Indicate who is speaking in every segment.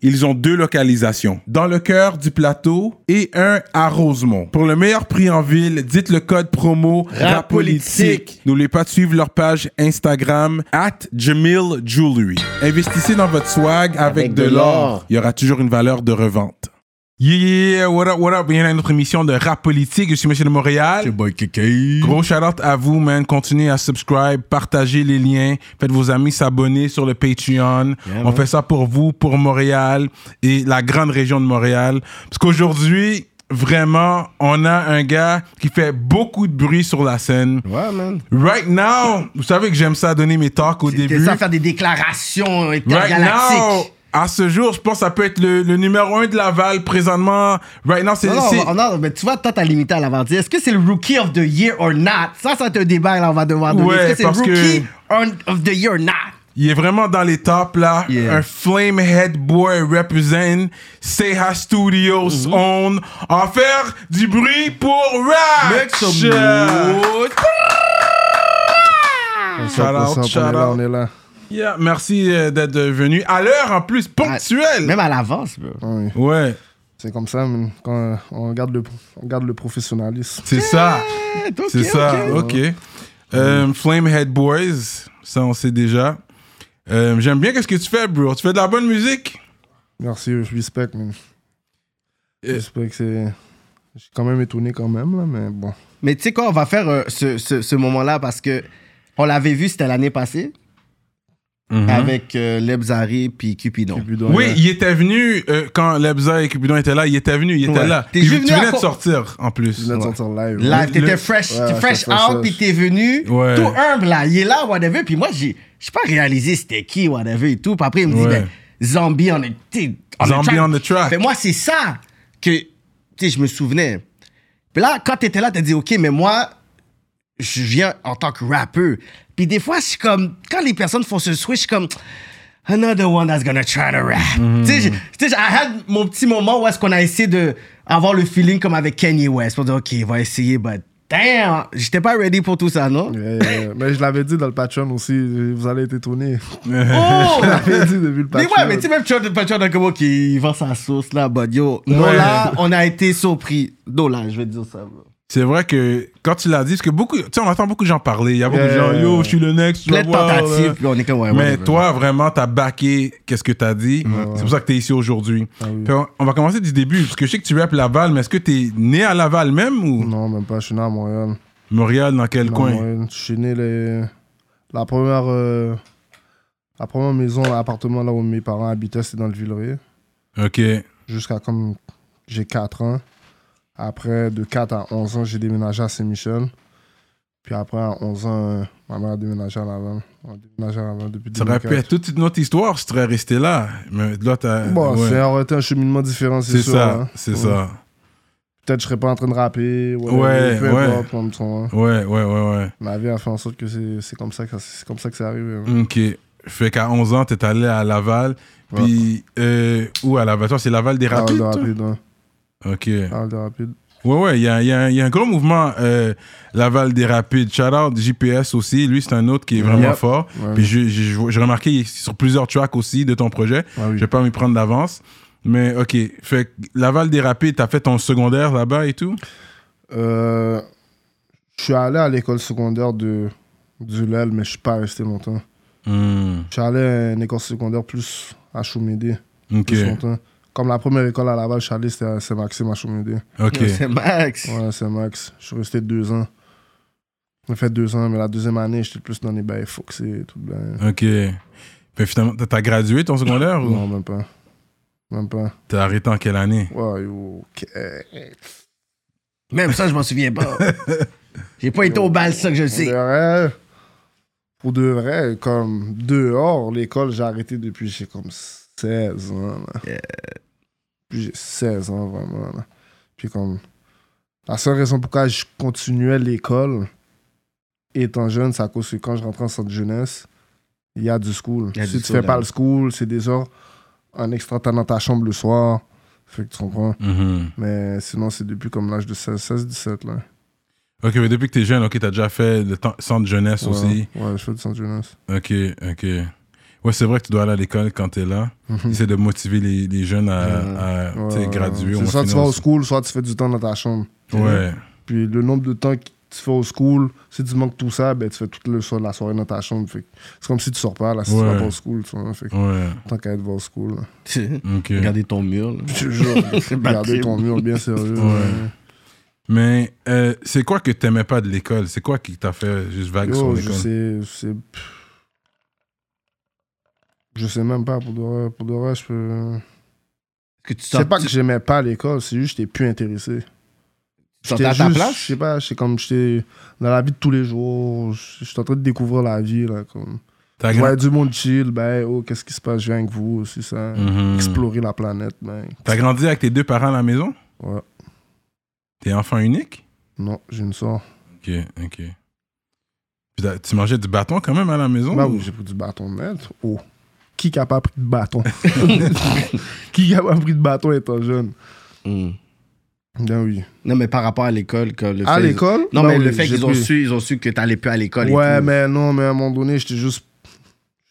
Speaker 1: ils ont deux localisations, dans le cœur du plateau et un à Rosemont. Pour le meilleur prix en ville, dites le code promo RAPOLITIQUE. N'oubliez pas de suivre leur page Instagram at Jamil Jewelry. Investissez dans votre swag avec,
Speaker 2: Avec
Speaker 1: de
Speaker 2: de
Speaker 1: l'or
Speaker 2: l'or.
Speaker 1: il y aura toujours une valeur de revente. Yeah, yeah, yeah, what up, what up? Bienvenue à notre émission de rap politique. Je suis Monsieur de Montréal. Gros shout out à vous, man. Continuez à subscribe, partagez les liens. Faites vos amis s'abonner sur le Patreon. On fait ça pour vous, pour Montréal et la grande région de Montréal. Parce qu'aujourd'hui, vraiment, on a un gars qui fait beaucoup de bruit sur la scène.
Speaker 2: Ouais, man.
Speaker 1: Right now, vous savez que j'aime ça donner mes talks au début.
Speaker 2: Ça faire des déclarations
Speaker 1: Right now,
Speaker 2: intergalactiques.
Speaker 1: à ce jour, je pense que ça peut être le, le numéro 1 de Laval présentement. Right now, c'est.
Speaker 2: Non, non,
Speaker 1: c'est-
Speaker 2: on va- on a- mais tu vois, toi, t'as limité à l'avant. Est-ce que c'est le Rookie of the Year or not? Ça, ça va être un débat, là, on va devoir donner.
Speaker 1: Ouais,
Speaker 2: Est-ce que c'est le
Speaker 1: parce que-
Speaker 2: Rookie on- of the Year or not?
Speaker 1: Il est vraiment dans les tops, là.
Speaker 2: Yeah.
Speaker 1: Un Flamehead Boy represent Seha Studios
Speaker 2: Mm-hmm.
Speaker 1: on. En faire du bruit pour rap! Shout out, shout
Speaker 3: on est là, on
Speaker 1: out.
Speaker 3: est là.
Speaker 1: Yeah, merci euh, d'être venu. À l'heure, en plus, ponctuel.
Speaker 2: Même à l'avance, bro.
Speaker 3: Ouais,
Speaker 1: Ouais,
Speaker 3: C'est comme ça, man. quand euh, on garde le, on garde le professionnalisme.
Speaker 1: c'est ça.
Speaker 2: Ok,
Speaker 1: C'est
Speaker 2: ok.
Speaker 1: ça, ok. Euh, Flamehead Boys, ça on sait déjà. Euh, J'aime bien qu'est-ce que tu fais, bro. Tu fais de la bonne musique.
Speaker 3: Merci, je respect, man. Je
Speaker 1: Euh.
Speaker 3: respecte, c'est. Je suis quand même étonné, quand même, là, mais bon.
Speaker 2: Mais tu sais quoi, on va faire euh, ce, ce- ce moment-là parce que on l'avait vu, c'était l'année passée,
Speaker 1: Mm-hmm.
Speaker 2: avec euh, Lebzari puis Cupidon.
Speaker 3: Puis, donc,
Speaker 1: Oui,
Speaker 3: euh,
Speaker 1: il était venu euh, quand Lebza et Cupidon étaient là. Il était venu, il était
Speaker 2: Ouais.
Speaker 1: là.
Speaker 2: T'es
Speaker 1: Il-
Speaker 2: juste
Speaker 1: tu
Speaker 2: venu à
Speaker 1: venais de
Speaker 2: co-
Speaker 1: sortir en
Speaker 3: Je
Speaker 1: plus.
Speaker 3: venais de
Speaker 2: Ouais.
Speaker 3: sortir live. hein.
Speaker 2: Live,
Speaker 1: Le-
Speaker 2: t'étais fresh,
Speaker 3: Ouais,
Speaker 2: fresh
Speaker 3: ça, ça,
Speaker 2: out,
Speaker 3: ça.
Speaker 2: puis t'es venu
Speaker 1: Ouais.
Speaker 2: tout humble là. Il est là, whatever. Puis moi, j'ai j'ai pas réalisé c'était qui, whatever et tout. Puis après, il me dit,
Speaker 1: Ouais.
Speaker 2: ben, zombie on est. t'sais, on
Speaker 1: Zombie
Speaker 2: the track.
Speaker 1: on the track.
Speaker 2: Fait moi, c'est ça que, tu sais, je me souvenais. Puis là, quand t'étais là, t'as dit, OK, mais moi, je viens en tant que rappeur. Puis des fois, je suis comme, quand les personnes font ce switch, je suis comme, another one that's gonna try to rap. Tu sais, j'ai- tu sais, j'ai- I had mon petit moment où est-ce qu'on a essayé de avoir le feeling comme avec Kanye West pour dire, OK, il va essayer, but damn, j'étais pas ready pour tout ça, non?
Speaker 3: Mais, euh, mais je l'avais dit dans le Patreon aussi, vous allez être étonné.
Speaker 2: Oh!
Speaker 3: Je l'avais dit depuis
Speaker 2: Mais
Speaker 3: le Patreon.
Speaker 2: ouais, mais tu sais, même Chad Patchard, comme, OK, il vend sa sauce, là, but yo, nous,
Speaker 1: Ouais.
Speaker 2: là, on a été surpris. Nous, là, je vais te dire ça, bro.
Speaker 1: C'est vrai que quand tu l'as dit, parce que beaucoup, tu sais, on entend beaucoup de gens parler. Il y a beaucoup de gens,
Speaker 3: Yeah.
Speaker 1: yo, je suis le next. tu vas
Speaker 2: Plein de
Speaker 1: voir,
Speaker 2: tentatives,
Speaker 1: là.
Speaker 2: puis on est comme, ouais,
Speaker 1: Mais
Speaker 2: whatever.
Speaker 1: toi, vraiment, t'as backé qu'est-ce que t'as dit. C'est pour ça que t'es ici aujourd'hui.
Speaker 3: Ah
Speaker 1: Puis on, on va commencer du début, parce que je sais que tu rappes Laval, mais est-ce que t'es né à Laval même ou
Speaker 3: Non, même pas, je suis né à Montréal.
Speaker 1: Montréal, dans quel
Speaker 3: Non,
Speaker 1: coin
Speaker 3: moi, je suis né les- la première euh, la première maison, l'appartement là où mes parents habitaient, c'est dans le Villeray.
Speaker 1: Ok.
Speaker 3: Jusqu'à comme j'ai 4 ans. Après, de 4 à 11 ans, j'ai déménagé à Saint-Michel. Puis après, à 11 ans, euh, ma mère a déménagé à Laval. On a déménagé à Laval depuis
Speaker 1: Ça aurait pu
Speaker 3: 2004.
Speaker 1: être toute une autre histoire si tu serais resté là. Mais là, t'as.
Speaker 3: Bon,
Speaker 1: euh, ouais.
Speaker 3: ça aurait été Bah, un cheminement différent, c'est
Speaker 1: c'est
Speaker 3: sûr.
Speaker 1: ça.
Speaker 3: hein.
Speaker 1: C'est
Speaker 3: Ouais.
Speaker 1: ça.
Speaker 3: Peut-être que je serais pas en train de rapper.
Speaker 1: Ouais,
Speaker 3: peu
Speaker 1: ouais.
Speaker 3: importe, en même temps, hein.
Speaker 1: Ouais, ouais, ouais, ouais.
Speaker 3: Ma vie a fait en sorte que c'est c'est comme ça que ça- c'est comme ça que c'est arrivé. hein.
Speaker 1: Ok. Fait qu'à 11 ans, t'es allé à Laval. Puis, euh, où à Laval Toi, c'est Laval des
Speaker 3: Parle
Speaker 1: Rapides.
Speaker 3: de
Speaker 1: toi?
Speaker 3: rapide, hein.
Speaker 1: Ok.
Speaker 3: Parle de rapide.
Speaker 1: Ouais, ouais, il y a, il y a- il y a un gros mouvement euh, Laval des Rapides. Shout out JPS aussi. Lui, c'est un autre qui est vraiment
Speaker 3: Mm, Yep.
Speaker 1: fort.
Speaker 3: Ouais.
Speaker 1: Puis j'ai- j'ai j'ai remarqué il est sur plusieurs tracks aussi de ton projet.
Speaker 3: Ah oui.
Speaker 1: Je vais pas m'y prendre d'avance. Mais ok. Fait que Laval des Rapides, t'as fait ton secondaire là-bas et tout
Speaker 3: Euh, je suis allé à l'école secondaire de, du LEL, mais je suis pas resté longtemps.
Speaker 1: Hmm.
Speaker 3: Je suis allé à une école secondaire plus à Choumédé,
Speaker 1: Ok.
Speaker 3: plus longtemps. Comme la première école à Laval, je suis allé, c'était à Saint-Maxime à Choumédé.
Speaker 1: Ok.
Speaker 2: C'est Max.
Speaker 3: Ouais, Saint-Max. Je suis resté deux ans. J'ai fait deux ans, mais la deuxième année, j'étais plus dans les bails foxés et tout. Ben,
Speaker 1: Ok. Fait finalement, t'as- t'as gradué ton secondaire ou
Speaker 3: non, même pas. Même pas.
Speaker 1: t'as arrêté en quelle année
Speaker 3: Ouais, yo, ok.
Speaker 2: Même ça, je m'en souviens pas. J'ai pas été au bal, ça que je le
Speaker 3: Pour de
Speaker 2: sais.
Speaker 3: vrai, pour de vrai, comme dehors, l'école, j'ai arrêté depuis j'ai comme 16 ans. là. Puis j'ai 16 ans, vraiment. là. Puis comme La seule raison pourquoi je continuais l'école étant jeune, c'est à cause que quand je rentrais en centre jeunesse, il y a du school.
Speaker 2: Il y a
Speaker 3: si
Speaker 2: du
Speaker 3: tu
Speaker 2: school, hein.
Speaker 3: fais pas
Speaker 2: là.
Speaker 3: le school, c'est des heures en extra, t'as dans ta chambre le soir. Fait que tu comprends.
Speaker 1: Hmm.
Speaker 3: Mais sinon, c'est depuis comme l'âge de 16-17, là.
Speaker 1: Ok, mais depuis que t'es jeune, ok, t'as déjà fait le temps- centre jeunesse
Speaker 3: Ouais,
Speaker 1: aussi.
Speaker 3: Ouais, je fais du centre jeunesse.
Speaker 1: Ok, ok. Ouais, c'est vrai que tu dois aller à l'école quand t'es là. C'est de motiver les, les jeunes à, à,
Speaker 3: Ouais,
Speaker 1: tu sais,
Speaker 3: ouais,
Speaker 1: graduer.
Speaker 3: ouais.
Speaker 1: on
Speaker 3: C'est
Speaker 1: va
Speaker 3: soit tu
Speaker 1: finir
Speaker 3: vas
Speaker 1: au-
Speaker 3: au school, soit tu fais du temps dans ta chambre.
Speaker 1: Ouais.
Speaker 3: Puis le nombre de temps que tu fais au school, si tu manques tout ça, ben tu fais toute le soir, la soirée dans ta chambre. Fait que C'est comme si tu sors pas, là, si
Speaker 1: Ouais.
Speaker 3: tu vas pas au school, tu vois. Fait que
Speaker 1: Ouais.
Speaker 3: tant qu'à être va au school, là.
Speaker 1: Ok.
Speaker 2: Regardez ton mur, là.
Speaker 3: Je te jure,
Speaker 2: ma
Speaker 3: garder
Speaker 2: prime.
Speaker 3: ton mur bien sérieux.
Speaker 1: Ouais.
Speaker 3: ouais.
Speaker 1: Mais euh, c'est quoi que t'aimais pas de l'école C'est quoi qui t'a fait juste vague sur
Speaker 3: Yo, Oh, je
Speaker 1: l'école
Speaker 3: sais, je sais. pff. Je sais même pas, pour de vrai, pour de vrai, je peux.
Speaker 2: Que tu
Speaker 3: C'est
Speaker 2: sors-
Speaker 3: pas que
Speaker 2: tu-
Speaker 3: j'aimais pas l'école, c'est juste que j'étais plus intéressé.
Speaker 2: tu sortais à ta
Speaker 3: juste,
Speaker 2: place?
Speaker 3: Je sais pas, c'est comme j'étais dans la vie de tous les jours, j'étais en train de découvrir la vie, là, comme.
Speaker 1: T'as
Speaker 3: Je
Speaker 1: gra-
Speaker 3: voyais du monde chill, ben, oh, qu'est-ce qui se passe, je viens avec vous, c'est ça.
Speaker 2: Hmm.
Speaker 1: Mhm.
Speaker 3: Explorer la planète, ben.
Speaker 1: T'as grandi avec tes deux parents à la maison
Speaker 3: Ouais.
Speaker 1: T'es enfant unique
Speaker 3: Non, j'ai une soeur.
Speaker 1: Ok, ok. Puis t'as- tu mangeais du bâton quand même à la
Speaker 2: Oh.
Speaker 1: maison
Speaker 3: Bah
Speaker 1: ou-
Speaker 3: oui, j'ai pris du bâton net. Oh. Qui n'a pas pris de bâton? qui n'a pas pris de bâton étant jeune?
Speaker 2: Hmm.
Speaker 3: Ben oui.
Speaker 2: Non, mais par rapport à l'école. que le
Speaker 3: À
Speaker 2: fait-
Speaker 3: l'école?
Speaker 2: Non,
Speaker 3: Ben
Speaker 2: mais
Speaker 3: oui,
Speaker 2: le fait
Speaker 3: j'ai
Speaker 2: qu'ils ont
Speaker 3: pris.
Speaker 2: su, ils ont su que t'allais plus à l'école. et
Speaker 3: Ouais,
Speaker 2: tout.
Speaker 3: mais non, mais à un moment donné, j'étais juste.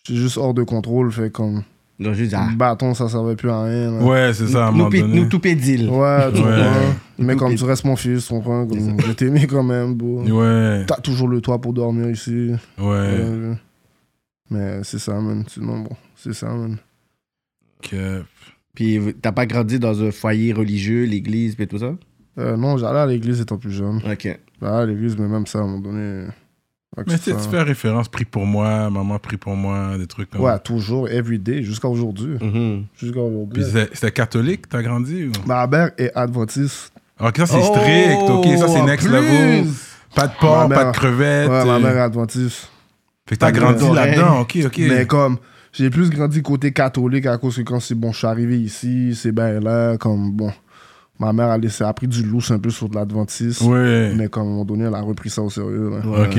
Speaker 3: J'étais juste hors de contrôle, fait comme.
Speaker 2: Ils ont juste dit, ah,
Speaker 3: Le bâton, ça servait plus à rien. là.
Speaker 1: Ouais, c'est ça, à un
Speaker 2: nous,
Speaker 1: moment
Speaker 2: pi-
Speaker 1: donné.
Speaker 2: nous tout pédile.
Speaker 3: Ouais, tu
Speaker 1: Ouais.
Speaker 3: comprends. Mais comme tu restes mon fils, tu comprends. Comme, je t'aimais quand même, bro.
Speaker 1: Ouais,
Speaker 3: T'as toujours le toit pour dormir ici.
Speaker 1: ouais.
Speaker 3: Euh, mais c'est ça, man. Sinon, bon, c'est ça, man.
Speaker 1: que-
Speaker 2: Puis t'as pas grandi dans un foyer religieux, l'église, puis tout ça?
Speaker 3: Euh, non, j'allais à l'église étant plus jeune.
Speaker 2: Ok.
Speaker 3: J'allais à l'église, mais même ça, à un moment donné. euh,
Speaker 1: Mais
Speaker 3: ça-
Speaker 1: tu sais, tu fais référence, pris pour moi, maman pris pour moi, des trucs comme
Speaker 3: Ouais, toujours, everyday, jusqu'à aujourd'hui.
Speaker 2: Mhm.
Speaker 3: Jusqu'à
Speaker 1: Puis
Speaker 3: aujourd'hui.
Speaker 1: c'était c'était catholique, t'as grandi ou...
Speaker 3: Ma mère est adventiste.
Speaker 1: Alors que ça, c'est strict,
Speaker 2: Oh,
Speaker 1: ok, ça, c'est
Speaker 2: en
Speaker 1: next
Speaker 2: plus.
Speaker 1: level. Pas de porc,
Speaker 3: Ma
Speaker 1: pas de
Speaker 3: mère-
Speaker 1: crevettes.
Speaker 3: Ouais, ma
Speaker 1: euh,
Speaker 3: mère est adventiste.
Speaker 1: Fait que t'as
Speaker 3: pas de
Speaker 1: grandi
Speaker 2: oreilles.
Speaker 1: là-dedans, ok, ok.
Speaker 3: Mais comme, j'ai plus grandi côté catholique à cause que quand c'est bon, je suis arrivé ici, c'est ben là, comme bon. Ma mère a laissé, a pris du lousse un peu sur de l'adventiste.
Speaker 1: Ouais,
Speaker 3: Mais comme à un moment donné, elle a repris ça au sérieux. là.
Speaker 1: ok.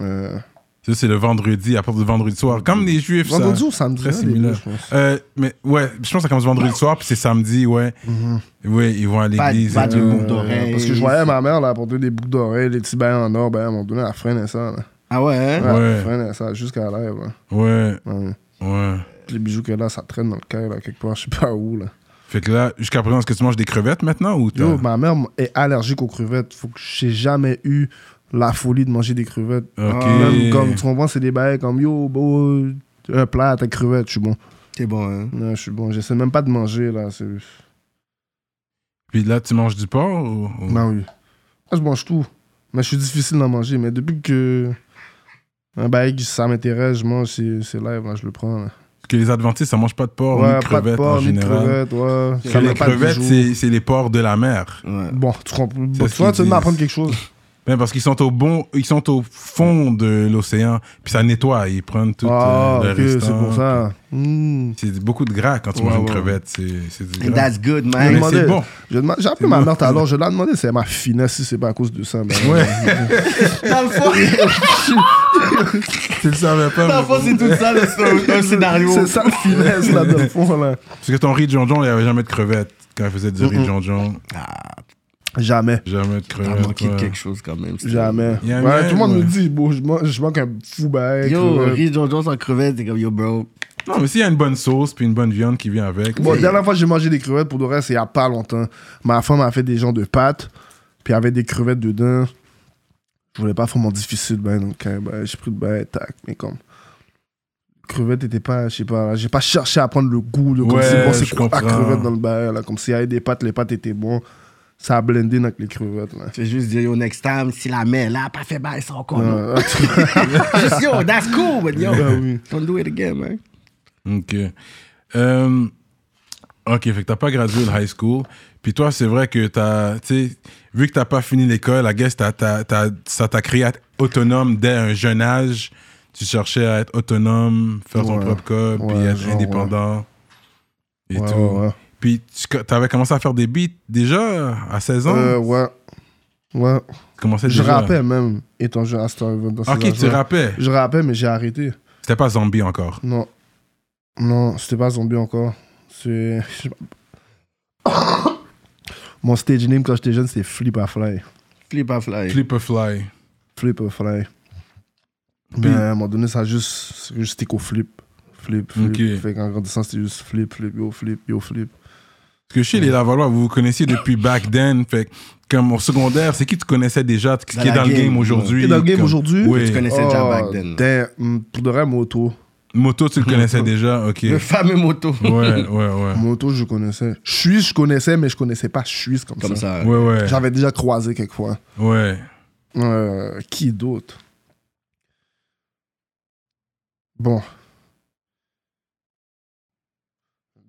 Speaker 3: Euh,
Speaker 1: Ça, c'est le vendredi, à partir du vendredi soir. Comme les juifs, ça.
Speaker 3: vendredi ou samedi,
Speaker 1: Très
Speaker 3: hein, les deux,
Speaker 1: similaire.
Speaker 3: je pense.
Speaker 1: Euh, mais ouais, je pense que ça commence vendredi soir, puis c'est samedi, ouais.
Speaker 3: Mm-hmm.
Speaker 1: Ouais, ils vont à
Speaker 2: Pas,
Speaker 1: l'église.
Speaker 2: pas
Speaker 1: et
Speaker 2: de
Speaker 1: tout.
Speaker 2: boucle d'oreilles.
Speaker 3: Parce que je voyais ma mère là, porter des boucles d'oreilles, des petits bains en or, ben à un moment donné, elle freinait ça. Là.
Speaker 2: Ah ouais, hein?
Speaker 3: Ouais,
Speaker 1: Ouais.
Speaker 3: Elle freinait ça jusqu'à lèvres. là.
Speaker 1: Ouais,
Speaker 3: Ouais.
Speaker 1: ouais.
Speaker 3: Puis Les bijoux qu'elle a, ça traîne dans le cœur, là, quelque part, je sais pas où. Là.
Speaker 1: Fait que là, jusqu'à présent, est-ce que tu manges des crevettes maintenant ou t'as-
Speaker 3: Yo, ma mère est allergique aux crevettes. Faut que j'ai jamais eu la folie de manger des crevettes. Ah,
Speaker 1: Ok.
Speaker 3: Même comme, tu comprends, c'est des bails comme yo, beau, un plat à ta crevette, je suis bon.
Speaker 2: T'es bon, hein?
Speaker 3: Non, je suis bon, j'essaie même pas de manger là. c'est-
Speaker 1: Puis là, tu manges du porc ou... ou-
Speaker 3: Ben oui. Moi, je mange tout. Mais je suis difficile d'en manger. Mais depuis que un bail, que ça m'intéresse, je mange, c'est c'est live, là, je le prends. là.
Speaker 1: Parce que les adventistes, ça mange pas de porc, ni
Speaker 3: ouais,
Speaker 1: de
Speaker 3: pas de
Speaker 1: crevettes en
Speaker 3: porc, ni de
Speaker 1: général.
Speaker 3: crevettes, ouais.
Speaker 1: Que
Speaker 3: met
Speaker 1: les
Speaker 3: pas de
Speaker 1: crevettes,
Speaker 3: bijoux.
Speaker 1: c'est c'est les porcs de la mer.
Speaker 2: Ouais.
Speaker 3: Bon, tu comprends.
Speaker 1: C'est
Speaker 3: Bon,
Speaker 1: ce
Speaker 3: tu vois,
Speaker 1: qu'ils
Speaker 3: tu veux m'apprendre
Speaker 1: disent.
Speaker 3: quelque chose.
Speaker 1: Même parce qu'ils sont au bon, ils sont au fond de l'océan, puis ça nettoie, ils prennent tout
Speaker 3: Ah,
Speaker 1: euh, le
Speaker 3: ok,
Speaker 1: restant.
Speaker 3: c'est pour ça. Hmm.
Speaker 1: C'est beaucoup de gras quand tu
Speaker 3: Ouais,
Speaker 1: manges une
Speaker 3: ouais.
Speaker 1: crevette, c'est c'est du gras.
Speaker 2: That's good,
Speaker 3: Je
Speaker 1: Mais
Speaker 3: lui ai
Speaker 1: Demande-
Speaker 2: man.
Speaker 3: demandé-
Speaker 1: c'est bon.
Speaker 3: je demande- J'ai appelé
Speaker 1: C'est
Speaker 3: ma
Speaker 1: bon.
Speaker 3: mère tout à l'heure, je lui ai demandé si elle m'a finesse, si c'est pas à cause de ça. ben,
Speaker 1: Ouais,
Speaker 2: Dans le fond,
Speaker 1: tu le savais pas.
Speaker 2: dans
Speaker 1: mais
Speaker 2: le fond,
Speaker 1: bon.
Speaker 2: c'est tout ça, là, c'est un, un scénario.
Speaker 3: C'est ça le finesse là, dans le fond. Là.
Speaker 1: Parce que ton riz de jonjon, il n'y avait jamais de crevettes. Quand il faisait du riz de jonjon,
Speaker 3: Jamais.
Speaker 1: jamais de
Speaker 2: T'as
Speaker 1: crevettes.
Speaker 2: manqué de
Speaker 1: ouais.
Speaker 2: quelque chose quand même. c'est-
Speaker 3: Jamais.
Speaker 1: Il y a un
Speaker 3: Ouais,
Speaker 1: même,
Speaker 3: tout le monde
Speaker 1: ouais.
Speaker 3: me dit, bon, je mange, je mange un fou euh, bail.
Speaker 2: Yo,
Speaker 3: crevettes.
Speaker 2: Riz Jones en crevette, c'est comme yo, bro.
Speaker 1: Non, mais s'il y a une bonne sauce puis une bonne viande qui vient avec.
Speaker 3: Bon,
Speaker 1: c'est-
Speaker 3: dernière fois que j'ai mangé des crevettes, pour le reste, c'est il y a pas longtemps. Ma femme a fait des gens de pâtes, puis avec des crevettes dedans. Je voulais pas faire mon difficile, ben, donc hein, ben, j'ai pris le bain, tac, mais comme. Crevettes était pas, je sais pas, j'ai pas cherché à prendre le goût de comme
Speaker 1: Ouais,
Speaker 3: c'est bon, c'est
Speaker 1: je
Speaker 3: quoi la
Speaker 1: comprends.
Speaker 3: crevette dans le bain, là, comme s'il y avait des pâtes, les pâtes étaient bon, ça a blendé avec les crevettes, là.
Speaker 2: Tu veux juste dire, yo, next time, si la met là, pas fait bail, c'est
Speaker 1: Oh
Speaker 2: encore. non.
Speaker 3: Euh,
Speaker 2: Juste yo, that's cool, but yo,
Speaker 3: Ben oui.
Speaker 2: don't do it again, man.
Speaker 1: Ok. Euh, ok, fait que t'as pas gradué de high school. Puis toi, c'est vrai que t'as, tu sais, vu que t'as pas fini l'école, I guess t'as- t'as- t'as- ça t'a créé à être autonome dès un jeune âge. Tu cherchais à être autonome, faire ton
Speaker 3: Ouais.
Speaker 1: propre code, puis
Speaker 3: Ouais,
Speaker 1: être
Speaker 3: genre,
Speaker 1: indépendant. Et
Speaker 3: ouais,
Speaker 1: tout.
Speaker 3: ouais, ouais.
Speaker 1: Puis tu co- t'avais commencé à faire des beats déjà à 16 ans.
Speaker 3: Euh, ouais. Ouais.
Speaker 1: Commençais
Speaker 3: Je
Speaker 1: déjà. Ah,
Speaker 3: rappais même, étant jeune à Star Event. dans ces
Speaker 1: Ok, tu
Speaker 3: âges-là.
Speaker 1: rappais.
Speaker 3: Je rappais, mais j'ai arrêté.
Speaker 1: C'était pas zombie encore.
Speaker 3: Non. Non, c'était pas zombie encore. C'est. Mon stage name quand j'étais jeune, c'était Flip à Fly.
Speaker 2: Flip à fly.
Speaker 1: Flip or fly.
Speaker 3: Flip à Fly. Mais
Speaker 1: Puis-
Speaker 3: à un moment donné, ça a juste. c'est juste stick au flip. Flip, flip.
Speaker 1: Ok.
Speaker 3: Fait qu'en grandissant, c'était juste flip, flip, yo, flip, yo, flip.
Speaker 1: Parce que chez les Lavalois, vous vous connaissiez depuis back then. Fait que, comme au secondaire, c'est qui tu connaissais déjà qui
Speaker 2: Dans
Speaker 1: qui est
Speaker 2: la
Speaker 1: dans le
Speaker 2: game,
Speaker 1: game aujourd'hui
Speaker 3: Qui est dans le game
Speaker 1: comme-
Speaker 3: aujourd'hui, que
Speaker 1: Oui.
Speaker 2: Tu connaissais déjà back then.
Speaker 3: Oh, damn, hum, pour de vrai, moto.
Speaker 1: Moto, tu le connaissais déjà, ok.
Speaker 2: Le
Speaker 1: Ouais,
Speaker 2: fameux moto.
Speaker 1: ouais, ouais.
Speaker 3: Moto, je connaissais. Suisse, je connaissais, mais je connaissais pas Suisse comme,
Speaker 2: Comme
Speaker 3: ça.
Speaker 2: ça.
Speaker 1: Ouais, ouais.
Speaker 3: J'avais déjà croisé quelquefois.
Speaker 1: Ouais.
Speaker 3: Euh, qui d'autre Bon.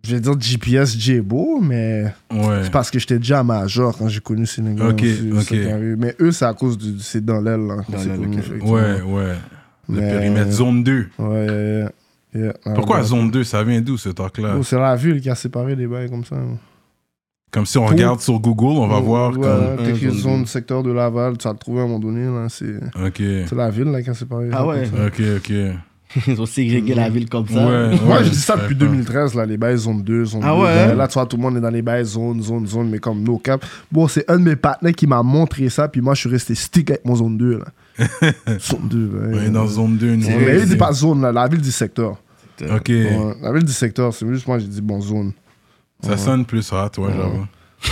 Speaker 3: Je vais dire GPS Jebo, mais
Speaker 1: Ouais.
Speaker 3: c'est parce que j'étais déjà major quand j'ai connu Sénégal.
Speaker 1: Ok,
Speaker 3: aussi,
Speaker 1: ok.
Speaker 3: ça qui arrive. Mais eux, c'est à cause de, de- c'est dans l'aile. là, qu'on
Speaker 2: Dans
Speaker 3: s'est
Speaker 2: l'aile,
Speaker 3: connus,
Speaker 2: ok.
Speaker 3: effectivement.
Speaker 1: Ouais, ouais. Le
Speaker 3: Mais-
Speaker 1: périmètre zone 2.
Speaker 3: Ouais, yeah, yeah. Yeah. Ah,
Speaker 1: Pourquoi
Speaker 3: ouais.
Speaker 1: zone 2 Ça vient d'où ce talk-là
Speaker 3: Oh, C'est la ville qui a séparé les bails comme ça. Oh,
Speaker 1: Comme si on regarde sur Google, on va voir.
Speaker 3: Ouais,
Speaker 1: comme-
Speaker 3: t'es
Speaker 2: un,
Speaker 3: qui
Speaker 2: zone
Speaker 3: zone
Speaker 2: deux.
Speaker 3: secteur de Laval, tu vas le trouver à un moment donné. là, C'est
Speaker 1: Ok.
Speaker 3: c'est la ville là, qui a séparé.
Speaker 2: Ah ouais.
Speaker 1: Ok, ok.
Speaker 2: Ils ont ségrégé la ville comme ça.
Speaker 1: Ouais.
Speaker 3: Moi, je dis ça
Speaker 1: je
Speaker 3: depuis
Speaker 1: sais pas.
Speaker 3: 2013, là, les bails zone 2, zone
Speaker 2: Ah
Speaker 3: 2.
Speaker 2: ouais?
Speaker 3: Ben, là, tu vois, tout le monde est dans les bails zone, zone, zone, mais comme no cap. Bon, c'est un de mes partenaires qui m'a montré ça, puis moi, je suis resté stick avec mon zone 2, là. zone 2, ben,
Speaker 1: On est dans zone 2, nous.
Speaker 3: Ouais, mais il dit pas zone, là, la ville du secteur.
Speaker 1: Ok.
Speaker 3: Ouais, la ville du secteur, c'est juste moi, j'ai dit bon, zone.
Speaker 1: Ça sonne plus hot, ouais, j'avoue.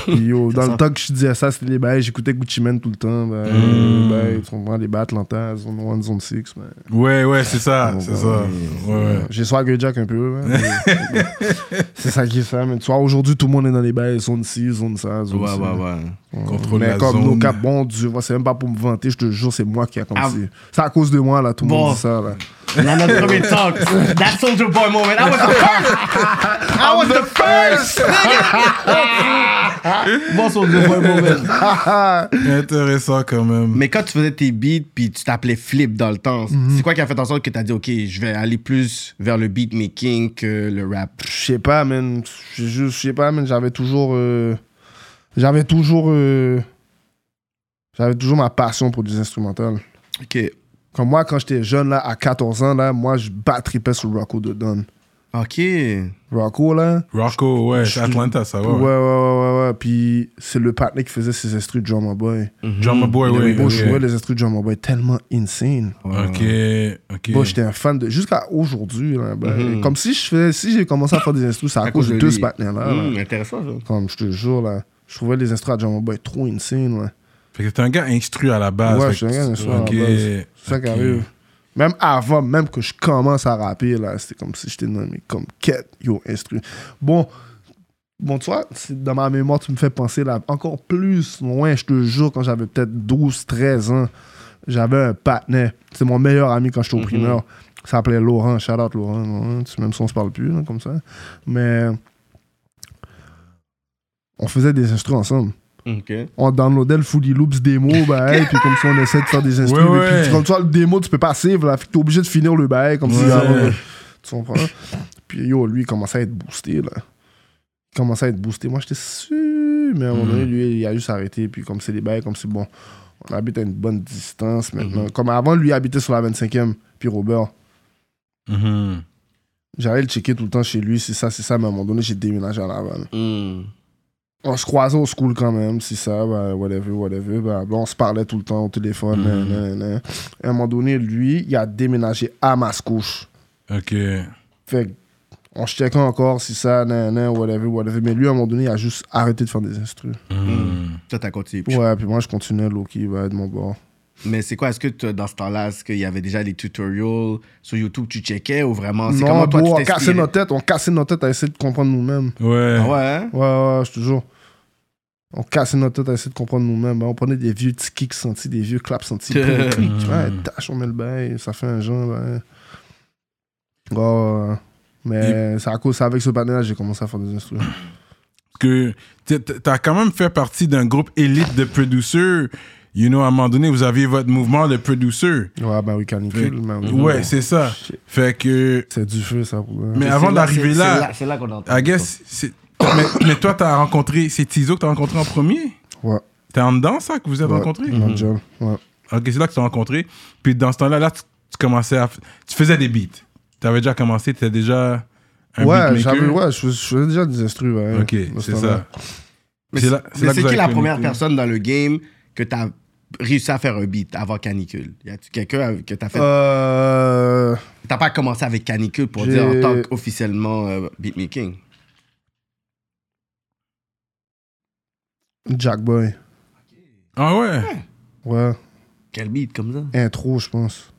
Speaker 3: Puis, yo, dans le temps que je disais ça, c'était les bails, j'écoutais Gucci Mane tout le temps. Ben,
Speaker 1: Mm.
Speaker 3: les bails, tu comprends, les bails Atlanta, zone 1, zone 6, ben.
Speaker 1: Ouais, ouais, c'est ça,
Speaker 3: Bon,
Speaker 1: c'est
Speaker 3: bah,
Speaker 1: ça.
Speaker 3: oui.
Speaker 1: Ouais, ouais.
Speaker 3: J'ai swagger jack un peu. ouais, mais- c'est ça qui est ça. Mais tu vois, aujourd'hui, tout le monde est dans les bails, zone 6, zone ça,
Speaker 2: Ouais,
Speaker 3: zone
Speaker 2: ouais,
Speaker 3: ci.
Speaker 2: ouais.
Speaker 1: Contrôle
Speaker 3: Mais
Speaker 1: la
Speaker 3: comme
Speaker 1: zone.
Speaker 3: nos cap, bon Dieu, moi, c'est même pas pour me vanter, je te jure, c'est moi qui a comme
Speaker 2: Ah.
Speaker 3: si. C'est à cause de moi, là, tout le
Speaker 2: Bon.
Speaker 3: monde dit ça, là.
Speaker 2: On a notre premier talk. That soldier boy moment. I was the first. I was Ah, the first. nigga. bon soldier boy moment.
Speaker 1: Intéressant quand même.
Speaker 2: Mais quand tu faisais tes beats puis tu t'appelais Flip dans le temps, c'est quoi qui a fait en sorte que t'as dit ok, je vais aller plus vers le beat making que le rap.
Speaker 3: Je sais pas, man. Je je sais pas, man. J'avais toujours. euh, J'avais toujours. euh, J'avais toujours ma passion pour des instrumentales.
Speaker 2: Ok.
Speaker 3: Comme moi, quand j'étais jeune, là, à 14 ans, là, moi, je battripais sur Rocco de Don.
Speaker 2: Ok.
Speaker 3: Rocco, là.
Speaker 1: Rocco, ouais, c'est Atlanta, ça, ouais.
Speaker 3: Ouais, ouais, ouais,
Speaker 1: ouais.
Speaker 3: ouais. ouais. Puis c'est le partner qui faisait ses instrus de Drummer Boy.
Speaker 1: Drummer Boy,
Speaker 3: Moi,
Speaker 1: ouais.
Speaker 3: je jouais les instrus de Drummer Boy tellement insane.
Speaker 1: Ok, ok.
Speaker 3: Moi, j'étais un fan de. Jusqu'à aujourd'hui, là, ben, comme si je faisais, si j'ai commencé à faire des instrus, c'est à, cause de
Speaker 2: lui.
Speaker 3: deux ce partner-là. là.
Speaker 2: Hmm, intéressant ça.
Speaker 3: Comme je te jure, là. Je trouvais les instrus à Drummer Boy trop insane, là.
Speaker 1: Fait que t'es un gars instruit à la base.
Speaker 3: ouais,
Speaker 1: fait
Speaker 3: je suis
Speaker 1: que
Speaker 3: un gars
Speaker 1: tu-
Speaker 3: instruit à la
Speaker 1: ok,
Speaker 3: base. C'est ça qui
Speaker 1: ok.
Speaker 3: arrive. Même avant, même que je commence à rapper, là, c'était comme si j'étais nommé comme quête, yo, instru. Bon, bon, tu vois, c'est- dans ma mémoire, tu me fais penser là, encore plus loin, je te jure, quand j'avais peut-être 12, 13 ans, j'avais un patinet. C'est mon meilleur ami quand
Speaker 1: Mhm.
Speaker 3: j'étais au primaire. Il s'appelait Laurent, shout out Laurent, Laurent, tu- même si on se parle plus, là, comme ça. Mais on faisait des instrus ensemble
Speaker 2: Ok.
Speaker 3: on downloadait le Fully Loops démo, bah, hey, puis comme ça, on essaie de faire des instruments.
Speaker 1: Ouais, ouais.
Speaker 3: Puis tu- comme ça, le démo, tu peux pas suivre, là. Fait que t'es obligé de finir le bail, comme si.
Speaker 1: Ouais.
Speaker 3: ah, ouais, ouais. tu comprends? Puis yo, lui, il commençait à être boosté, là. Il commençait à être boosté. Moi, j'étais sûr, mais à un moment
Speaker 1: Mm.
Speaker 3: donné, lui, il a juste arrêté. Puis comme c'est des bails, comme c'est bon. On habite à une bonne distance
Speaker 1: Mm-hmm.
Speaker 3: maintenant. Comme avant, lui, il habitait sur la 25e, puis Robert.
Speaker 1: Mhm.
Speaker 3: J'allais le checker tout le temps chez lui, c'est ça, c'est ça, mais à un moment donné, j'ai déménagé à Laval.
Speaker 2: Hmm.
Speaker 3: On se croisait Ah, au school quand même, si ça, bah, whatever, whatever. bah, bah, on se parlait tout le temps au téléphone.
Speaker 2: Mm-hmm.
Speaker 3: nan, nan, nan. À un moment donné, lui, il a déménagé à Mascouche.
Speaker 1: Ok.
Speaker 3: Fait que, on se checkait encore, si ça, nan, nan, whatever, whatever. Mais lui, à un moment donné, il a juste arrêté de faire des instrus.
Speaker 1: Mhm.
Speaker 2: Toi, Hmm. t'as continué.
Speaker 3: Ouais, puis moi, je continuais, Loki, va de mon bord.
Speaker 2: Mais c'est quoi, est-ce que t'as- dans ce temps-là, est-ce qu'il y avait déjà des tutorials sur YouTube que tu checkais ou vraiment Ah, c'est
Speaker 3: Non,
Speaker 2: comment toi
Speaker 3: bro, on
Speaker 2: tu
Speaker 3: cassait
Speaker 2: t'inspirais?
Speaker 3: nos têtes, on cassait nos têtes à essayer de comprendre nous-mêmes.
Speaker 1: Ouais.
Speaker 2: Ah ouais, hein?
Speaker 3: Ouais, ouais, je te jure. On cassait notre tête à essayer de comprendre nous-mêmes. Ben, On prenait des vieux petits kicks sentis, des vieux claps sentis. Boum, clic, tu vois, tâche, on met le bail, ça fait un genre. ben. Ouais, ouais, ouais. Mais c'est à cause, c'est avec ce panel-là que j'ai commencé à faire des instruments.
Speaker 1: que t'es- t'as quand même fait partie d'un groupe élite de producers. You know, à un moment donné, vous aviez votre mouvement de producers.
Speaker 3: Ouais, ben oui, canicule. ben oui.
Speaker 1: Ouais, c'est ça. Fait que,
Speaker 3: C'est du feu, ça. pour vrai.
Speaker 1: mais
Speaker 2: C'est
Speaker 1: avant d'arriver
Speaker 2: c'est-
Speaker 1: là,
Speaker 2: c'est c'est là qu'on entend.
Speaker 1: I guess, c'est- mais, mais toi, t'as rencontré, c'est Tizo que t'as rencontré en premier?
Speaker 3: Ouais.
Speaker 1: T'es en dedans, ça, que vous avez
Speaker 3: Ouais, Mhm.
Speaker 1: rencontré? Mhm.
Speaker 3: dans le job, ouais.
Speaker 1: Ok, c'est là que tu t'es rencontré. Puis dans ce temps-là, là, tu, tu commençais à. f- Tu faisais des beats. Tu avais déjà commencé, tu étais déjà un
Speaker 3: Ouais,
Speaker 1: beatmaker.
Speaker 3: j'avais, ouais, je fais- je faisais déjà des instrus, ouais.
Speaker 1: Ok,
Speaker 3: dans ce
Speaker 1: c'est
Speaker 3: temps-là.
Speaker 1: ça.
Speaker 2: Mais
Speaker 1: C'est
Speaker 2: c'est
Speaker 1: là- c'est là
Speaker 2: mais
Speaker 1: que
Speaker 2: c'est
Speaker 1: vous
Speaker 2: qui
Speaker 1: avez
Speaker 2: la première
Speaker 1: connecté.
Speaker 2: personne dans le game que t'as réussi à faire un beat avant Canicule? Y a-tu quelqu'un avec- que t'as fait...
Speaker 3: Euh,
Speaker 2: T'as pas commencé avec Canicule pour
Speaker 3: j'ai-
Speaker 2: dire en tant qu'officiellement euh, beatmaking?
Speaker 3: Jack Boy.
Speaker 1: Ah ouais?
Speaker 3: Ouais,
Speaker 2: Quel beat comme ça?
Speaker 3: intro, je pense.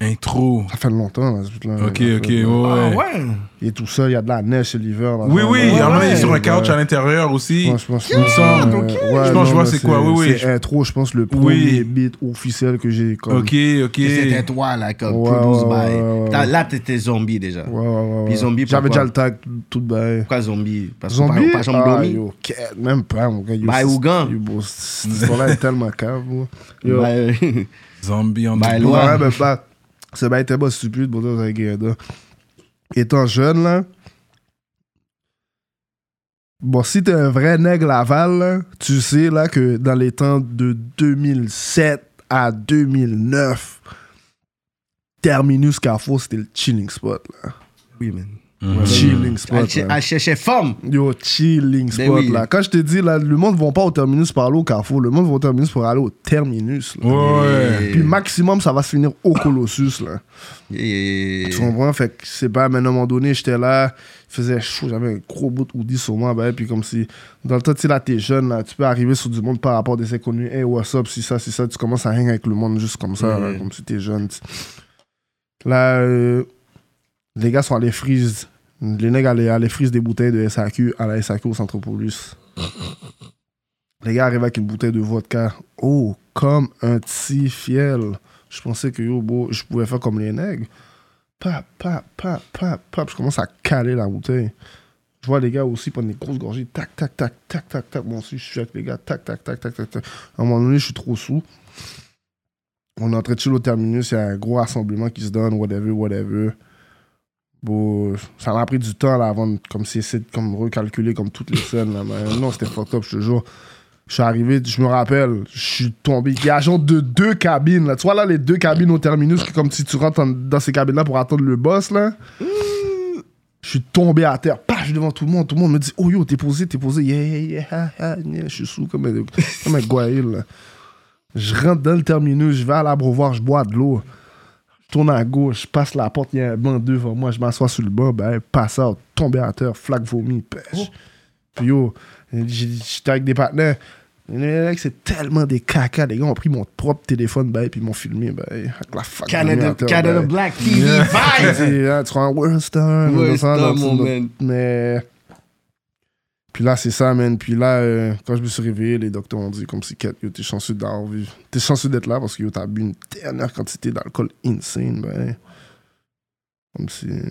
Speaker 1: Intro.
Speaker 3: Ça fait longtemps, là, ce truc-là.
Speaker 1: Ok,
Speaker 3: Ouais,
Speaker 1: ok, ouais.
Speaker 3: ouais.
Speaker 2: Ah
Speaker 1: ouais.
Speaker 2: ouais!
Speaker 3: Il est tout seul, il y a de la neige chez l'hiver. là,
Speaker 1: Oui,
Speaker 3: là,
Speaker 1: oui,
Speaker 3: là,
Speaker 1: il y
Speaker 3: là,
Speaker 1: en a,
Speaker 3: là,
Speaker 1: il est sur un
Speaker 3: ouais.
Speaker 1: couch à l'intérieur aussi.
Speaker 3: Ouais, je pense,
Speaker 1: Il me semble.
Speaker 3: ouais,
Speaker 1: Ok.
Speaker 3: ouais,
Speaker 1: Je pense que je vois
Speaker 3: non,
Speaker 1: c'est quoi, oui, oui.
Speaker 3: C'est intro, je pense, le
Speaker 1: Oui.
Speaker 3: premier beat officiel que j'ai. Comme...
Speaker 1: Ok, ok.
Speaker 2: Et C'était toi, là, comme
Speaker 3: Ouais,
Speaker 2: produce
Speaker 3: ouais,
Speaker 2: by.
Speaker 3: ouais, ouais,
Speaker 2: T'as-
Speaker 3: ouais.
Speaker 2: Là, t'étais zombie déjà.
Speaker 3: Ouais, ouais, ouais.
Speaker 2: Puis
Speaker 3: ouais.
Speaker 2: zombie,
Speaker 3: J'avais
Speaker 2: pourquoi?
Speaker 3: déjà le tag, tout- tout de
Speaker 2: Pourquoi zombie? Bah, Parce que
Speaker 3: Zombie?
Speaker 2: par, par exemple,
Speaker 3: ah,
Speaker 2: Domi.
Speaker 3: yo, quête, même pas, mon gars. Yo,
Speaker 2: By
Speaker 3: c'est-
Speaker 2: Ougan.
Speaker 3: yo, bro, Cette histoire-là est tellement cave, bro. Yo,
Speaker 2: Bah, euh,
Speaker 1: Zombie en
Speaker 2: Bah,
Speaker 1: dedans.
Speaker 3: Pour
Speaker 2: Ouais.
Speaker 3: de vrai, ben, bah, c'est bien, t'es pas stupide pour toi, Guéda. Étant jeune, là. Bon, si t'es un vrai nègre Laval, là, tu sais, là, que dans les temps de 2007 à 2009, Terminus Carrefour, c'était le chilling spot, là.
Speaker 2: oui, man.
Speaker 3: Chilling
Speaker 2: Elle,
Speaker 3: spot,
Speaker 2: ch-
Speaker 3: là.
Speaker 2: elle cherchait femme.
Speaker 3: Yo, chilling
Speaker 2: Ben
Speaker 3: spot,
Speaker 2: oui.
Speaker 3: là. Quand je te dis, là, le monde ne va pas au Terminus pour aller au Carrefour, le monde va au Terminus pour aller au Terminus, là.
Speaker 1: Ouais.
Speaker 3: Puis maximum, ça va se finir au Colossus, là.
Speaker 2: Et-
Speaker 3: Tu comprends? Fait que c'est pas, mais à un moment donné, j'étais là, il faisait chaud, j'avais un gros bout de hoodie sur moi, ben, puis comme si, dans le temps, tu sais, là, t'es jeune, là, tu peux arriver sur du monde par rapport à des inconnus, hey, what's up, si ça, si ça, tu commences à hang avec le monde juste comme ça, là,
Speaker 2: Mhm.
Speaker 3: comme si t'es jeune. tu- Là, euh, les gars sont allés freeze, les nègres allaient, allaient freeze des bouteilles de SAQ à la SAQ au Centropolis. les gars arrivaient avec une bouteille de vodka, oh, comme un petit fiel. Je pensais que, yo, bro, je pouvais faire comme les nègres pap, pap, pap, pap, pap. Je commence à caler la bouteille. Je vois les gars aussi prendre des grosses gorgées. Tac, tac, tac, tac, tac, tac. Moi aussi, je suis avec les gars. Tac, tac, tac, tac, tac, tac. À un moment donné, je suis trop sous. On est en train de chiller au terminus. Il y a un gros rassemblement qui se donne. Whatever, whatever. Bon, ça m'a pris du temps là, avant de comme, si essayer de comme, recalculer comme toutes les scènes. Là, mais non, c'était fucked up, je te jure. Je suis arrivé, je me rappelle, je suis tombé. Il y a genre de deux cabines. Là. Tu vois là, les deux cabines au terminus, que comme si tu rentres en- dans ces cabines-là pour attendre le boss. là. Je suis tombé à terre, paf, devant tout le monde. Tout le monde me dit Oh yo, t'es posé, t'es posé. Yeah, yeah, yeah, ha, ha, yeah. Je suis sous comme un, comme un goyeux, là. Je rentre dans le terminus, je vais à l'abreuvoir, je bois de l'eau. Je tourne à gauche, je passe la porte, il y a un banc devant moi, je m'assois sur le banc, ben, passe out, tombé à terre, flaque vomi, pêche.
Speaker 2: Oh.
Speaker 3: Puis yo, j'ai- j'étais avec des partenaires. Les mecs, C'est tellement des caca, les gars ont pris mon propre téléphone, ben, puis ils m'ont filmé, ben, avec la flaque vomi à
Speaker 2: Canada,
Speaker 3: terre,
Speaker 2: Canada
Speaker 3: ben.
Speaker 2: Black TV
Speaker 3: Tu
Speaker 2: vibes.
Speaker 3: sais, hein, tu prends World Star.
Speaker 2: World
Speaker 3: dans ça,
Speaker 2: Star,
Speaker 3: dans ça,
Speaker 2: mon
Speaker 3: dans-
Speaker 2: man.
Speaker 3: Mais. Puis là, c'est ça, man. Puis là, euh, quand je me suis réveillé, les docteurs ont dit comme si, Kat, yo, t'es chanceux d'avoir vu. T'es chanceux d'être là parce que yo, t'as bu une dernière quantité d'alcool insane, ben. Comme si. Ouais,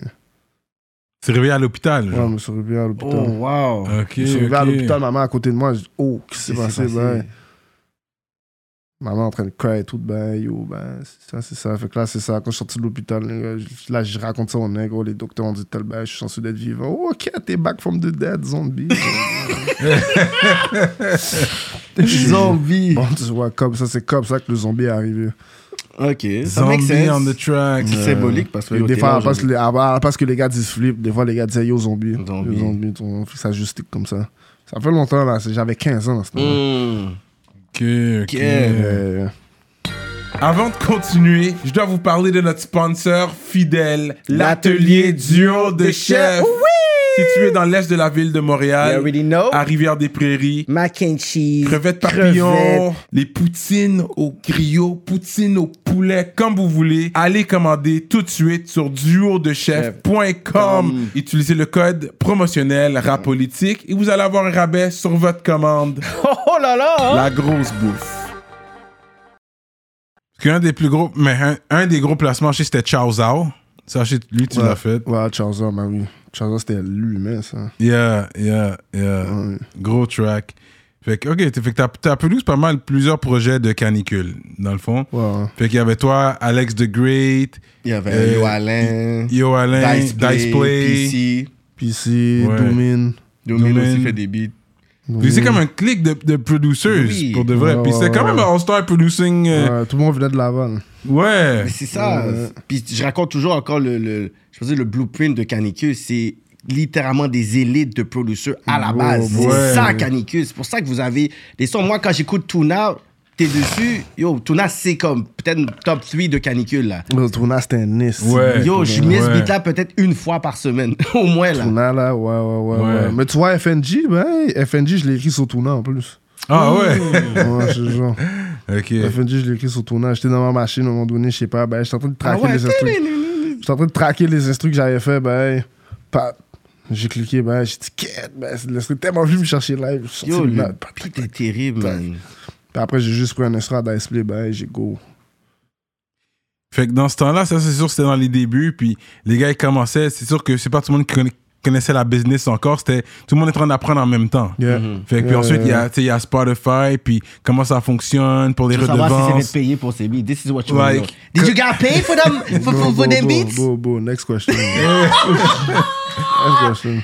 Speaker 1: Tu réveillé à l'hôpital.
Speaker 3: je
Speaker 1: genre.
Speaker 3: me suis réveillé à
Speaker 2: Oh,
Speaker 3: l'hôpital.
Speaker 2: wow.
Speaker 1: Ok.
Speaker 3: je me suis réveillé à
Speaker 1: ok.
Speaker 3: l'hôpital, maman à côté de moi. Je dis, oh, qu'est-ce qui s'est
Speaker 2: Qu'est-ce qui
Speaker 3: passé,
Speaker 2: s'est
Speaker 3: ben?
Speaker 2: passé?
Speaker 3: Maman en train de cry et tout, ben yo, ben c'est ça, c'est ça. Fait que là, c'est ça. Quand je suis sorti de l'hôpital, les gars, je- là, je raconte ça aux nègres, Oh, les docteurs ont dit tel, ben je suis chanceux d'être vivant. Oh, ok, t'es back from the dead, zombie.
Speaker 2: Zombie.
Speaker 3: bon, tu vois, comme ça, c'est comme ça que le zombie est arrivé.
Speaker 2: Ok. Ça make
Speaker 1: Zombie on
Speaker 2: sense.
Speaker 1: the track. Euh,
Speaker 2: C'est symbolique parce que
Speaker 3: Et
Speaker 2: yo,
Speaker 3: des
Speaker 2: t'es
Speaker 3: fois,
Speaker 2: là
Speaker 3: à parce, que
Speaker 2: aujourd'hui.
Speaker 3: les, à- à- parce que les gars disent flip, des fois, les gars disaient yo, zombie. Yo,
Speaker 2: Zombie.
Speaker 3: zombie, ton- ça justique comme ça. Ça fait longtemps, là, c'est- j'avais 15 ans à ce
Speaker 1: Mm.
Speaker 3: moment-là.
Speaker 2: Hmm.
Speaker 1: Ok, ok.
Speaker 2: Yeah.
Speaker 3: Euh,
Speaker 1: Avant de continuer, je dois vous parler de notre sponsor fidèle, l'atelier duo de chef. Situé dans l'est de la ville de Montréal, à Rivière-des-Prairies. Mac and cheese. Crevettes papillons, les poutines au griot, poutines au poulet, comme vous voulez. Allez commander tout de suite sur duodechef.com. Utilisez le code promotionnel rapolitique et vous allez avoir un rabais sur votre commande.
Speaker 4: Oh là là! hein?
Speaker 1: La grosse bouffe. Parce qu'un des plus gros, mais un, un des gros placements chez c'était Chao Zhao. Ça, chez lui, tu
Speaker 3: ouais.
Speaker 1: l'as fait.
Speaker 3: Ouais, Charizard, ben oui. Charizard, c'était l'humain, ça.
Speaker 1: Yeah, yeah, yeah.
Speaker 3: Ouais.
Speaker 1: Gros track. Fait que, ok, t'as- fait que t'as- t'as produit pas mal plusieurs projets de canicule, dans le fond.
Speaker 3: Ouais, ouais.
Speaker 1: Fait qu'il y avait toi, Alex the Great,
Speaker 2: Il y avait
Speaker 1: Euh,
Speaker 2: Yo Alain.
Speaker 1: Yo Alain, Dice Play.
Speaker 2: PC.
Speaker 3: PC,
Speaker 1: Ouais.
Speaker 3: Doomine.
Speaker 2: Domaine
Speaker 1: Domaine.
Speaker 2: aussi fait des beats.
Speaker 1: Puis C'est comme un clic de, de producers,
Speaker 2: Oui.
Speaker 1: pour de vrai.
Speaker 3: Ouais,
Speaker 1: Puis
Speaker 3: ouais,
Speaker 1: c'est quand
Speaker 3: ouais.
Speaker 1: même un all-star producing. euh,
Speaker 3: Ouais, tout le monde venait de Laval.
Speaker 1: ouais.
Speaker 2: Mais Ben, c'est ça. Puis je raconte toujours encore le, le- je veux dire, le blueprint de Canicus. C'est littéralement des élites de producteurs à la
Speaker 3: Oh,
Speaker 2: base.
Speaker 1: ouais.
Speaker 2: C'est ça, Canicus. C'est pour ça que vous avez des sons. Moi, quand j'écoute Tuna, t'es dessus. Yo, Tuna, c'est comme peut-être le top 3 de Canicule, là.
Speaker 3: Le tournage, Euh, c'était un nice.
Speaker 1: Ouais.
Speaker 2: Yo, je mets ce
Speaker 1: Ouais.
Speaker 2: beat-là peut-être une fois par semaine, au moins, là.
Speaker 3: Tournage, là, ouais, ouais, ouais,
Speaker 1: Ouais.
Speaker 3: ouais. Mais tu vois, FNJ, ben, FNJ, je l'ai écrit sur tournage en plus.
Speaker 1: Ah ouais.
Speaker 3: Ouais, je te jure.
Speaker 1: ok.
Speaker 3: FNJ, je l'ai écrit sur tournage. J'étais dans ma machine à un moment donné, je sais pas, ben, j'étais en train de
Speaker 2: Ah
Speaker 1: Ah
Speaker 3: traquer les instructions. J'étais en train de traquer les instrus que j'avais fait, ben, pas. J'ai cliqué, ben, j'ai dit, quête, ben, c'est l'instru tellement venu me chercher live. Je suis
Speaker 2: Yo,
Speaker 3: sorti de
Speaker 2: le
Speaker 3: là. Puis
Speaker 2: beat est terrible, man.
Speaker 3: après, j'ai juste pris un instru à Dice Play, ben, j'ai go.
Speaker 1: Fait que dans ce temps-là, ça c'est sûr c'était dans les débuts, puis les gars ils commençaient, c'est sûr que c'est pas tout le monde qui conna- connaissait la business encore, c'était tout le monde est en train d'apprendre en même temps.
Speaker 3: Yeah.
Speaker 2: Mm-hmm.
Speaker 1: Fait que puis
Speaker 3: Yeah,
Speaker 1: ensuite il y
Speaker 3: yeah.
Speaker 1: a, tu sais, il y a Spotify, puis comment ça fonctionne pour les
Speaker 2: Faut savoir si
Speaker 1: redevances.
Speaker 2: c'est payé pour ces beats. This is what you want
Speaker 1: Like-
Speaker 2: to know. Did you get paid for them, for, for, for them
Speaker 3: Bon,
Speaker 2: beats?
Speaker 3: bon, bon, next question. Next question.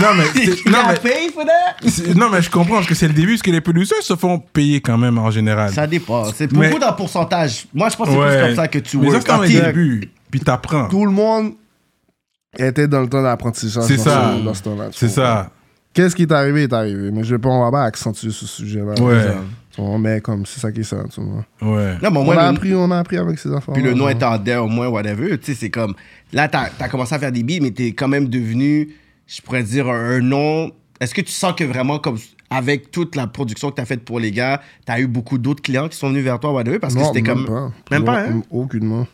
Speaker 1: non mais, c'est-
Speaker 2: You
Speaker 1: non,
Speaker 2: got
Speaker 1: mais
Speaker 2: paid for that?
Speaker 1: c'est- non mais je comprends parce que c'est le début, parce que les producteurs se font payer quand même en général.
Speaker 2: Ça dépend. C'est
Speaker 1: Mais-
Speaker 2: beaucoup d'un pourcentage. Moi, je pense que c'est
Speaker 1: Ouais.
Speaker 2: plus comme ça que tu
Speaker 1: Mais ça
Speaker 2: work. Ah,
Speaker 1: c'est dans
Speaker 2: Quand
Speaker 1: les
Speaker 2: t'es-
Speaker 1: débuts, puis t'apprends.
Speaker 3: Tout le monde était dans le temps d'apprentissage.
Speaker 1: C'est
Speaker 3: dans
Speaker 1: ça.
Speaker 3: ce- dans ce temps-là, tu
Speaker 1: C'est
Speaker 3: comprends.
Speaker 1: ça.
Speaker 3: Qu'est-ce qui est arrivé est arrivé, mais je vais pas, on va pas accentuer ce sujet-là.
Speaker 1: Ouais.
Speaker 3: Tu vois, Mais comme, c'est ça qui est ça, tu vois.
Speaker 1: Ouais.
Speaker 2: Non, mais au
Speaker 3: On
Speaker 2: moins,
Speaker 3: a
Speaker 2: le-
Speaker 3: appris, on a appris avec ces enfants.
Speaker 2: puis le nom est en dé, au moins, whatever. Tu sais, c'est comme. Là, t'as as commencé à faire des beats, mais t'es quand même devenu, je pourrais dire, un, un nom. Est-ce que tu sens que vraiment, comme avec toute la production que t'as faite pour les gars, t'as eu beaucoup d'autres clients qui sont venus vers toi, whatever, parce que c'était comme. Même pas, hein?
Speaker 3: Aucunement.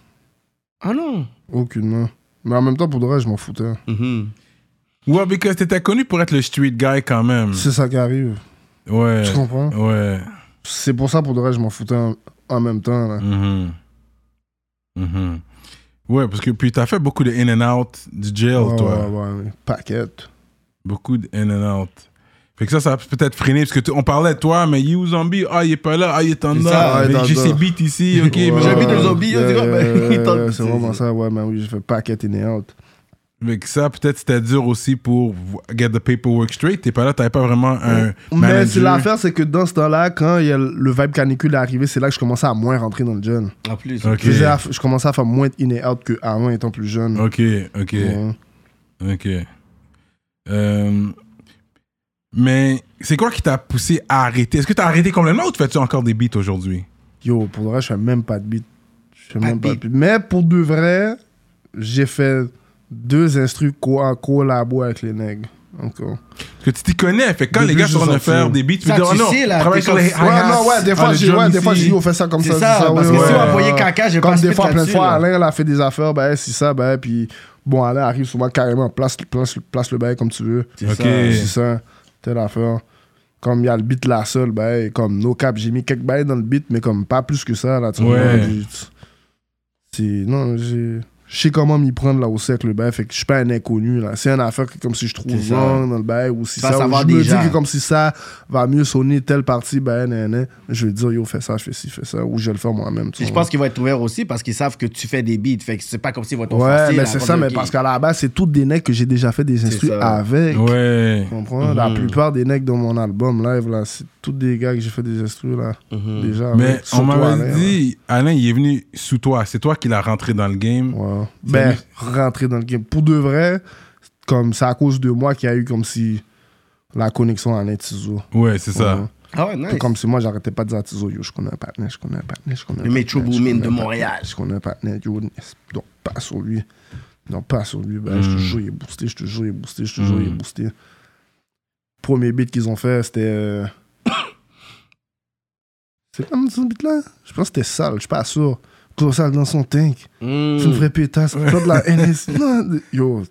Speaker 2: Ah non!
Speaker 3: Aucunement. Mais en même temps, pour le reste, je m'en foutais.
Speaker 2: Mhm.
Speaker 1: Ouais, because t'étais connu pour être le street guy quand même.
Speaker 3: C'est ça qui arrive.
Speaker 1: Ouais.
Speaker 3: Tu comprends?
Speaker 1: Ouais.
Speaker 3: C'est pour ça, pour le reste, je m'en foutais en, en même temps. là.
Speaker 1: Mhm. Mhm. Ouais, parce que puis t'as fait beaucoup de in and out du jail,
Speaker 2: Oh,
Speaker 3: ouais,
Speaker 1: toi.
Speaker 3: ouais, ouais, ouais. Paquette.
Speaker 1: Beaucoup de in and out. Fait que ça, ça a peut-être freiné, parce que tu- on parlait de toi, mais You Zombie, ah, il est pas là, ah, il est en
Speaker 2: C'est
Speaker 1: là,
Speaker 2: ça,
Speaker 3: ah, il est en
Speaker 1: j'ai
Speaker 3: dedans.
Speaker 1: ses beats ici, ok. mais-
Speaker 3: Ouais,
Speaker 2: j'ai mis des
Speaker 3: ouais,
Speaker 2: zombies,
Speaker 3: ouais,
Speaker 2: je dis, oh, ben,
Speaker 3: ouais,
Speaker 2: il tente-
Speaker 3: ouais, C'est
Speaker 2: c'est-
Speaker 3: vraiment ça, ouais, mais oui, j'ai fait paquette in and out.
Speaker 1: Fait que ça, peut-être c'était dur aussi pour get the paperwork straight. T'es pas là, t'avais pas vraiment un
Speaker 2: Ben,
Speaker 3: Mais c'est
Speaker 1: manager.
Speaker 3: l'affaire, c'est que dans ce temps-là, quand il y a le le vibe canicule est arrivé, c'est là que je commençais à moins rentrer dans le jeune.
Speaker 2: En plus.
Speaker 1: Ok.
Speaker 3: Je, faisais à- je commençais à faire moins in et out qu'avant étant plus jeune.
Speaker 1: Ok, ok.
Speaker 3: Ouais.
Speaker 1: Ok. Euh, mais c'est quoi qui t'a poussé à arrêter Est-ce que t'as arrêté complètement ou tu fais-tu encore des beats aujourd'hui
Speaker 3: Yo, pour de vrai, je fais même pas de beat. Je fais
Speaker 2: Pas
Speaker 3: même
Speaker 2: de
Speaker 3: pas de
Speaker 2: beat.
Speaker 3: beat. Mais pour de vrai, j'ai fait deux instrus co en collabo avec les nègres. Encore.
Speaker 1: Parce que tu t'y connais, fait que quand
Speaker 3: Depuis
Speaker 1: les gars
Speaker 3: que
Speaker 1: sont en
Speaker 3: je
Speaker 1: train de
Speaker 3: suis
Speaker 1: faire
Speaker 3: sorti.
Speaker 1: des beats, tu
Speaker 2: Ça,
Speaker 1: dis oh
Speaker 2: tu
Speaker 1: non,
Speaker 2: sais, là,
Speaker 1: travaille
Speaker 2: t'es
Speaker 1: sur
Speaker 2: comme-
Speaker 1: les
Speaker 2: Ouais,
Speaker 3: Ouais,
Speaker 1: hi-hats,
Speaker 3: non, ouais, des
Speaker 1: ah,
Speaker 3: fois,
Speaker 1: le
Speaker 3: j'ai
Speaker 1: drum
Speaker 3: ouais, des fois,
Speaker 1: ici.
Speaker 3: j'ai dit, on fait ça comme
Speaker 2: C'est
Speaker 3: ça.
Speaker 2: ça, parce que
Speaker 3: ouais,
Speaker 2: si
Speaker 3: ouais,
Speaker 2: on envoyait
Speaker 3: ouais.
Speaker 2: caca, j'ai
Speaker 3: Comme
Speaker 2: pas
Speaker 3: des
Speaker 2: spit
Speaker 3: fois, plein de
Speaker 2: là-dessus,
Speaker 3: fois,
Speaker 2: là.
Speaker 3: Alain, elle a fait des affaires, ben, c'est ça, ben, puis bon, Alain arrive souvent carrément, place, place, place le bail comme tu veux.
Speaker 2: C'est
Speaker 1: Ok.
Speaker 2: ça.
Speaker 3: C'est ça, telle affaire. Comme il y a le beat la seule, ben, comme no cap, j'ai mis quelques bails dans le beat, mais comme pas plus que ça, là, tu vois.
Speaker 1: Ouais.
Speaker 3: J'ai- C'est. Non, j'ai. Je sais comment m'y prendre là au cercle, le bail, fait que je suis pas un inconnu, là. C'est une affaire que comme si je trouve
Speaker 2: C'est ça.
Speaker 3: wrong dans le bail, ou si
Speaker 2: Tu vas
Speaker 3: ça, ou
Speaker 2: savoir
Speaker 3: je me dis
Speaker 2: déjà.
Speaker 3: que comme si ça va mieux sonner telle partie, ben, nan, nan, je vais dire, yo, fais ça, fais ci, fais ça, ou je vais le faire moi-même, tu
Speaker 2: Puis je
Speaker 3: vois.
Speaker 2: pense qu'ils vont être ouverts aussi parce qu'ils savent que tu fais des beats. Fait que c'est pas comme s'ils vont t'offenser.
Speaker 3: Ouais,
Speaker 2: là,
Speaker 3: mais c'est
Speaker 2: pour
Speaker 3: ça,
Speaker 2: dire,
Speaker 3: mais
Speaker 2: OK.
Speaker 3: parce qu'à la base, c'est toutes des necks que j'ai déjà fait des instruits
Speaker 2: ça.
Speaker 3: avec.
Speaker 1: Ouais.
Speaker 3: Tu comprends? La plupart des necks dans mon album live, là, c'est tous des gars que j'ai fait des instrus, là. Déjà.
Speaker 1: Mais
Speaker 3: avec,
Speaker 1: on
Speaker 3: surtout
Speaker 1: m'avait
Speaker 3: Alain,
Speaker 1: dit, Alain, il est venu sous toi, c'est toi qui l'as rentré dans le game.
Speaker 3: là. Ouais. Ben, rentrer dans le game. Pour de vrai, comme c'est à cause de moi qu'il y a eu comme si la connexion à Tizo.
Speaker 1: Ouais, c'est ça.
Speaker 2: Ah ouais, nice.
Speaker 3: Comme si moi, j'arrêtais pas de dire à Tizo, yo, je connais un partenaire, je connais un partenaire, je connais un
Speaker 2: Le Metro
Speaker 3: partenaire, je
Speaker 2: Boomin
Speaker 3: connais
Speaker 2: de
Speaker 3: un
Speaker 2: Montréal.
Speaker 3: partenaire, Je connais un partenaire, yo, donc pas sur lui. Non, pas sur lui. Ben, je te jure, il est boosté, je te jure, il est boosté, je te jure, il est
Speaker 1: Mm.
Speaker 3: boosté. Premier beat qu'ils ont fait, c'était. euh, C'est comme ce beat-là Je pense que c'était sale, je suis pas sûr. Colossal dans son tank.
Speaker 2: Mhm.
Speaker 3: C'est une vraie pétasse. Pas de la NS. Non, de- Yo,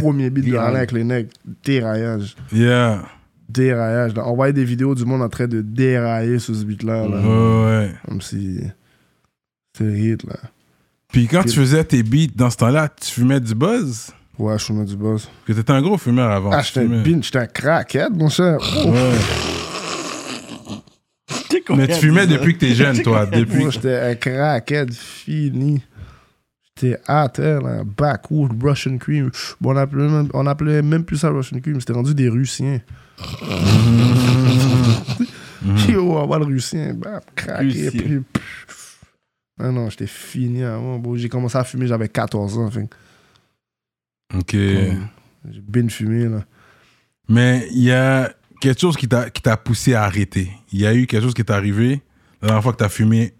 Speaker 3: premier beat de
Speaker 2: Bien.
Speaker 3: Alain avec les nègres. Déraillage.
Speaker 1: Yeah.
Speaker 3: Déraillage. là. On voyait des vidéos du monde en train de dérailler sur ce beat-là. là.
Speaker 1: Ouais, ouais.
Speaker 3: Comme si. C'est le hit, là.
Speaker 1: Puis quand tu faisais tes beats dans ce temps-là, tu fumais du buzz
Speaker 3: Ouais, je suis du boss.
Speaker 1: Parce que t'étais un gros fumeur avant.
Speaker 3: Ah,
Speaker 1: tu
Speaker 3: j'étais un
Speaker 1: fumais.
Speaker 3: bin, j'étais un crackhead, mon cher. Oh,
Speaker 1: Ouais.
Speaker 2: T'es
Speaker 1: Mais
Speaker 2: combien,
Speaker 1: tu fumais
Speaker 2: déjà?
Speaker 1: depuis que t'es jeune, toi. Depuis
Speaker 3: moi, j'étais un crackhead fini. J'étais à terre, là, back, ou Russian cream. Bon, on, appelait même, on appelait même plus ça Russian cream, c'était rendu des Russiens.
Speaker 1: Mm.
Speaker 3: Yo, on va le Russien, bam, craqué,
Speaker 1: Hmm. Russien.
Speaker 3: puis. pff. Ah non, j'étais fini avant. Bon, j'ai commencé à fumer, j'avais 14 ans, fait que
Speaker 1: Mm, Ok.
Speaker 3: j'ai bien fumé, là.
Speaker 1: Mais il y a quelque chose qui t'a qui t'a poussé à arrêter. Il y a eu quelque chose qui t'est arrivé la dernière fois que t'as fumé.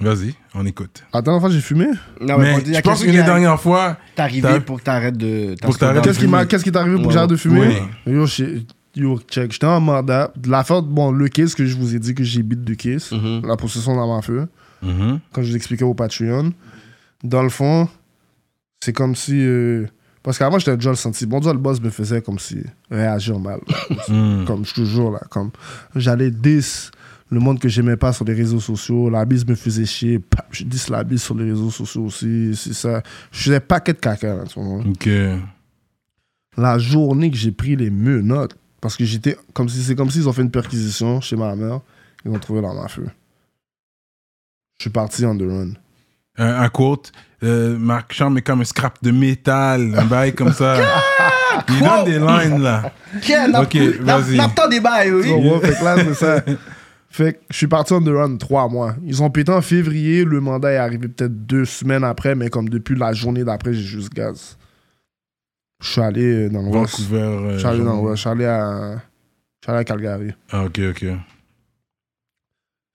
Speaker 1: Vas-y, on écoute.
Speaker 3: Attends, enfin, j'ai fumé?
Speaker 2: Non,
Speaker 1: mais
Speaker 2: bon, il y a
Speaker 1: je
Speaker 2: quelque
Speaker 1: pense
Speaker 2: chose
Speaker 1: que
Speaker 2: qui
Speaker 1: les
Speaker 2: a-
Speaker 1: dernières fois,
Speaker 2: T'es
Speaker 1: t'as-
Speaker 2: arrivé pour que t'arrêtes de.
Speaker 1: Pour que t'arrêtes
Speaker 2: dans le
Speaker 1: de
Speaker 3: Qu'est-ce qui m'a-
Speaker 2: fumier.
Speaker 3: qu'est-ce qui t'est arrivé pour
Speaker 2: Ouais.
Speaker 3: que j'arrête de fumer?
Speaker 1: Ouais.
Speaker 3: Yo, j'ai- yo, check, j'étais en mandat. L'affaire, bon, le kiss que je vous ai dit que j'ai beat du kiss,
Speaker 2: Mhm.
Speaker 3: la possession d'armes à feu, quand je vous expliquais au Patreon, dans le fond, c'est comme si. euh, parce qu'avant, j'étais déjà le senti. Bon, déjà, le boss me faisait comme si réagir mal.
Speaker 1: Mhm.
Speaker 3: comme je te jure, là. Comme j'allais 10 le monde que j'aimais pas sur les réseaux sociaux. La bise me faisait chier. pap, je 10 la bise sur les réseaux sociaux aussi. C'est ça. Je faisais paquet de caca, hein, là, en ce moment
Speaker 1: ok.
Speaker 3: la journée que j'ai pris les menottes, parce que j'étais comme si c'est comme s'ils ont fait une perquisition chez ma mère, ils ont trouvé l'arme à feu. Je suis parti on the run.
Speaker 1: Un, un quote, euh, Marc Champ est comme un scrap de métal, un bail comme ça. Il donne des lines là.
Speaker 2: Quel
Speaker 1: Ok, vas-y.
Speaker 2: N'attends des bails,
Speaker 3: Tu
Speaker 2: oui.
Speaker 3: comprends? fait que là, c'est ça. Fait que je suis parti on the run trois mois. Ils ont pété en février, le mandat est arrivé peut-être deux semaines après, mais comme depuis la journée d'après, j'ai juste gaz. Je suis allé euh, dans le West.
Speaker 1: Vancouver. euh,
Speaker 3: Je suis allé dans le
Speaker 1: genre.
Speaker 3: West. Je suis allé à, je suis allé à Calgary.
Speaker 1: Ah, ok, ok.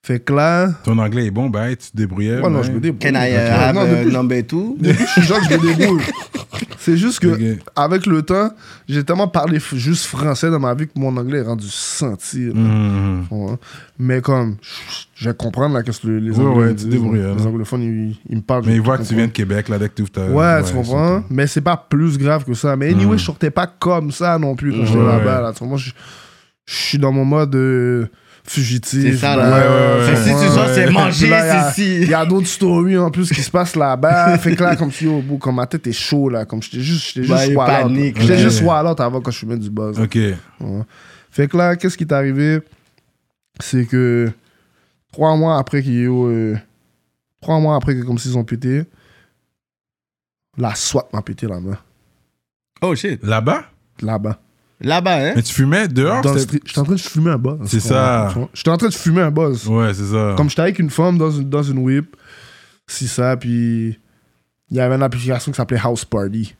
Speaker 3: Fait que là.
Speaker 1: Ton anglais est bon, ben, tu te débrouillais.
Speaker 3: Ouais, non,
Speaker 1: ben.
Speaker 3: je me débrouille.
Speaker 2: Can I uh,
Speaker 3: Ouais,
Speaker 2: have
Speaker 3: non,
Speaker 2: a
Speaker 3: depuis-
Speaker 2: number two?
Speaker 3: Depuis que je suis jeune, je me débrouille. C'est juste que,
Speaker 1: Ok.
Speaker 3: avec le temps, j'ai tellement parlé f- juste français dans ma vie que mon anglais est rendu senti. là.
Speaker 1: Mhm.
Speaker 3: Ouais. Mais comme, je- je vais comprendre là, qu'est-ce que les
Speaker 1: Ouais,
Speaker 3: anglais
Speaker 1: ouais,
Speaker 3: me
Speaker 1: tu
Speaker 3: disent,
Speaker 1: débrouilles,
Speaker 3: là.
Speaker 1: hein.
Speaker 3: Les anglophones, ils, ils me parlent.
Speaker 1: Mais
Speaker 3: je
Speaker 1: il voit que
Speaker 3: comprends.
Speaker 1: tu viens de Québec, là, dès que tu ouvres ta.
Speaker 3: Ouais, tu
Speaker 1: ils sont
Speaker 3: comprends?
Speaker 1: comme-
Speaker 3: Mais c'est pas plus grave que ça. Mais anyway,
Speaker 1: Mm.
Speaker 3: je sortais pas comme ça non plus quand
Speaker 2: Mm.
Speaker 3: j'étais
Speaker 1: Ouais,
Speaker 3: là-bas.
Speaker 1: ouais.
Speaker 3: Là. Tu comprends? Je je suis dans mon mode euh, fugitif.
Speaker 2: C'est ça,
Speaker 3: ben,
Speaker 2: là.
Speaker 1: ouais, ouais,
Speaker 2: Fait que si
Speaker 3: ouais,
Speaker 2: tu sors,
Speaker 1: ouais.
Speaker 2: c'est
Speaker 3: Puis
Speaker 2: manger,
Speaker 3: là, y a-
Speaker 2: c'est
Speaker 3: Il y
Speaker 2: si.
Speaker 3: a d'autres stories en plus qui se passent là-bas. fait que là, comme si au bout, comme ma tête est chaud là, comme j'étais juste, j'étais
Speaker 2: Bah,
Speaker 3: juste
Speaker 2: il
Speaker 3: wild out.
Speaker 2: panique,
Speaker 3: J'étais
Speaker 1: ouais.
Speaker 3: juste wild out avant quand je fumais du buzz.
Speaker 1: Ok.
Speaker 3: Ouais. Fait que là, qu'est-ce qui t'est arrivé C'est que trois mois après qu'il y ait eu, euh, trois mois après que comme s'ils ont pété, la SWAT m'a pété la main
Speaker 2: Oh shit.
Speaker 1: Là-bas?
Speaker 3: là-bas.
Speaker 2: Là-bas, hein?
Speaker 1: Mais tu fumais dehors?
Speaker 3: Dans le
Speaker 1: Ah, c'était-
Speaker 3: street- J'étais en train de fumer un buzz.
Speaker 1: C'est ça.
Speaker 3: J'étais en train de fumer un buzz.
Speaker 1: Ouais, c'est ça.
Speaker 3: Comme j'étais avec une femme dans une, dans une whip, si ça, puis il y avait une application qui s'appelait House Party.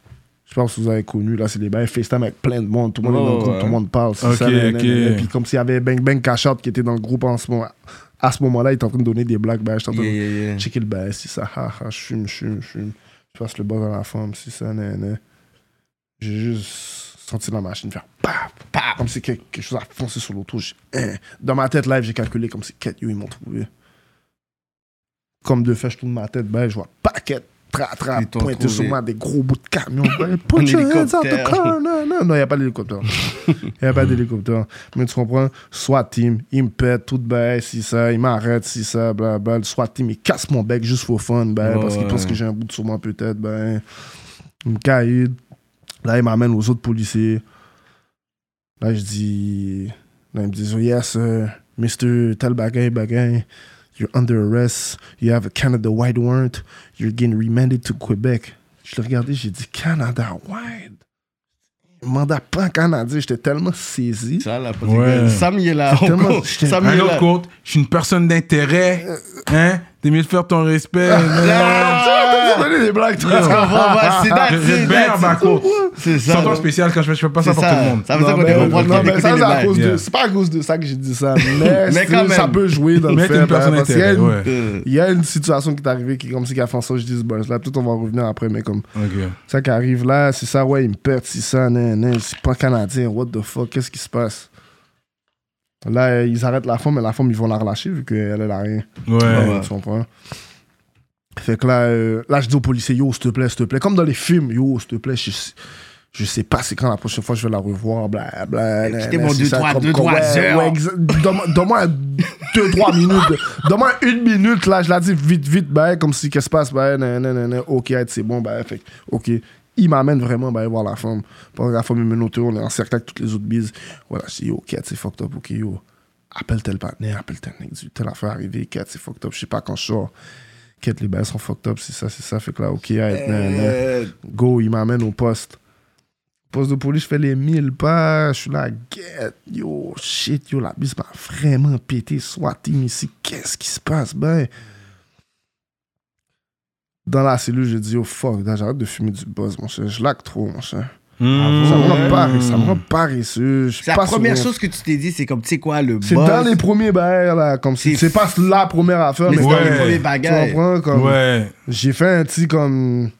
Speaker 3: Je pense que vous avez connu, là, c'est des bails FaceTime avec plein de monde, tout le monde est dans le
Speaker 2: Oh,
Speaker 3: groupe,
Speaker 2: ouais.
Speaker 3: tout le monde parle. si
Speaker 1: Ok,
Speaker 3: ça, nan, nan,
Speaker 1: ok.
Speaker 3: nan, nan. Puis comme s'il y avait Bang Bang Cash Out qui était dans le groupe en ce moment. À ce moment-là, il était en train de donner des blagues, ben, j'étais en train
Speaker 2: Yeah,
Speaker 3: de
Speaker 2: yeah, yeah.
Speaker 3: checker le bail, si ça, ha, ha, je fume, je fume, je fume. Je passe le bas à la femme, si ça, nan, nan. J'ai juste senti la machine faire paf, paf, comme si quelque, quelque chose a foncé sur l'auto. J'ai- hein. Dans ma tête live, j'ai calculé comme si quatre yo, ils m'ont trouvé. Comme de fait, je tourne ma tête, ben, je vois paquet, tra, tra,
Speaker 2: Ils t'ont
Speaker 3: pointé
Speaker 2: trouvé.
Speaker 3: sur moi des gros bouts de camion. Ben, put
Speaker 2: Un
Speaker 3: your hands out the
Speaker 2: hélicoptère.
Speaker 3: car. Non, non, non, il n'y a pas d'hélicoptère. Il n'y a pas d'hélicoptère. Mais tu comprends, SWAT team, il me pète, tout ben, si ça, il m'arrête, si ça, blablabla. Le SWAT team, il casse mon bec juste pour fun, ben,
Speaker 2: Ouais,
Speaker 3: parce qu'il
Speaker 2: ouais.
Speaker 3: pense que j'ai un bout de sur moi peut-être, ben. Il me caïde. Là, il m'amène aux autres policiers. Là, je dis. Là, ils me disent, yes, sir, Mr. Tel bagay, bagay, you're under arrest, you have a Canada wide warrant, you're getting remanded to Quebec. Je l'ai regardé, j'ai dit, Canada wide? Mandat pas canadien, j'étais tellement saisi.
Speaker 2: Ça, là, pour
Speaker 1: Ouais.
Speaker 2: dire que Sam, il est là.
Speaker 3: C'est tellement-
Speaker 2: Sam, il
Speaker 1: Un
Speaker 2: est
Speaker 1: autre
Speaker 2: là.
Speaker 1: compte, je suis une personne d'intérêt. Hein? T'es mieux de faire ton respect. Non, non, non.
Speaker 3: Ah, t'as donné des blagues, toi.
Speaker 2: Parce qu'on va- va- c'est
Speaker 1: Je-
Speaker 2: that,
Speaker 1: je
Speaker 2: c'est
Speaker 1: te mets en
Speaker 2: that.
Speaker 1: bas compte.
Speaker 2: C'est
Speaker 1: C'est
Speaker 2: ça.
Speaker 1: encore
Speaker 2: là.
Speaker 1: spécial quand je fais, je fais pas ça
Speaker 2: C'est
Speaker 1: pour tout le monde.
Speaker 2: Ça veut dire
Speaker 3: Non,
Speaker 2: qu'on
Speaker 3: mais,
Speaker 2: est comprendre
Speaker 3: non,
Speaker 2: qu'il
Speaker 3: mais
Speaker 2: écoutait
Speaker 3: ça,
Speaker 2: les
Speaker 3: c'est à
Speaker 2: blagues.
Speaker 3: cause de.
Speaker 1: Yeah.
Speaker 3: C'est pas à cause de ça que j'ai dit ça, mais,
Speaker 2: Mais
Speaker 3: c'est-
Speaker 2: quand même.
Speaker 3: ça peut jouer dans le
Speaker 1: Mettre
Speaker 3: fait.
Speaker 1: une personne
Speaker 3: ben, parce qu'il y a
Speaker 1: d'intérêt,
Speaker 3: une-
Speaker 1: ouais.
Speaker 2: Euh,
Speaker 3: Il y a une situation qui est arrivée qui est comme si qu'à François, je dis, bon, là, peut-être on va en revenir après, mais comme
Speaker 1: Ok.
Speaker 3: ça qui arrive là, c'est ça, ouais, il me perd, c'est ça, nan, nan, je suis pas canadien, what the fuck, qu'est-ce qui se passe? Là, euh, ils arrêtent la femme, mais la femme, ils vont la relâcher vu qu'elle, elle a rien.
Speaker 1: Ouais.
Speaker 3: Tu comprends? Fait que là, euh, là, je dis au policier, yo, s'il te plaît, s'il te plaît. Comme dans les films, yo, s'il te plaît, je, je sais pas c'est quand la prochaine fois je vais la revoir, bla bla. nan,
Speaker 2: Écoutez
Speaker 3: nan,
Speaker 2: Eh, mon
Speaker 3: c'est
Speaker 2: deux,
Speaker 3: ça,
Speaker 2: trois-
Speaker 3: comme-
Speaker 2: deux,
Speaker 3: comme-
Speaker 2: trois
Speaker 3: ouais,
Speaker 2: heures.
Speaker 3: ouais, exa- Donne-moi- Donne-moi un- deux, trois minutes. Donne-moi une minute, là, je la dis vite, vite, bah, comme si, qu'est-ce qui se passe, bah, nan, nan, nan, nan, ok, c'est bon, bah, fait que, ok. Il m'amène vraiment bah, voir la femme. Pendant que la femme il me note, on est en cercle avec toutes les autres bises. Voilà, je dis, yo, Kat, c'est fucked up, ok, yo appelle tel partenaire, appelle tel mec, dis, telle affaire arrivée, Kat, c'est fucked up, je sais pas quand je sors. Quête, les bails sont fucked up, c'est ça, c'est ça. Fait que là, ok, alright, nan, nan, nan.
Speaker 2: Euh.
Speaker 3: Go, il m'amène au poste. Poste de police, je fais les 1000 pas, je suis là, guette, yo, shit, yo, la bise m'a vraiment pété, soit team ici, qu'est-ce qui se passe, ben? Dans la cellule, j'ai dit, oh fuck, là, j'arrête de fumer du buzz, mon cher, je lag trop, mon cher.
Speaker 1: Hmm.
Speaker 3: Ah, Ça me rend pas, ça me rend pas réussi, je suis
Speaker 2: C'est la
Speaker 3: pas
Speaker 2: première
Speaker 3: sourire.
Speaker 2: chose que tu t'es dit, c'est comme, tu sais quoi, le
Speaker 3: C'est
Speaker 2: boss,
Speaker 3: dans les premiers bails, là, comme si,
Speaker 2: C'est-
Speaker 3: c'est pas la première affaire,
Speaker 2: mais
Speaker 3: mais,
Speaker 2: c'est dans les
Speaker 1: Ouais.
Speaker 2: premiers
Speaker 3: tu
Speaker 2: bagages.
Speaker 3: comprends, comme,
Speaker 1: Ouais.
Speaker 3: j'ai fait un petit comme.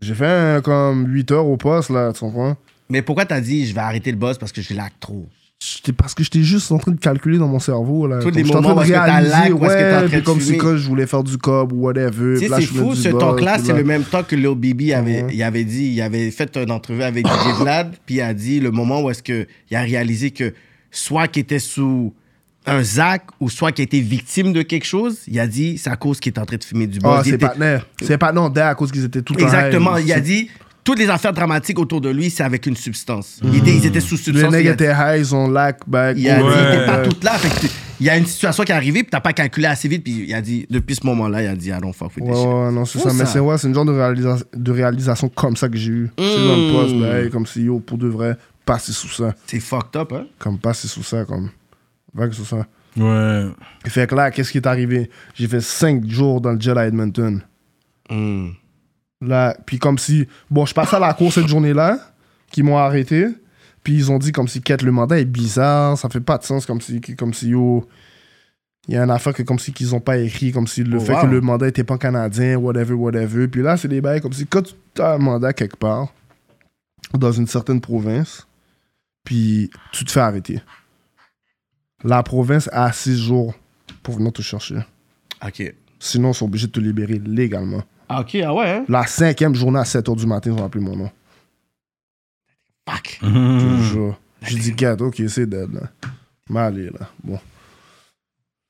Speaker 3: J'ai fait un comme 8 heures au poste, là, tu comprends?
Speaker 2: Mais pourquoi t'as dit, je vais arrêter le boss parce que je lag trop?
Speaker 3: J'étais- parce que j'étais juste en train de calculer dans mon cerveau. Là,
Speaker 2: Tous
Speaker 3: Comme
Speaker 2: les
Speaker 3: j'étais en
Speaker 2: moments
Speaker 3: train de
Speaker 2: où est-ce que t'as
Speaker 3: réaliser,
Speaker 2: lag, où est-ce que t'es en
Speaker 3: ouais,
Speaker 2: train
Speaker 3: puis
Speaker 2: de
Speaker 3: comme
Speaker 2: fumer.
Speaker 3: c'est quand je voulais faire du cob ou whatever.
Speaker 2: Tu
Speaker 3: puis
Speaker 2: sais,
Speaker 3: là,
Speaker 2: c'est
Speaker 3: je me
Speaker 2: fou,
Speaker 3: dis,
Speaker 2: ce
Speaker 3: bah,
Speaker 2: temps-là,
Speaker 3: puis
Speaker 2: c'est
Speaker 3: là.
Speaker 2: le même temps que Lil Bibi avait,
Speaker 3: Ouais.
Speaker 2: il avait dit, il avait fait une entrevue avec DJ Vlad, puis il a dit le moment où est-ce que il a réalisé que soit qu'il était sous un zac ou soit qu'il était victime de quelque chose, il a dit c'est à cause qu'il est en train de fumer du bois.
Speaker 3: Ah, c'est pas non, C'est pas non, d'ailleurs, à cause qu'ils étaient tout le temps
Speaker 2: Exactement,
Speaker 3: high.
Speaker 2: il a dit toutes les affaires dramatiques autour de lui, c'est avec une substance. Il était- ils étaient sous
Speaker 3: Les
Speaker 2: substance.
Speaker 3: nègres
Speaker 2: il a dit-
Speaker 3: étaient high, ils ont lac, back.
Speaker 2: il a
Speaker 3: ouais.
Speaker 2: dit, t'es pas
Speaker 1: Ouais.
Speaker 2: toute là. Fait que t'es- il y a une situation qui est arrivée, puis t'as pas calculé assez vite. Puis il a dit, depuis ce moment-là, il a dit, I don't fuck with
Speaker 3: Ouais,
Speaker 2: this shit.
Speaker 3: ouais, non, c'est
Speaker 2: Fou,
Speaker 3: ça. Mais
Speaker 2: ça.
Speaker 3: c'est ouais, c'est une genre de, réalisa- de réalisation comme ça que j'ai eu. C'est dans
Speaker 2: Hmm.
Speaker 3: le poste, bah, hey, comme si yo, pour de vrai, passer sous ça.
Speaker 2: C'est fucked up, hein?
Speaker 3: Comme passer sous ça, comme. Vague sous ça.
Speaker 1: Ouais.
Speaker 3: Fait que là, qu'est-ce qui est arrivé? J'ai fait 5 jours dans le gel à Edmonton.
Speaker 2: Hmm.
Speaker 3: Là, puis comme si. Bon, je passais à la cour cette journée-là, qui m'ont arrêté. Puis ils ont dit comme si quête le mandat est bizarre, ça fait pas de sens, comme si, comme si yo. Il y a une affaire que comme si qu'ils ont pas écrit, comme si le
Speaker 2: Oh,
Speaker 3: fait
Speaker 2: wow.
Speaker 3: que le mandat était pas canadien, whatever, whatever. Puis là, c'est des bails comme si quand tu as un mandat quelque part, dans une certaine province, puis tu te fais arrêter. La province a 6 jours pour venir te chercher.
Speaker 2: OK.
Speaker 3: Sinon, ils sont obligés de te libérer légalement.
Speaker 2: Ah, ok, ah ouais, hein?
Speaker 3: La cinquième journée à 7h du matin, ils ont appelé mon nom.
Speaker 2: Fuck.
Speaker 3: Je
Speaker 1: Mhm.
Speaker 3: jure. J'ai dit, Gat, ok, c'est dead, là. Mais allez, là. Bon.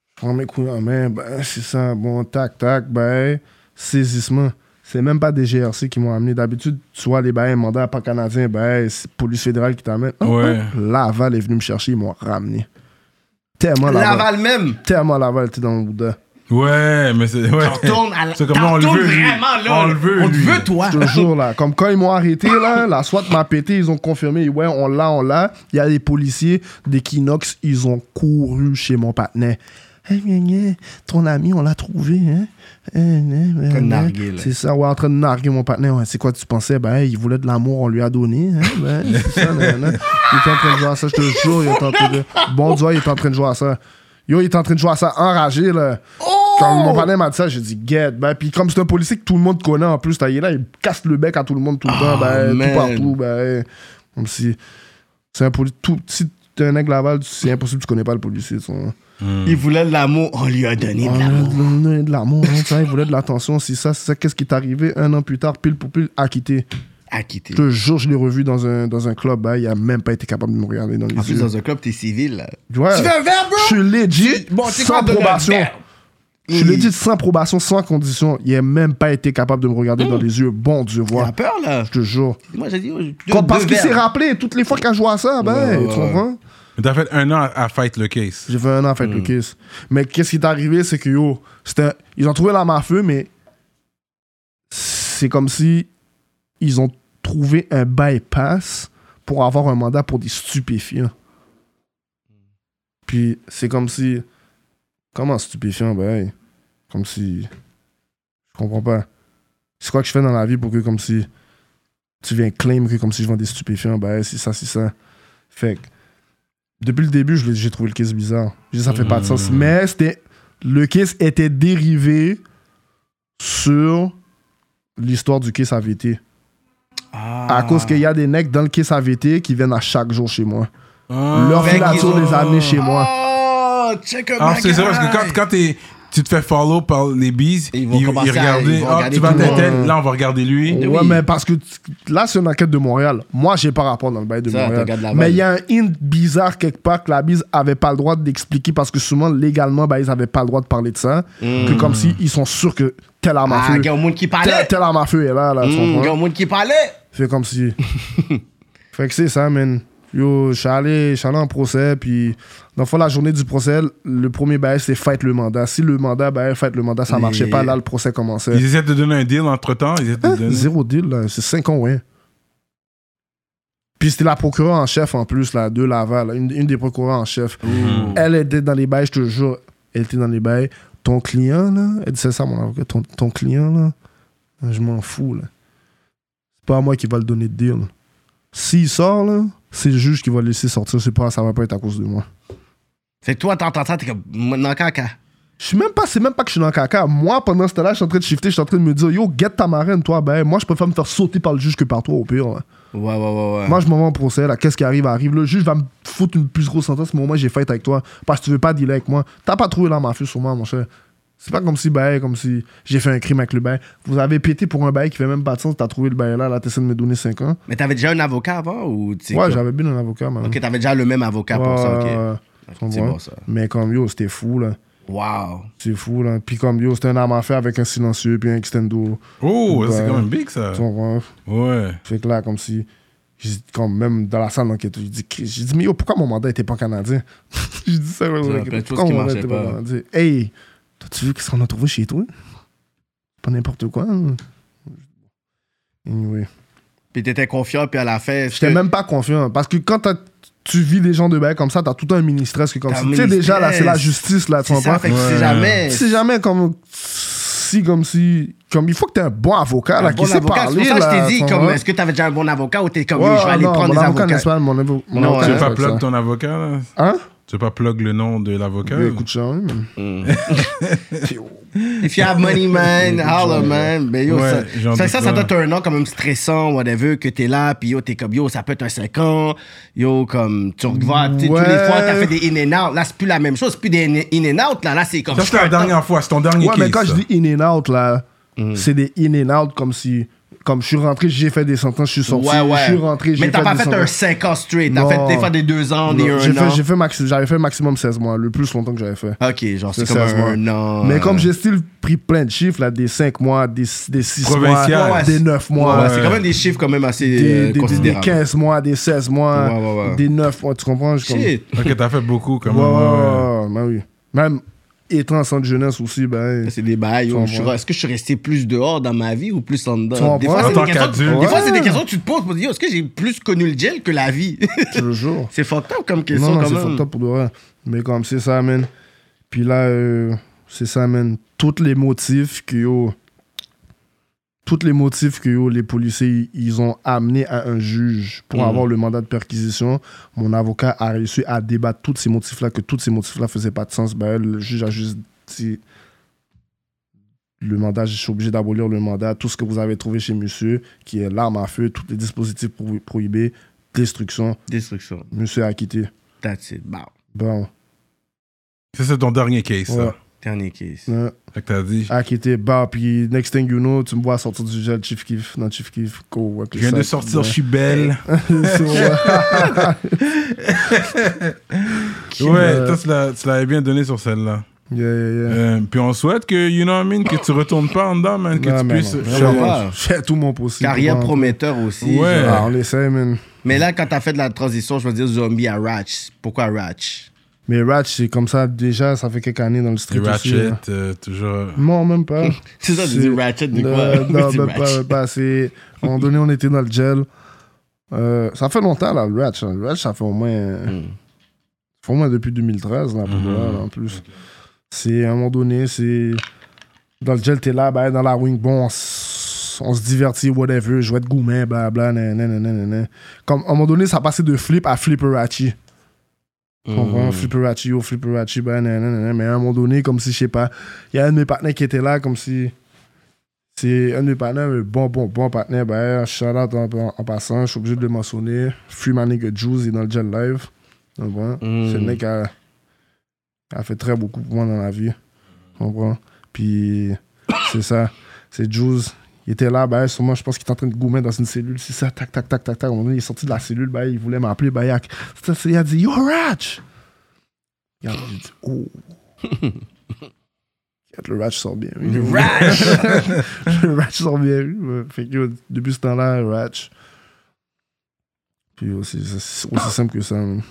Speaker 3: Je prends mes couilles en main, ben, c'est ça. Bon, tac, tac, ben, saisissement. C'est même pas des GRC qui m'ont amené. D'habitude, tu vois, les bains, mandat pas canadien, ben, c'est police fédérale qui t'amène. Non,
Speaker 1: Ouais.
Speaker 3: non. Laval est venu me chercher, ils m'ont ramené. Tellement Laval.
Speaker 2: Laval même.
Speaker 3: Tellement Laval était dans le bouddha.
Speaker 1: Ouais, mais c'est. Ouais.
Speaker 2: Tourne à la...
Speaker 1: C'est comme là, on le
Speaker 2: Tourne
Speaker 1: veut. lui.
Speaker 2: vraiment, là.
Speaker 1: On le veut.
Speaker 2: On te
Speaker 1: lui.
Speaker 2: veut, toi.
Speaker 3: Toujours là. Comme quand ils m'ont arrêté, là, la SWAT m'a pété, ils ont confirmé, ouais, on l'a, on l'a. Il y a des policiers d'Equinox, ils ont couru chez mon partenaire. Hey, gna, gna, ton ami, on l'a trouvé, hein? Hein, hein, hein,
Speaker 2: train de
Speaker 3: hein.
Speaker 2: narguer, là.
Speaker 3: C'est ça, ouais, en train de narguer mon partenaire. Ouais, c'est quoi, tu pensais? Ben, hey, il voulait de l'amour, on lui a donné. Hein? Ben, c'est ça, nan, nan. Il était en train de jouer à ça, je te jure, il était en train de. Bon Dieu, il était en train de jouer à ça. Yo, il était en train de jouer à ça enragé, là. Quand mon partenaire m'a dit ça, j'ai dit get. Ben, puis comme c'est un policier que tout le monde connaît en plus, t'as- il est là, il casse le bec à tout le monde tout le temps, ben,
Speaker 2: man.
Speaker 3: tout partout, ben, comme si. C'est un policier. Tout, si t'es un aigle Laval, tu- c'est impossible, tu connais pas le policier. tu vois.
Speaker 2: Il voulait de l'amour. On lui a donné
Speaker 3: On
Speaker 2: de
Speaker 3: a
Speaker 2: l'amour.
Speaker 3: donné de l'amour, hein, ça, il voulait de l'attention, c'est ça, c'est ça. Qu'est-ce qui est arrivé un an plus tard, pile pour pile, acquitté.
Speaker 2: Acquitté.
Speaker 3: Je te jure, je l'ai revu dans un, dans un club, ben, il a même pas été capable de me regarder dans les
Speaker 2: En plus,
Speaker 3: yeux.
Speaker 2: dans un club, t'es civil, là.
Speaker 3: Ouais.
Speaker 2: Tu veux un verre, bro?
Speaker 3: Je suis legit,
Speaker 2: Bon, tu sais quoi,
Speaker 3: sans
Speaker 2: donne un
Speaker 3: probation.
Speaker 2: verre.
Speaker 3: Je suis legit, sans probation, sans condition. Il n'a même pas été capable de me regarder
Speaker 2: Mm.
Speaker 3: dans les yeux. Bon Dieu,
Speaker 2: T'as
Speaker 3: vois.
Speaker 2: peur, là?
Speaker 3: Je te jure.
Speaker 2: Moi, j'ai dit... oh, deux-
Speaker 3: Quand- parce
Speaker 2: deux
Speaker 3: qu'il s'est
Speaker 2: verres.
Speaker 3: rappelé toutes les fois qu'il a joué à ça, ben,
Speaker 2: Ouais, ouais,
Speaker 3: tu comprends?
Speaker 1: Mais T'as fait un an à, à fight le case.
Speaker 3: J'ai fait un an, en fait, le kiss. Mais qu'est-ce qui est arrivé, c'est que yo, c'était- ils ont trouvé l'arme à feu, mais c'est comme si ils ont trouvé un bypass pour avoir un mandat pour des stupéfiants. Puis c'est comme si. Comment stupéfiant, ben, hey, comme si. Je comprends pas. C'est quoi que je fais dans la vie pour que, comme si. Tu viens claim que, comme si je vends des stupéfiants, ben, hey, c'est ça, c'est ça. Fait que depuis le début, je l'ai- j'ai trouvé le kiss bizarre. J'ai dit, ça fait pas de
Speaker 2: Hmm.
Speaker 3: sens. Mais c'était le kiss était dérivé sur l'histoire du kiss AVT.
Speaker 2: Ah.
Speaker 3: À cause qu'il y a des necks dans le kiss AVT qui viennent à chaque jour chez moi. Leur
Speaker 2: Fait
Speaker 3: filature
Speaker 2: qu'ils-
Speaker 3: les a amenés chez moi.
Speaker 2: Oh, check
Speaker 1: Ah, c'est ça,
Speaker 2: vrai
Speaker 1: parce que quand, quand t'es- tu te fais follow par les bises,
Speaker 2: Ils
Speaker 1: ils,
Speaker 2: vont
Speaker 1: ils
Speaker 2: commencer à-
Speaker 1: regardent,
Speaker 2: ils vont
Speaker 1: ah,
Speaker 2: regarder
Speaker 1: tu vas à
Speaker 2: tout le
Speaker 1: tel, tel,
Speaker 3: monde.
Speaker 1: là on va regarder lui.
Speaker 3: Ouais,
Speaker 2: oui.
Speaker 3: mais parce que t- là, c'est une enquête de Montréal. Moi, j'ai pas rapport dans le bail de
Speaker 2: Ça, t'as
Speaker 3: Montréal.
Speaker 2: regardé la balle.
Speaker 3: Mais il y a un hint bizarre quelque part que la bise avait pas le droit d'expliquer parce que souvent, légalement, ben, ils avaient pas le droit de parler de ça. Que comme si ils sont sûrs que tel arme à
Speaker 2: Hmm. Ah,
Speaker 3: feu.
Speaker 2: il y a un monde qui parlait.
Speaker 3: Tel, tel arme à feu est là, là, tu
Speaker 2: Hmm, Il y
Speaker 3: comprends?
Speaker 2: a un monde qui parlait.
Speaker 3: Fait comme si. fait que c'est ça, man. Yo, je suis allé, je suis allé en procès, puis dans le fond, la journée du procès, le premier bail, c'est fight le mandat. Si le mandat, ben, fight le mandat, ça
Speaker 2: Mais-
Speaker 3: marchait pas, là, le procès commençait.
Speaker 1: Ils essaient de te donner un deal entre temps. Ils essaient de te
Speaker 3: Hein?
Speaker 1: donner.
Speaker 3: Zéro deal, là. C'est 5 ans, ouais. Puis c'était la procureure en chef, en plus, là, de Laval, là, une, une des procureurs en chef. Elle était dans les bails, je te jure. Elle était dans les bails. Ton client, là, elle disait ça, à mon avocat, ton, ton client, là, je m'en fous, là. C'est pas à moi qui va le donner de deal. S'il sort, là, c'est le juge qui va le laisser sortir. C'est pas, ça va pas être à cause de moi.
Speaker 2: Fait que toi, t'entends ça, t'es comme, non, caca.
Speaker 3: Je suis même pas, c'est même pas que je suis dans le caca. Moi, pendant ce temps-là, je suis en train de shifter, je suis en train de me dire, yo, get ta marraine, toi, ben, moi, je préfère me faire sauter par le juge que par toi, au pire. là.
Speaker 2: Ouais, ouais, ouais, ouais.
Speaker 3: Moi, je m'en vais en procès, là. Qu'est-ce qui arrive, arrive. Le juge va me foutre une plus grosse sentence, mais au moins, j'ai fight avec toi. Parce que tu veux pas dealer avec moi. T'as pas trouvé l'arme à feu sur moi, mon cher. C'est pas comme si, ben, comme si j'ai fait un crime avec le bail. Vous avez pété pour un bail qui fait même pas de sens. T'as trouvé le bail là, là, t'essaies de me donner 5 ans.
Speaker 2: Mais t'avais déjà un avocat avant ou tu sais
Speaker 3: Ouais,
Speaker 2: quoi?
Speaker 3: j'avais bien un avocat, man.
Speaker 2: Ok, t'avais déjà le même avocat pour ça,
Speaker 3: Ouais,
Speaker 2: ok.
Speaker 3: ouais,
Speaker 2: Ok,
Speaker 3: ouais.
Speaker 2: C'est bon ça.
Speaker 3: Mais comme, yo, c'était fou, là.
Speaker 2: Wow.
Speaker 3: C'est fou, là. Puis comme, yo, c'était un arme à feu avec un silencieux, puis un extendo.
Speaker 1: Oh, ça, c'est
Speaker 3: Ouais.
Speaker 1: quand même big, ça.
Speaker 3: Tu comprends?
Speaker 1: Ouais.
Speaker 3: Fait que là, comme si. j'ai dit, Comme même dans la salle d'enquête, j'ai dit, Chris, j'ai dit, mais yo, pourquoi mon mandat était pas canadien? j'ai dit ça, ouais,
Speaker 2: Ça,
Speaker 3: ouais,
Speaker 2: plein de choses
Speaker 3: pourquoi
Speaker 2: qui
Speaker 3: mon mandat
Speaker 2: marchaient
Speaker 3: était pas
Speaker 2: pas.
Speaker 3: canadien? Hey, t'as-tu vu qu'est-ce qu'on a trouvé chez toi? Pas n'importe quoi. hein. Anyway.
Speaker 2: Puis t'étais confiant, puis à la fin. est-ce
Speaker 3: J'étais
Speaker 2: que-
Speaker 3: même pas confiant parce que quand t'as- tu vis des gens de bail comme ça, t'as tout un mini stress que comme
Speaker 2: T'as un
Speaker 3: tu sais, déjà là, c'est la
Speaker 2: mini-stress.
Speaker 3: justice là, tu
Speaker 2: C'est ça,
Speaker 3: comprends?
Speaker 2: fait que tu sais
Speaker 1: Ouais.
Speaker 2: jamais.
Speaker 3: Si jamais comme si comme si comme il faut que t'aies un bon avocat
Speaker 2: Un
Speaker 3: là
Speaker 2: bon
Speaker 3: qui sait
Speaker 2: avocat,
Speaker 3: parler
Speaker 2: C'est pour ça que je t'ai
Speaker 3: là,
Speaker 2: dit,
Speaker 3: tu
Speaker 2: comme,
Speaker 3: comprends?
Speaker 2: est-ce que t'avais déjà un bon avocat ou t'es comme,
Speaker 3: Ouais,
Speaker 2: je vais aller
Speaker 3: Ah non,
Speaker 2: prendre
Speaker 3: mon
Speaker 2: des
Speaker 3: avocat
Speaker 2: avocats.
Speaker 3: n'est pas mon avo- mon
Speaker 2: Non, hein.
Speaker 3: avocat
Speaker 1: Tu
Speaker 2: ouais.
Speaker 1: veux
Speaker 3: n'est
Speaker 1: pas
Speaker 3: avec ça.
Speaker 1: plug ton Hein? avocat, là?
Speaker 3: Hein?
Speaker 1: Tu veux pas plug le nom de l'avocat?
Speaker 3: Mais Ben, Écoute, ça, oui, mais-
Speaker 2: If you have money, man, holla, man. Ben, yo,
Speaker 1: Ouais,
Speaker 2: ça,
Speaker 1: j'en
Speaker 2: ça,
Speaker 1: doute
Speaker 2: ça, ça
Speaker 1: pas.
Speaker 2: doit être un an quand même stressant, whatever, que t'es là, puis yo, t'es comme, yo, ça peut être un 5 ans, yo, comme, tu revois, tu sais, tous les
Speaker 3: Ouais.
Speaker 2: fois, t'as fait des in and out. Là, c'est plus la même chose, c'est plus des in- in and out, là, là, c'est comme.
Speaker 1: Ça, c'est la dernière fois. C'est ton dernier
Speaker 3: Ouais, mais
Speaker 1: case,
Speaker 3: quand je
Speaker 1: ça.
Speaker 3: dis in and out, là,
Speaker 2: Mm.
Speaker 3: c'est des in and out comme si. Comme je suis rentré, j'ai fait des sentences, je suis sorti.
Speaker 2: Ouais, ouais.
Speaker 3: Je suis rentré, j'ai
Speaker 2: Mais
Speaker 3: fait
Speaker 2: t'as pas
Speaker 3: des
Speaker 2: fait un
Speaker 3: sentences.
Speaker 2: 5 ans straight, t'as
Speaker 3: Non.
Speaker 2: fait des fois des 2 ans, des
Speaker 3: Non,
Speaker 2: 1
Speaker 3: j'ai fait-
Speaker 2: an.
Speaker 3: j'ai fait maxi- J'avais fait maximum 16 mois, le plus longtemps que j'avais fait.
Speaker 2: Ok, genre, c'est
Speaker 3: C'est
Speaker 2: comme
Speaker 3: 16 mois.
Speaker 2: un an. euh.
Speaker 3: Mais comme j'ai still pris plein de chiffres, là, des 5 mois, des 6 mois,
Speaker 1: Provincial.
Speaker 2: Ouais, ouais,
Speaker 3: des 9
Speaker 2: Ouais,
Speaker 3: mois,
Speaker 2: ouais, c'est quand même des chiffres quand même assez euh,
Speaker 3: des, des- des,
Speaker 2: considérables.
Speaker 3: 15 mois, des 16 mois,
Speaker 2: Ouais, ouais, ouais.
Speaker 3: des 9 mois, tu comprends? Je suis comme-
Speaker 2: Shit.
Speaker 1: Ok, t'as fait beaucoup, quand
Speaker 3: Ouais,
Speaker 1: même.
Speaker 3: ouais,
Speaker 1: ouais.
Speaker 3: ouais, ouais, ben oui. Même étant en centre jeunesse aussi, ben.
Speaker 2: C'est des bails. yo.
Speaker 3: Tu
Speaker 2: Je suis-
Speaker 3: comprends.
Speaker 2: Est-ce que je suis resté plus dehors dans ma vie ou plus en dedans?
Speaker 3: comprends.
Speaker 2: Des fois,
Speaker 3: En
Speaker 2: c'est
Speaker 1: tant
Speaker 2: des, questions-
Speaker 1: qu'adulte.
Speaker 2: des fois,
Speaker 3: Ouais.
Speaker 2: c'est des questions que tu te poses. pour te dire, Yo, Est-ce que j'ai plus connu le gel que la vie?
Speaker 3: Toujours.
Speaker 2: c'est fucked up comme question
Speaker 3: Non, non,
Speaker 2: quand
Speaker 3: c'est
Speaker 2: même.
Speaker 3: fucked up pour de vrai. Mais comme c'est ça, man. Puis là, euh, c'est ça, man. Tous les motifs que yo. Tous les motifs que yo, les policiers ils ont amené à un juge pour
Speaker 2: Mhm.
Speaker 3: avoir le mandat de perquisition, mon avocat a réussi à débattre tous ces motifs-là, que tous ces motifs-là faisaient pas de sens. Ben, le juge a juste dit le mandat, je suis obligé d'abolir le mandat, tout ce que vous avez trouvé chez monsieur, qui est l'arme à feu, tous les dispositifs pro- prohibés, destruction,
Speaker 2: Destruction.
Speaker 3: monsieur a acquitté.
Speaker 2: That's it. Bah,
Speaker 3: Bon.
Speaker 1: Ça, c'est ton dernier case,
Speaker 3: Ouais.
Speaker 1: ça.
Speaker 2: dernier case.
Speaker 3: Ouais.
Speaker 1: Fait que t'as dit.
Speaker 3: Ah, qui était bas, puis next thing you know, tu me vois sortir du gel Chief Kiff. Non, Chief Kiff, go.
Speaker 1: Je viens de sortir, je suis belle. Ouais,
Speaker 3: euh,
Speaker 1: toi, tu l'as- tu l'avais bien donné sur celle-là.
Speaker 3: Yeah, yeah, yeah.
Speaker 1: Euh, puis on souhaite que, you know what I mean, que tu retournes pas en dedans, man, que
Speaker 3: Non,
Speaker 1: tu
Speaker 3: mais
Speaker 1: puisses.
Speaker 3: non,
Speaker 1: Je-
Speaker 3: vraiment,
Speaker 2: pas.
Speaker 3: je fais tout mon possible.
Speaker 2: Carrière
Speaker 3: pour-
Speaker 2: prometteur aussi.
Speaker 1: Ouais.
Speaker 2: genre.
Speaker 3: Ah, on essaie, man.
Speaker 2: Mais là, quand t'as fait de la transition, je veux dire zombie à Ratch. Pourquoi Ratch?
Speaker 3: Mais Ratch, c'est comme ça, déjà, ça fait quelques années dans le street.
Speaker 1: Et
Speaker 3: aussi,
Speaker 1: Ratchet,
Speaker 3: là.
Speaker 1: euh, toujours.
Speaker 3: Non, même pas.
Speaker 2: C'est ça, tu dis Ratchet de quoi?
Speaker 3: Non, non,
Speaker 2: Tu dis
Speaker 3: même pas,
Speaker 2: Ratch.
Speaker 3: même pas. C'est... À un moment donné, on était dans le gel. Euh, ça fait longtemps, là, le Ratch. hein. Le Ratch, ça fait au moins...
Speaker 2: Hmm.
Speaker 3: Ça fait au moins depuis 2013, là, pour
Speaker 1: Mhm.
Speaker 3: de vrai, là, en plus. C'est, à un moment donné, c'est... Dans le gel, t'es là, bah, dans la wing, bon, on s- on se divertit, whatever, jouer de gourmet, blablabla, nanana, nanana. Comme, à un moment donné, ça passait de flip à flipperati. Tu
Speaker 2: Mhm. Hmm.
Speaker 3: comprends? Flipperati, oh, flipperati, ben, nan, nan, nan, nan. mais à un moment donné, comme si, je sais pas, il y a un de mes partenaires qui était là, comme si. C'est un de mes partenaires, un bon, bon, bon partenaire, ben, shout out en, en- en passant, je suis obligé de le mentionner. Free Man Nigga Juice, il est dans le gel live. Tu comprends? C'est le mec qui a, a fait très beaucoup pour moi dans la vie. Tu comprends? Puis, c'est ça. C'est Juice. Il était là, ben, sûrement, je pense qu'il était en train de goumer dans une cellule. C'est ça, tac, tac, tac, tac, tac. À un moment donné, il est sorti de la cellule, ben, il voulait m'appeler, ben, il a, c'est ça, il a dit, Yo, Ratch! Il a j'ai dit, Oh. Le Ratch sort bien. oui.
Speaker 2: Le Ratch!
Speaker 3: le Ratch sort bien. oui. Fait que, yo, depuis ce temps-là, Ratch. Puis ouais, c'est c'est aussi simple que ça. man.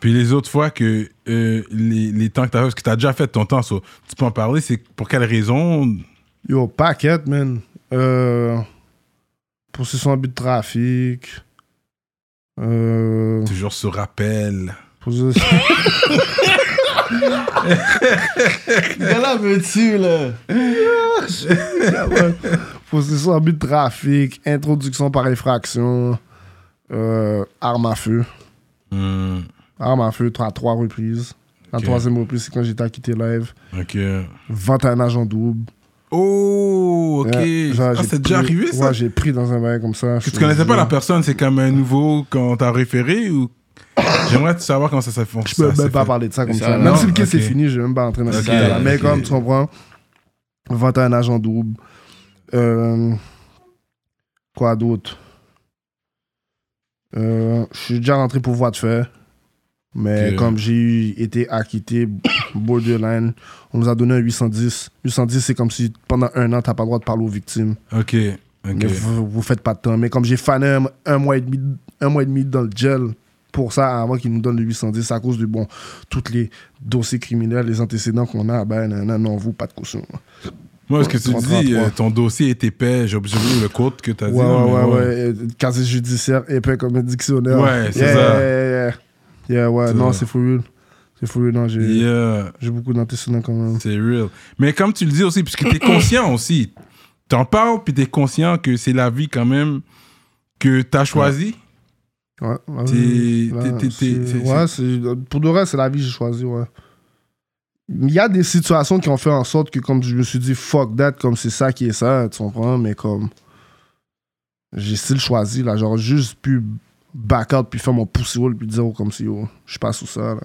Speaker 1: Puis les autres fois que euh, les, les temps que t'as fait, parce que t'as déjà fait ton temps, so, tu peux en parler, c'est pour quelle raison
Speaker 3: Yo, paquette, man. Euh, possession d'abus de trafic. Euh,
Speaker 1: Toujours ce rappel.
Speaker 3: possession...
Speaker 2: Mais là, veux-tu, là?
Speaker 3: possession d'abus de trafic, introduction par effraction, euh, arme à feu.
Speaker 1: Hmm,
Speaker 3: Arme à feu à trois reprises. La
Speaker 1: Ok.
Speaker 3: troisième reprise, c'est quand j'étais à quitter live.
Speaker 1: ok.
Speaker 3: Ventannage en double.
Speaker 1: Oh, ok.
Speaker 3: Ouais, genre,
Speaker 1: ah,
Speaker 3: j'ai
Speaker 1: c'est déjà
Speaker 3: pris-
Speaker 1: arrivé ça
Speaker 3: Ouais, j'ai pris dans un bail comme ça.
Speaker 1: Tu connaissais pas la personne, c'est comme un nouveau qu'on t'a référé ou J'aimerais savoir comment ça s'est fait.
Speaker 3: Je peux même pas parler de ça comme
Speaker 2: Ça,
Speaker 3: ça.
Speaker 2: non,
Speaker 3: Même si le cas
Speaker 1: ok.
Speaker 3: c'est fini, je vais même pas entrer dans
Speaker 1: Ok,
Speaker 3: ce là Mais
Speaker 1: ok.
Speaker 3: comme tu comprends, ventannage en double. Euh, quoi d'autre Euh, Je suis déjà rentré pour voie de fait. Mais
Speaker 1: Ok.
Speaker 3: comme j'ai eu- été acquitté borderline, on nous a donné un 810. 810, c'est comme si pendant un an, t'as pas le droit de parler aux victimes.
Speaker 1: Ok, ok.
Speaker 3: Mais vous, vous faites pas de temps. Mais comme j'ai fané un, un mois et demi, un mois et demi dans le gel pour ça, avant qu'ils nous donnent le 810, à cause de, bon, tous les dossiers criminels, les antécédents qu'on a, ben, nan, nan, non, vous, pas de caution.
Speaker 1: Moi, ce que tu
Speaker 3: 33.
Speaker 1: dis, euh, ton dossier est épais. J'ai obligé de le code que t'as
Speaker 3: Ouais,
Speaker 1: dit.
Speaker 3: ouais,
Speaker 1: là, mais
Speaker 3: ouais, ouais. euh, Casier judiciaire, épais comme un dictionnaire.
Speaker 1: Ouais, c'est
Speaker 3: Yeah,
Speaker 1: ça.
Speaker 3: Yeah, yeah, yeah. Yeah, ouais,
Speaker 1: C'est
Speaker 3: non,
Speaker 1: ça.
Speaker 3: c'est for real. C'est for real, non, j'ai
Speaker 1: Yeah,
Speaker 3: j'ai beaucoup d'antécédents quand même.
Speaker 1: c'est real. Mais comme tu le dis aussi, puisque t'es conscient aussi. T'en parles, puis t'es conscient que c'est la vie quand même que t'as choisi.
Speaker 3: Ouais, ouais,
Speaker 1: T'es-
Speaker 3: oui,
Speaker 1: t'es-
Speaker 3: là,
Speaker 1: t'es- t'es-
Speaker 3: c'est-
Speaker 1: c'est-
Speaker 3: ouais, c'est- euh, pour de vrai, c'est la vie que j'ai choisie, ouais. Il y a des situations qui ont fait en sorte que, comme je me suis dit, fuck that, comme c'est ça qui est ça, tu comprends, mais comme. J'ai style choisi, là. J'aurais juste pu back out, puis faire mon pussy roll, puis dire, oh, comme si, oh, je passe sous ça, là.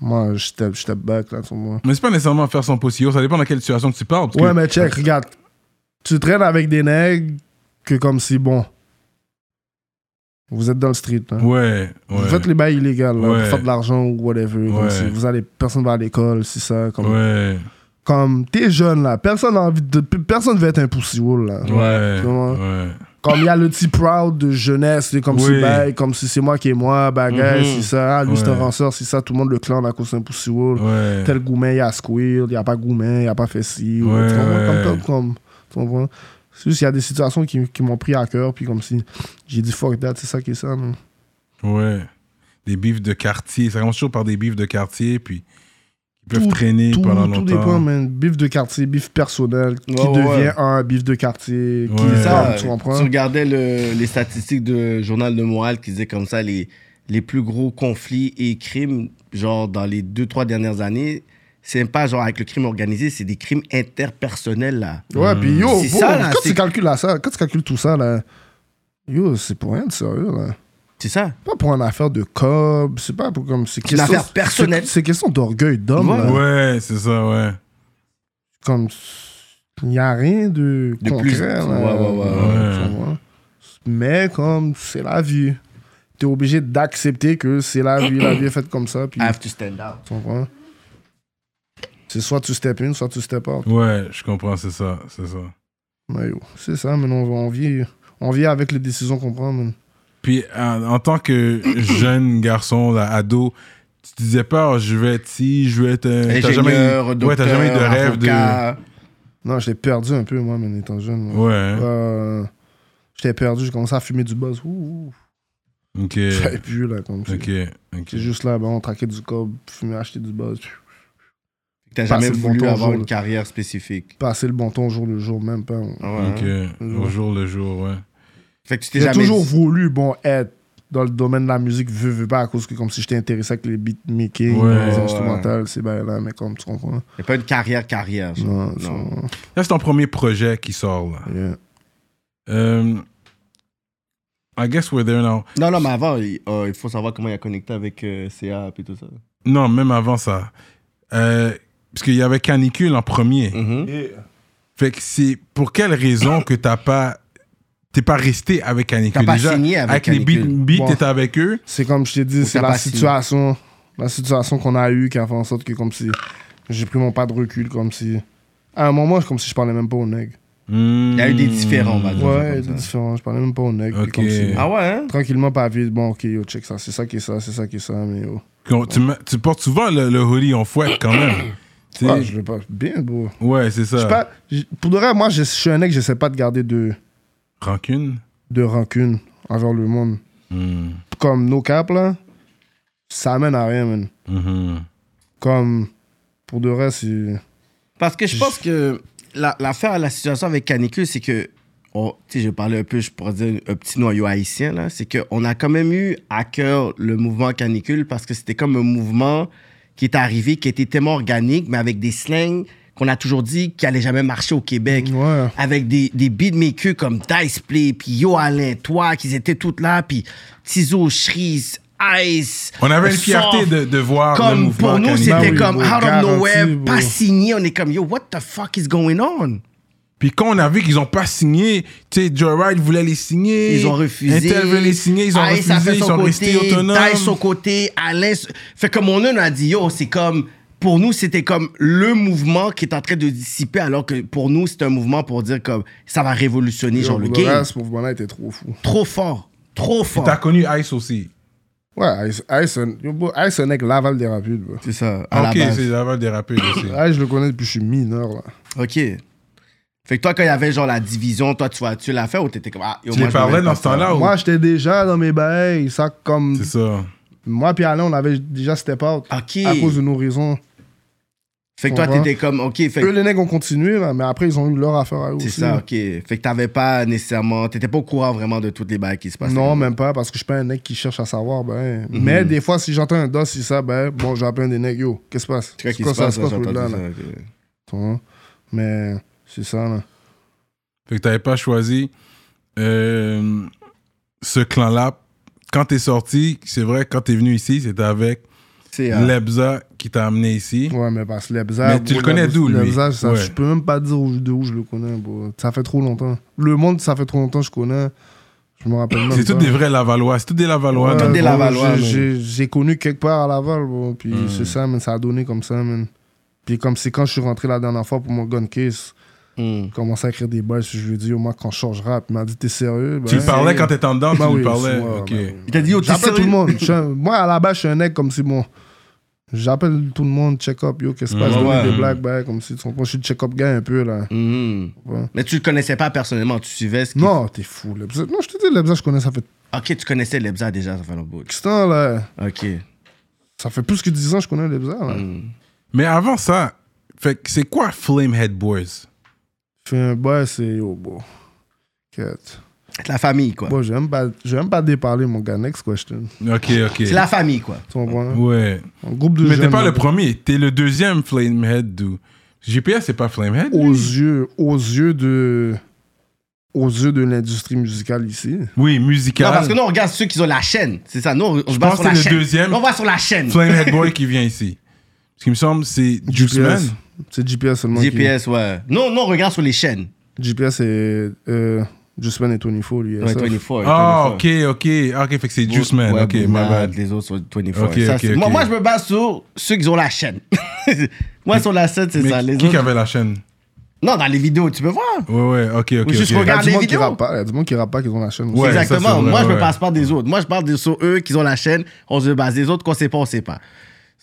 Speaker 3: Moi, je step, je step back, là, tu comprends.
Speaker 1: Mais c'est pas nécessairement faire son possible. Ça dépend dans quelle situation que tu parles. parce
Speaker 3: Ouais,
Speaker 1: que-
Speaker 3: mais check, regarde. Tu traînes avec des nègres que, comme si, bon. Vous êtes dans le street, hein. là.
Speaker 1: Ouais,
Speaker 3: Vous
Speaker 1: ouais.
Speaker 3: faites les bails illégales, là,
Speaker 1: Ouais.
Speaker 3: pour faire de l'argent ou whatever. comme
Speaker 1: Ouais.
Speaker 3: si vous allez, personne va à l'école, c'est ça. Comme,
Speaker 1: Ouais,
Speaker 3: comme t'es jeune là, personne n'a envie de, personne veut être un pussy hole, là.
Speaker 1: ouais,
Speaker 3: Tu vois?
Speaker 1: ouais.
Speaker 3: Comme il y a le petit proud de jeunesse, c'est comme
Speaker 1: Oui. Mm-hmm.
Speaker 3: si bail, comme si c'est moi qui est moi, bagage,
Speaker 2: Mhm.
Speaker 3: c'est ça. Ah, lui c'est un
Speaker 1: Ouais.
Speaker 3: ranceur, c'est ça. Tout le monde le clan à cause d'un pussy hole.
Speaker 1: Ouais.
Speaker 3: Tel goumen, il y a squeal, il y a pas goumen, il y a pas fait ci. ou-
Speaker 1: Ouais,
Speaker 3: tu comprends?
Speaker 1: ouais.
Speaker 3: Comme, comme, comme- tu comprends? C'est juste, il y a des situations qui, qui m'ont pris à cœur, puis comme si j'ai dit fuck that, c'est ça qui est ça. man.
Speaker 1: Ouais. Des bifs de quartier. Ça commence toujours par des bifs de quartier, puis ils peuvent
Speaker 3: Tout-
Speaker 1: traîner
Speaker 3: tout,
Speaker 1: pendant
Speaker 3: tout
Speaker 1: longtemps.
Speaker 3: dépend, man. Bif de quartier, bif personnel, qui
Speaker 2: Ouais, ouais,
Speaker 3: devient
Speaker 2: ouais.
Speaker 3: un bif de quartier, qui
Speaker 1: Ouais.
Speaker 3: est
Speaker 2: Ça,
Speaker 3: ça,
Speaker 2: tu,
Speaker 3: tu comprends?
Speaker 2: regardais le- les statistiques de Journal de Montréal qui disaient comme ça les, les plus gros conflits et crimes, genre dans les deux, trois dernières années, c'est pas genre avec le crime organisé, c'est des crimes interpersonnels là.
Speaker 3: Ouais, puis yo,
Speaker 2: C'est
Speaker 3: bro,
Speaker 2: ça, là,
Speaker 3: quand
Speaker 2: c'est-
Speaker 3: tu calcules là, ça, quand tu calcules tout ça, là, yo, c'est pour rien de sérieux, là.
Speaker 2: C'est ça.
Speaker 3: Pas pour une affaire de cob, c'est pas pour comme. C'est
Speaker 2: une affaire personnelle.
Speaker 3: C'est c'est question d'orgueil d'homme,
Speaker 2: Ouais.
Speaker 3: là.
Speaker 1: Ouais, c'est ça, ouais.
Speaker 3: Comme. Il n'y a rien de,
Speaker 2: De
Speaker 3: concret,
Speaker 2: plus-
Speaker 3: là.
Speaker 2: Ouais, ouais, ouais,
Speaker 1: ouais.
Speaker 3: tu comprends? Mais comme, c'est la vie. T'es obligé d'accepter que c'est la vie, la vie est faite comme ça. Puis
Speaker 2: I have to stand out.
Speaker 3: Tu comprends? C'est soit tu step in, soit tu step out.
Speaker 1: Ouais, je comprends, c'est ça, c'est ça.
Speaker 3: Mais yo, c'est ça, mais on, on vit. On vit avec les décisions qu'on prend, man.
Speaker 1: Puis en, en tant que jeune garçon, là, ado, tu te disais pas, oh, je vais être ci, je vais être. euh, T'as jamais, eu-
Speaker 2: Ingénieur,
Speaker 1: ouais, t'as jamais eu de
Speaker 2: docteur,
Speaker 1: rêve de.
Speaker 2: avocat.
Speaker 3: Non, je l'ai perdu un peu, moi, man, étant jeune.
Speaker 1: Ouais, hein.
Speaker 3: Euh, j'étais perdu, je commençais à fumer du buzz. Ouh, ouh.
Speaker 1: ok.
Speaker 3: Je savais plus, là, comme ça.
Speaker 1: Ok, ok.
Speaker 3: C'est juste là, ben, on traquait du cob, fumer, acheter du buzz. puis
Speaker 2: T'as jamais
Speaker 3: Passer le bon
Speaker 2: voulu
Speaker 3: temps au
Speaker 2: avoir
Speaker 3: jour,
Speaker 2: une
Speaker 3: là.
Speaker 2: carrière spécifique.
Speaker 3: Passer le bon temps au jour le jour, même pas.
Speaker 2: Ouais,
Speaker 1: Ok,
Speaker 2: hein.
Speaker 1: au jour le jour, ouais.
Speaker 2: Fait que tu t'es
Speaker 3: J'ai
Speaker 2: jamais.
Speaker 3: toujours voulu, bon, être dans le domaine de la musique, veux, veux pas, à cause que comme si j'étais intéressé avec les beatmaking,
Speaker 1: Ouais.
Speaker 3: les instrumentales, c'est ben là, mais comme tu comprends.
Speaker 2: Y a pas une carrière, carrière. genre.
Speaker 3: Non,
Speaker 2: Non.
Speaker 3: non.
Speaker 1: Là, c'est ton premier projet qui sort, là.
Speaker 3: Yeah.
Speaker 1: Euh, I guess we're there now.
Speaker 2: Non, non, mais avant, il, euh, il faut savoir comment il a connecté avec euh, CA et tout ça.
Speaker 1: Non, même avant ça. Euh, parce qu'il y avait canicule en premier.
Speaker 2: Mhm.
Speaker 1: Fait que c'est pour quelle raison que t'as pas t'es pas resté avec canicule
Speaker 2: T'as pas
Speaker 1: Déjà,
Speaker 2: signé avec
Speaker 1: les
Speaker 2: Canicule.
Speaker 1: beats, beats,
Speaker 3: Bon.
Speaker 1: t'étais avec eux.
Speaker 3: C'est comme je t'ai dit, c'est la
Speaker 2: capacité.
Speaker 3: situation, la situation qu'on a eue qui a fait en sorte que comme si j'ai pris mon pas de recul, comme si à un moment comme si je parlais même pas au nègre.
Speaker 2: Il y a eu des
Speaker 1: Hmm.
Speaker 2: différents, on va dire.
Speaker 3: Ouais,
Speaker 2: comme
Speaker 3: c'est
Speaker 2: ça.
Speaker 3: différent. Je parlais même pas au nec. puis
Speaker 1: Ok.
Speaker 3: Comme si-
Speaker 2: Ah ouais, hein?
Speaker 3: Tranquillement, pas vite. Bon, ok, yo, check ça. C'est ça qui est ça, c'est ça qui est ça, mais yo.
Speaker 1: Quand Tu, mets- tu portes souvent le, le hoodie en fouette quand même. Tu sais,
Speaker 3: Ah, je le pas. Bien, bro.
Speaker 1: ouais, c'est
Speaker 3: Je suis
Speaker 1: ça.
Speaker 3: pas. j- Pour de vrai, moi, je je suis un nec, j'essaie pas de garder de,
Speaker 1: Rancune.
Speaker 3: de rancune envers le monde.
Speaker 1: Hmm.
Speaker 3: Comme nos cap, là, ça amène à rien, man.
Speaker 1: Mhm.
Speaker 3: Comme. Pour de vrai, c'est.
Speaker 2: Parce que je pense que la- l'affaire à la situation avec Canicule, c'est que, on- tu sais, je parlais un peu, je pourrais dire, un petit noyau haïtien, là, c'est qu'on a quand même eu à cœur le mouvement Canicule parce que c'était comme un mouvement qui est arrivé, qui était tellement organique, mais avec des slangs qu'on a toujours dit qui n'allaient jamais marcher au
Speaker 1: Mm,
Speaker 2: Québec.
Speaker 3: Ouais.
Speaker 2: Avec des, des beatmakers comme Dice Play, puis Yo Alain, toi, qu'ils étaient toutes là, puis Tizo, Shreeze, Ice.
Speaker 1: On avait une
Speaker 2: Soft,
Speaker 1: fierté de, de voir le
Speaker 2: comme
Speaker 1: mouvement.
Speaker 2: pour nous,
Speaker 1: Kanye.
Speaker 3: Bah
Speaker 2: c'était
Speaker 3: oui,
Speaker 2: comme
Speaker 3: bro,
Speaker 2: out of
Speaker 3: garanti,
Speaker 2: nowhere,
Speaker 3: bro.
Speaker 2: pas signé. On est comme yo, what the fuck is going on?
Speaker 1: Puis quand on a vu qu'ils ont pas signé, tu sais, Joyride voulait les signer.
Speaker 2: Ils ont refusé.
Speaker 1: Intel voulait les signer, ils ont
Speaker 2: Ice a
Speaker 1: refusé,
Speaker 2: fait
Speaker 1: ils
Speaker 2: son
Speaker 1: sont
Speaker 2: côté,
Speaker 1: restés autonomes.
Speaker 2: Dice son côté, Alain. s- Fait comme on a dit yo, c'est comme. Pour nous, c'était comme le mouvement qui est en train de dissiper, alors que pour nous, c'est un mouvement pour dire comme ça va révolutionner genre
Speaker 3: Genre,
Speaker 2: le
Speaker 3: pour
Speaker 2: game.
Speaker 3: le reste, pour là était trop fou.
Speaker 2: Trop fort. Trop
Speaker 1: T'as
Speaker 2: fort.
Speaker 1: connu Ice aussi.
Speaker 3: Ouais, Ice, Ice, un- yo, bro, Ice, un nec laval des rapides, bro.
Speaker 2: C'est ça,
Speaker 1: Ok, c'est la des rapides aussi.
Speaker 3: Ice, je le connais depuis que je suis mineur, là.
Speaker 2: OK. Fait que toi, quand il y avait genre la division, toi, tu vas tu l'as fait ou t'étais comme. Ah, yo,
Speaker 1: Tu
Speaker 2: moi,
Speaker 1: les
Speaker 2: je me
Speaker 1: parlais
Speaker 2: mets
Speaker 1: dans
Speaker 2: pas
Speaker 1: ce
Speaker 2: ça.
Speaker 1: temps-là ou
Speaker 3: Moi, j'étais déjà dans mes bails, ça comme.
Speaker 1: C'est ça.
Speaker 3: Moi puis Alain, on avait déjà step out
Speaker 2: OK.
Speaker 3: à cause de nos raisons.
Speaker 2: Fait que toi,
Speaker 3: Comprends?
Speaker 2: t'étais comme, OK, fait que.
Speaker 3: Eux, les nègres ont continué, là, mais après, ils ont eu leur affaire à eux
Speaker 2: C'est
Speaker 3: aussi.
Speaker 2: ça, OK. Fait que t'avais pas nécessairement. T'étais pas au courant vraiment de toutes les bails qui se passaient.
Speaker 3: Non, même pas, parce que je suis pas un nègre qui cherche à savoir. Ben.
Speaker 2: Mhm.
Speaker 3: Mais des fois, si j'entends un dos, si ça, ben, bon, j'appelle un des nègres, yo, qu'est-ce qui se passe?
Speaker 2: C'est quoi qui
Speaker 3: quoi
Speaker 2: se passe,
Speaker 3: se
Speaker 2: là, j'ai
Speaker 3: passe
Speaker 2: entendu
Speaker 3: au-delà,
Speaker 2: ça.
Speaker 3: là?
Speaker 2: ok.
Speaker 3: Tu vois? Mais c'est ça, là.
Speaker 1: Fait que t'avais pas choisi euh, ce clan-là. Quand t'es sorti, c'est vrai, quand t'es venu ici, c'était avec
Speaker 2: C'est. euh,
Speaker 1: Lebza qui t'a amené ici.
Speaker 3: Ouais, mais parce que Lebza.
Speaker 1: Mais tu
Speaker 3: bro,
Speaker 1: le connais
Speaker 3: Lebza-
Speaker 1: d'où, lui?
Speaker 3: Lebza, ça,
Speaker 1: Ouais.
Speaker 3: je peux même pas dire où- de où je le connais, bro. Ça fait trop longtemps. Le monde, ça fait trop longtemps que je connais. Je me rappelle même
Speaker 1: C'est tous
Speaker 3: pas.
Speaker 1: des vrais Lavalois. C'est tous des Lavalois.
Speaker 3: Ouais,
Speaker 2: Toutes des
Speaker 3: bro,
Speaker 2: Lavallois,
Speaker 3: j'ai-
Speaker 2: man.
Speaker 3: J'ai j'ai connu quelque part à Laval, bro. Puis c'est ça, man, ça a donné comme ça, man. Puis comme c'est quand je suis rentré la dernière fois pour mon gun case,
Speaker 2: hmm.
Speaker 3: j'ai commencé à écrire des bails. puis Je lui ai dit, au moi, quand je change rap, il m'a dit, t'es sérieux?
Speaker 1: Tu
Speaker 3: Ben,
Speaker 1: le parlais quand t'étais en dedans, tu
Speaker 3: Bah
Speaker 1: lui
Speaker 3: oui,
Speaker 1: parlais.
Speaker 3: c'est moi,
Speaker 1: ok.
Speaker 3: bah oui.
Speaker 2: Il t'a dit, yo, t'es
Speaker 3: J'appelle tout le
Speaker 2: sérieux?
Speaker 3: monde. Je suis un- moi, à la base, je suis un nec comme si bon. J'appelle tout le monde, check-up, yo,
Speaker 1: Mm.
Speaker 3: qu'est-ce qui se passe?
Speaker 2: Ouais,
Speaker 3: donner
Speaker 2: ouais.
Speaker 3: Des blagues, ben, comme si tu comprends, Je suis check-up gars un peu, là.
Speaker 2: Mhm.
Speaker 3: Ouais.
Speaker 2: Mais tu le connaissais pas personnellement, tu suivais ce qui.
Speaker 3: Non, t'es fou, Lebza. Non, je te dis, Lebza, je connais, ça fait
Speaker 2: Ok, tu connaissais Lebza déjà, ça fait un bout.
Speaker 3: X temps, là.
Speaker 2: Ok.
Speaker 3: Ça fait plus que 10 ans que je connais Lebza, là.
Speaker 1: Mais avant ça, fait que c'est quoi Flamehead Boys
Speaker 3: Je fais un bail, c'est oh, yo, bro. Quête.
Speaker 2: C'est la famille, quoi.
Speaker 3: Bon, je n'aime pas, je vais même pas déparler, mon gars. Next question.
Speaker 1: Ok, ok.
Speaker 2: C'est la famille, quoi.
Speaker 3: Tu comprends?
Speaker 1: Ouais.
Speaker 3: Un groupe de
Speaker 1: Mais
Speaker 3: jeunes.
Speaker 1: t'es pas
Speaker 3: là,
Speaker 1: le premier, t'es le deuxième Flamehead. d'où- GPS, c'est pas Flamehead
Speaker 3: Aux yeux, aux yeux de. Aux yeux de l'industrie musicale ici.
Speaker 1: Oui,
Speaker 2: Non,
Speaker 1: musical.
Speaker 2: parce que nous, on regarde ceux qui ont la chaîne. C'est ça, nous, on, on se base
Speaker 1: pense
Speaker 2: sur
Speaker 1: que
Speaker 2: la
Speaker 1: c'est le
Speaker 2: chaîne.
Speaker 1: deuxième.
Speaker 2: Nous, on va sur la chaîne.
Speaker 1: Flamehead Boy qui vient ici. Ce qui me semble, c'est Juice Man.
Speaker 3: GPS. C'est GPS seulement. qui-
Speaker 2: GPS, ouais. Non, non, on regarde sur les chaînes.
Speaker 3: GPS et. Euh, Justman et Tony Fo, lui.
Speaker 2: Ouais,
Speaker 3: ça.
Speaker 2: 24.
Speaker 1: Ah,
Speaker 2: 24.
Speaker 1: ok, ok. Ah, ok, fait que c'est Juice Man.
Speaker 2: Ouais,
Speaker 1: ok, my
Speaker 2: Boonat,
Speaker 1: bad.
Speaker 2: Les autres sont 24.
Speaker 1: Ok,
Speaker 2: Ça,
Speaker 1: ok,
Speaker 2: c'est-
Speaker 1: ok.
Speaker 2: Moi, moi, je me base sur ceux qui ont la chaîne. moi, sur la chaîne, c'est
Speaker 1: Mais
Speaker 2: ça. Les
Speaker 1: qui qui
Speaker 2: autres...
Speaker 1: avait la chaîne
Speaker 2: Non, dans les vidéos, tu peux voir.
Speaker 1: Ouais, ouais, ok, ok.
Speaker 2: Ou juste
Speaker 1: ok.
Speaker 3: Il y a
Speaker 2: regarde
Speaker 3: du
Speaker 2: les
Speaker 3: monde qui
Speaker 2: vidéos.
Speaker 3: rappe pas. Il y a du monde qui rappe pas, qui ont la chaîne. aussi.
Speaker 1: Ouais, ça,
Speaker 2: Exactement.
Speaker 1: c'est vrai,
Speaker 2: moi, je me
Speaker 1: ouais.
Speaker 2: passe pas des autres. Moi, je parle de, sur eux qui ont la chaîne. On se base des autres. Qu'on sait pas, on sait pas.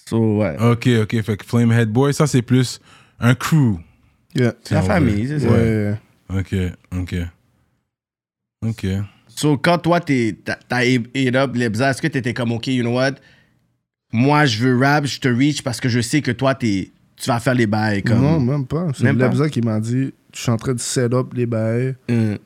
Speaker 2: So, ouais.
Speaker 1: Ok, ok, fait que Flamehead Boy, ça c'est plus un crew.
Speaker 3: Yeah.
Speaker 2: La famille, c'est ça.
Speaker 3: Ouais.
Speaker 1: Ok, ok. Ok.
Speaker 2: So, quand toi, t'es- t'as t'as hit up Lebza, est-ce que t'étais comme, OK, you know what? Moi, je veux rap, je te reach parce que je sais que toi, t'es- tu vas faire les bails. Comme...
Speaker 3: Non, même pas. C'est
Speaker 2: Même pas.
Speaker 3: Lebza qui m'a dit je suis en train de set up les bails
Speaker 2: Hum,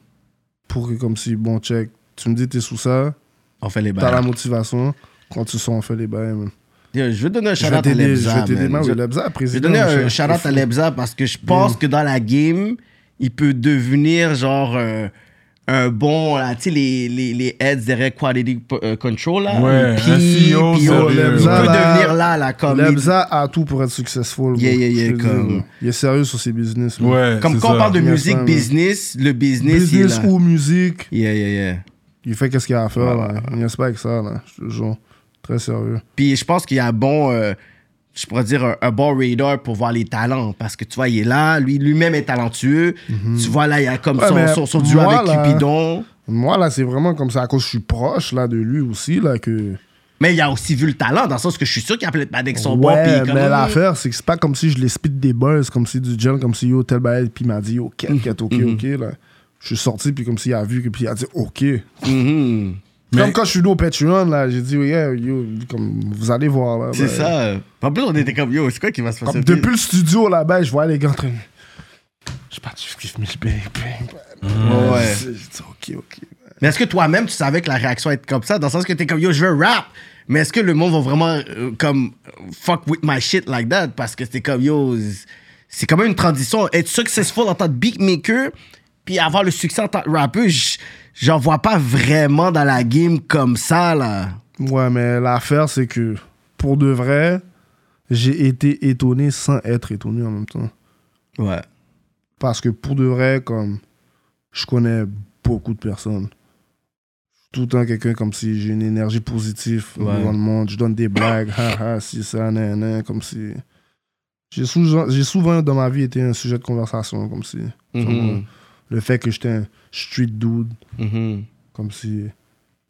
Speaker 3: pour que, comme si, bon, check. Tu me dis, t'es sous ça.
Speaker 2: on fait les
Speaker 3: T'as la
Speaker 2: bails.
Speaker 3: motivation. Quand tu sors, on fait les bails, man.
Speaker 2: Yo, Je veux donner un
Speaker 3: Je vais
Speaker 2: shout-out à
Speaker 3: t'aider, je
Speaker 2: Lebza.
Speaker 3: vais t'aider.
Speaker 2: man.
Speaker 3: man.
Speaker 2: Je-
Speaker 3: Oui, Lebza,
Speaker 2: Je vais
Speaker 3: président.
Speaker 2: donner un
Speaker 3: Michel. Mm.
Speaker 2: shout-out à Lebza parce que je pense que dans la game, il peut devenir genre euh, un bon, là, tu sais, les, les, les heads derrière Quality euh, Control, là.
Speaker 1: Ouais,
Speaker 2: les P,
Speaker 1: un CEO sérieux.
Speaker 2: PO, Il peut
Speaker 3: E Lebza, là,
Speaker 2: devenir là, là, comme... les-
Speaker 3: Lebza a tout pour être successful.
Speaker 2: Yeah,
Speaker 3: bro.
Speaker 2: yeah, yeah,
Speaker 3: Je te
Speaker 2: comme-
Speaker 3: dis, bro. Il est sérieux sur ses business. bro.
Speaker 1: Ouais,
Speaker 2: Comme
Speaker 1: c'est
Speaker 2: quand on
Speaker 1: ça.
Speaker 2: parle de
Speaker 3: Yes,
Speaker 2: musique,
Speaker 3: man.
Speaker 2: business, le business,
Speaker 3: Business
Speaker 2: il est là.
Speaker 3: ou musique,
Speaker 2: Yeah, yeah, yeah.
Speaker 3: il fait qu'est-ce qu'il a à faire. là. Il n'y a pas que ça. Là. Je te jure. Très sérieux.
Speaker 2: Puis je pense qu'il y a un bon... euh, je pourrais dire, un, un bon radar pour voir les talents. Parce que tu vois, il est là, lui, lui-même est talentueux. Tu vois, là, il y a comme
Speaker 3: Mm-hmm. Ouais,
Speaker 2: son,
Speaker 3: mais
Speaker 2: son, son duo
Speaker 3: moi,
Speaker 2: avec
Speaker 3: là-
Speaker 2: Cupidon.
Speaker 3: Moi, là, c'est vraiment comme ça, à cause que je suis proche, là, de lui aussi, là, que...
Speaker 2: Mais il a aussi vu le talent, dans le sens que je suis sûr qu'il y a plein de paddocks qui sont bons. puis il est
Speaker 3: Ouais,
Speaker 2: comme,
Speaker 3: mais
Speaker 2: Hum.
Speaker 3: l'affaire, c'est que c'est pas comme si je les speed des buzz, comme si du gel, comme si yo, tel bail, puis il m'a dit, ok,
Speaker 2: Mhm.
Speaker 3: ok, ok, ok, là. Je suis sorti, puis comme s'il a vu, puis il a dit, ok.
Speaker 2: Mhm.
Speaker 3: Comme quand je suis venu au Patreon, là, j'ai dit, yeah, yo, comme, vous allez voir, là.
Speaker 2: C'est
Speaker 3: ben,
Speaker 2: ça. En plus, on était comme, yo, c'est quoi qui va se passer?
Speaker 3: Comme depuis le studio là-bas, je vois les gars en train. de- Je pas tu kiffes mes bébés.
Speaker 2: Ouais.
Speaker 3: Je dis ok, ok.
Speaker 2: Mais est-ce que toi-même, tu savais que la réaction était comme ça? Dans le sens que t'es comme, yo, je veux rap! Mais est-ce que le monde va vraiment, euh, comme, fuck with my shit like that? Parce que c'était comme, yo, z- c'est quand même une transition. Être successful en tant que beatmaker, puis avoir le succès en tant que rappeur, j- j'en vois pas vraiment dans la game comme ça, là.
Speaker 3: Ouais, mais l'affaire, c'est que pour de vrai, j'ai été étonné sans être étonné en même temps.
Speaker 2: Ouais.
Speaker 3: Parce que pour de vrai, comme je connais beaucoup de personnes. Tout le temps quelqu'un comme si j'ai une énergie positive
Speaker 2: Ouais.
Speaker 3: dans le monde. Je donne des blagues, haha, si ça, nan, nan, comme si. J'ai souvent, j'ai souvent dans ma vie été un sujet de conversation, comme si. Mm-hmm.
Speaker 2: Mhm.
Speaker 3: le fait que j'étais un street dude,
Speaker 2: Mhm.
Speaker 3: comme si.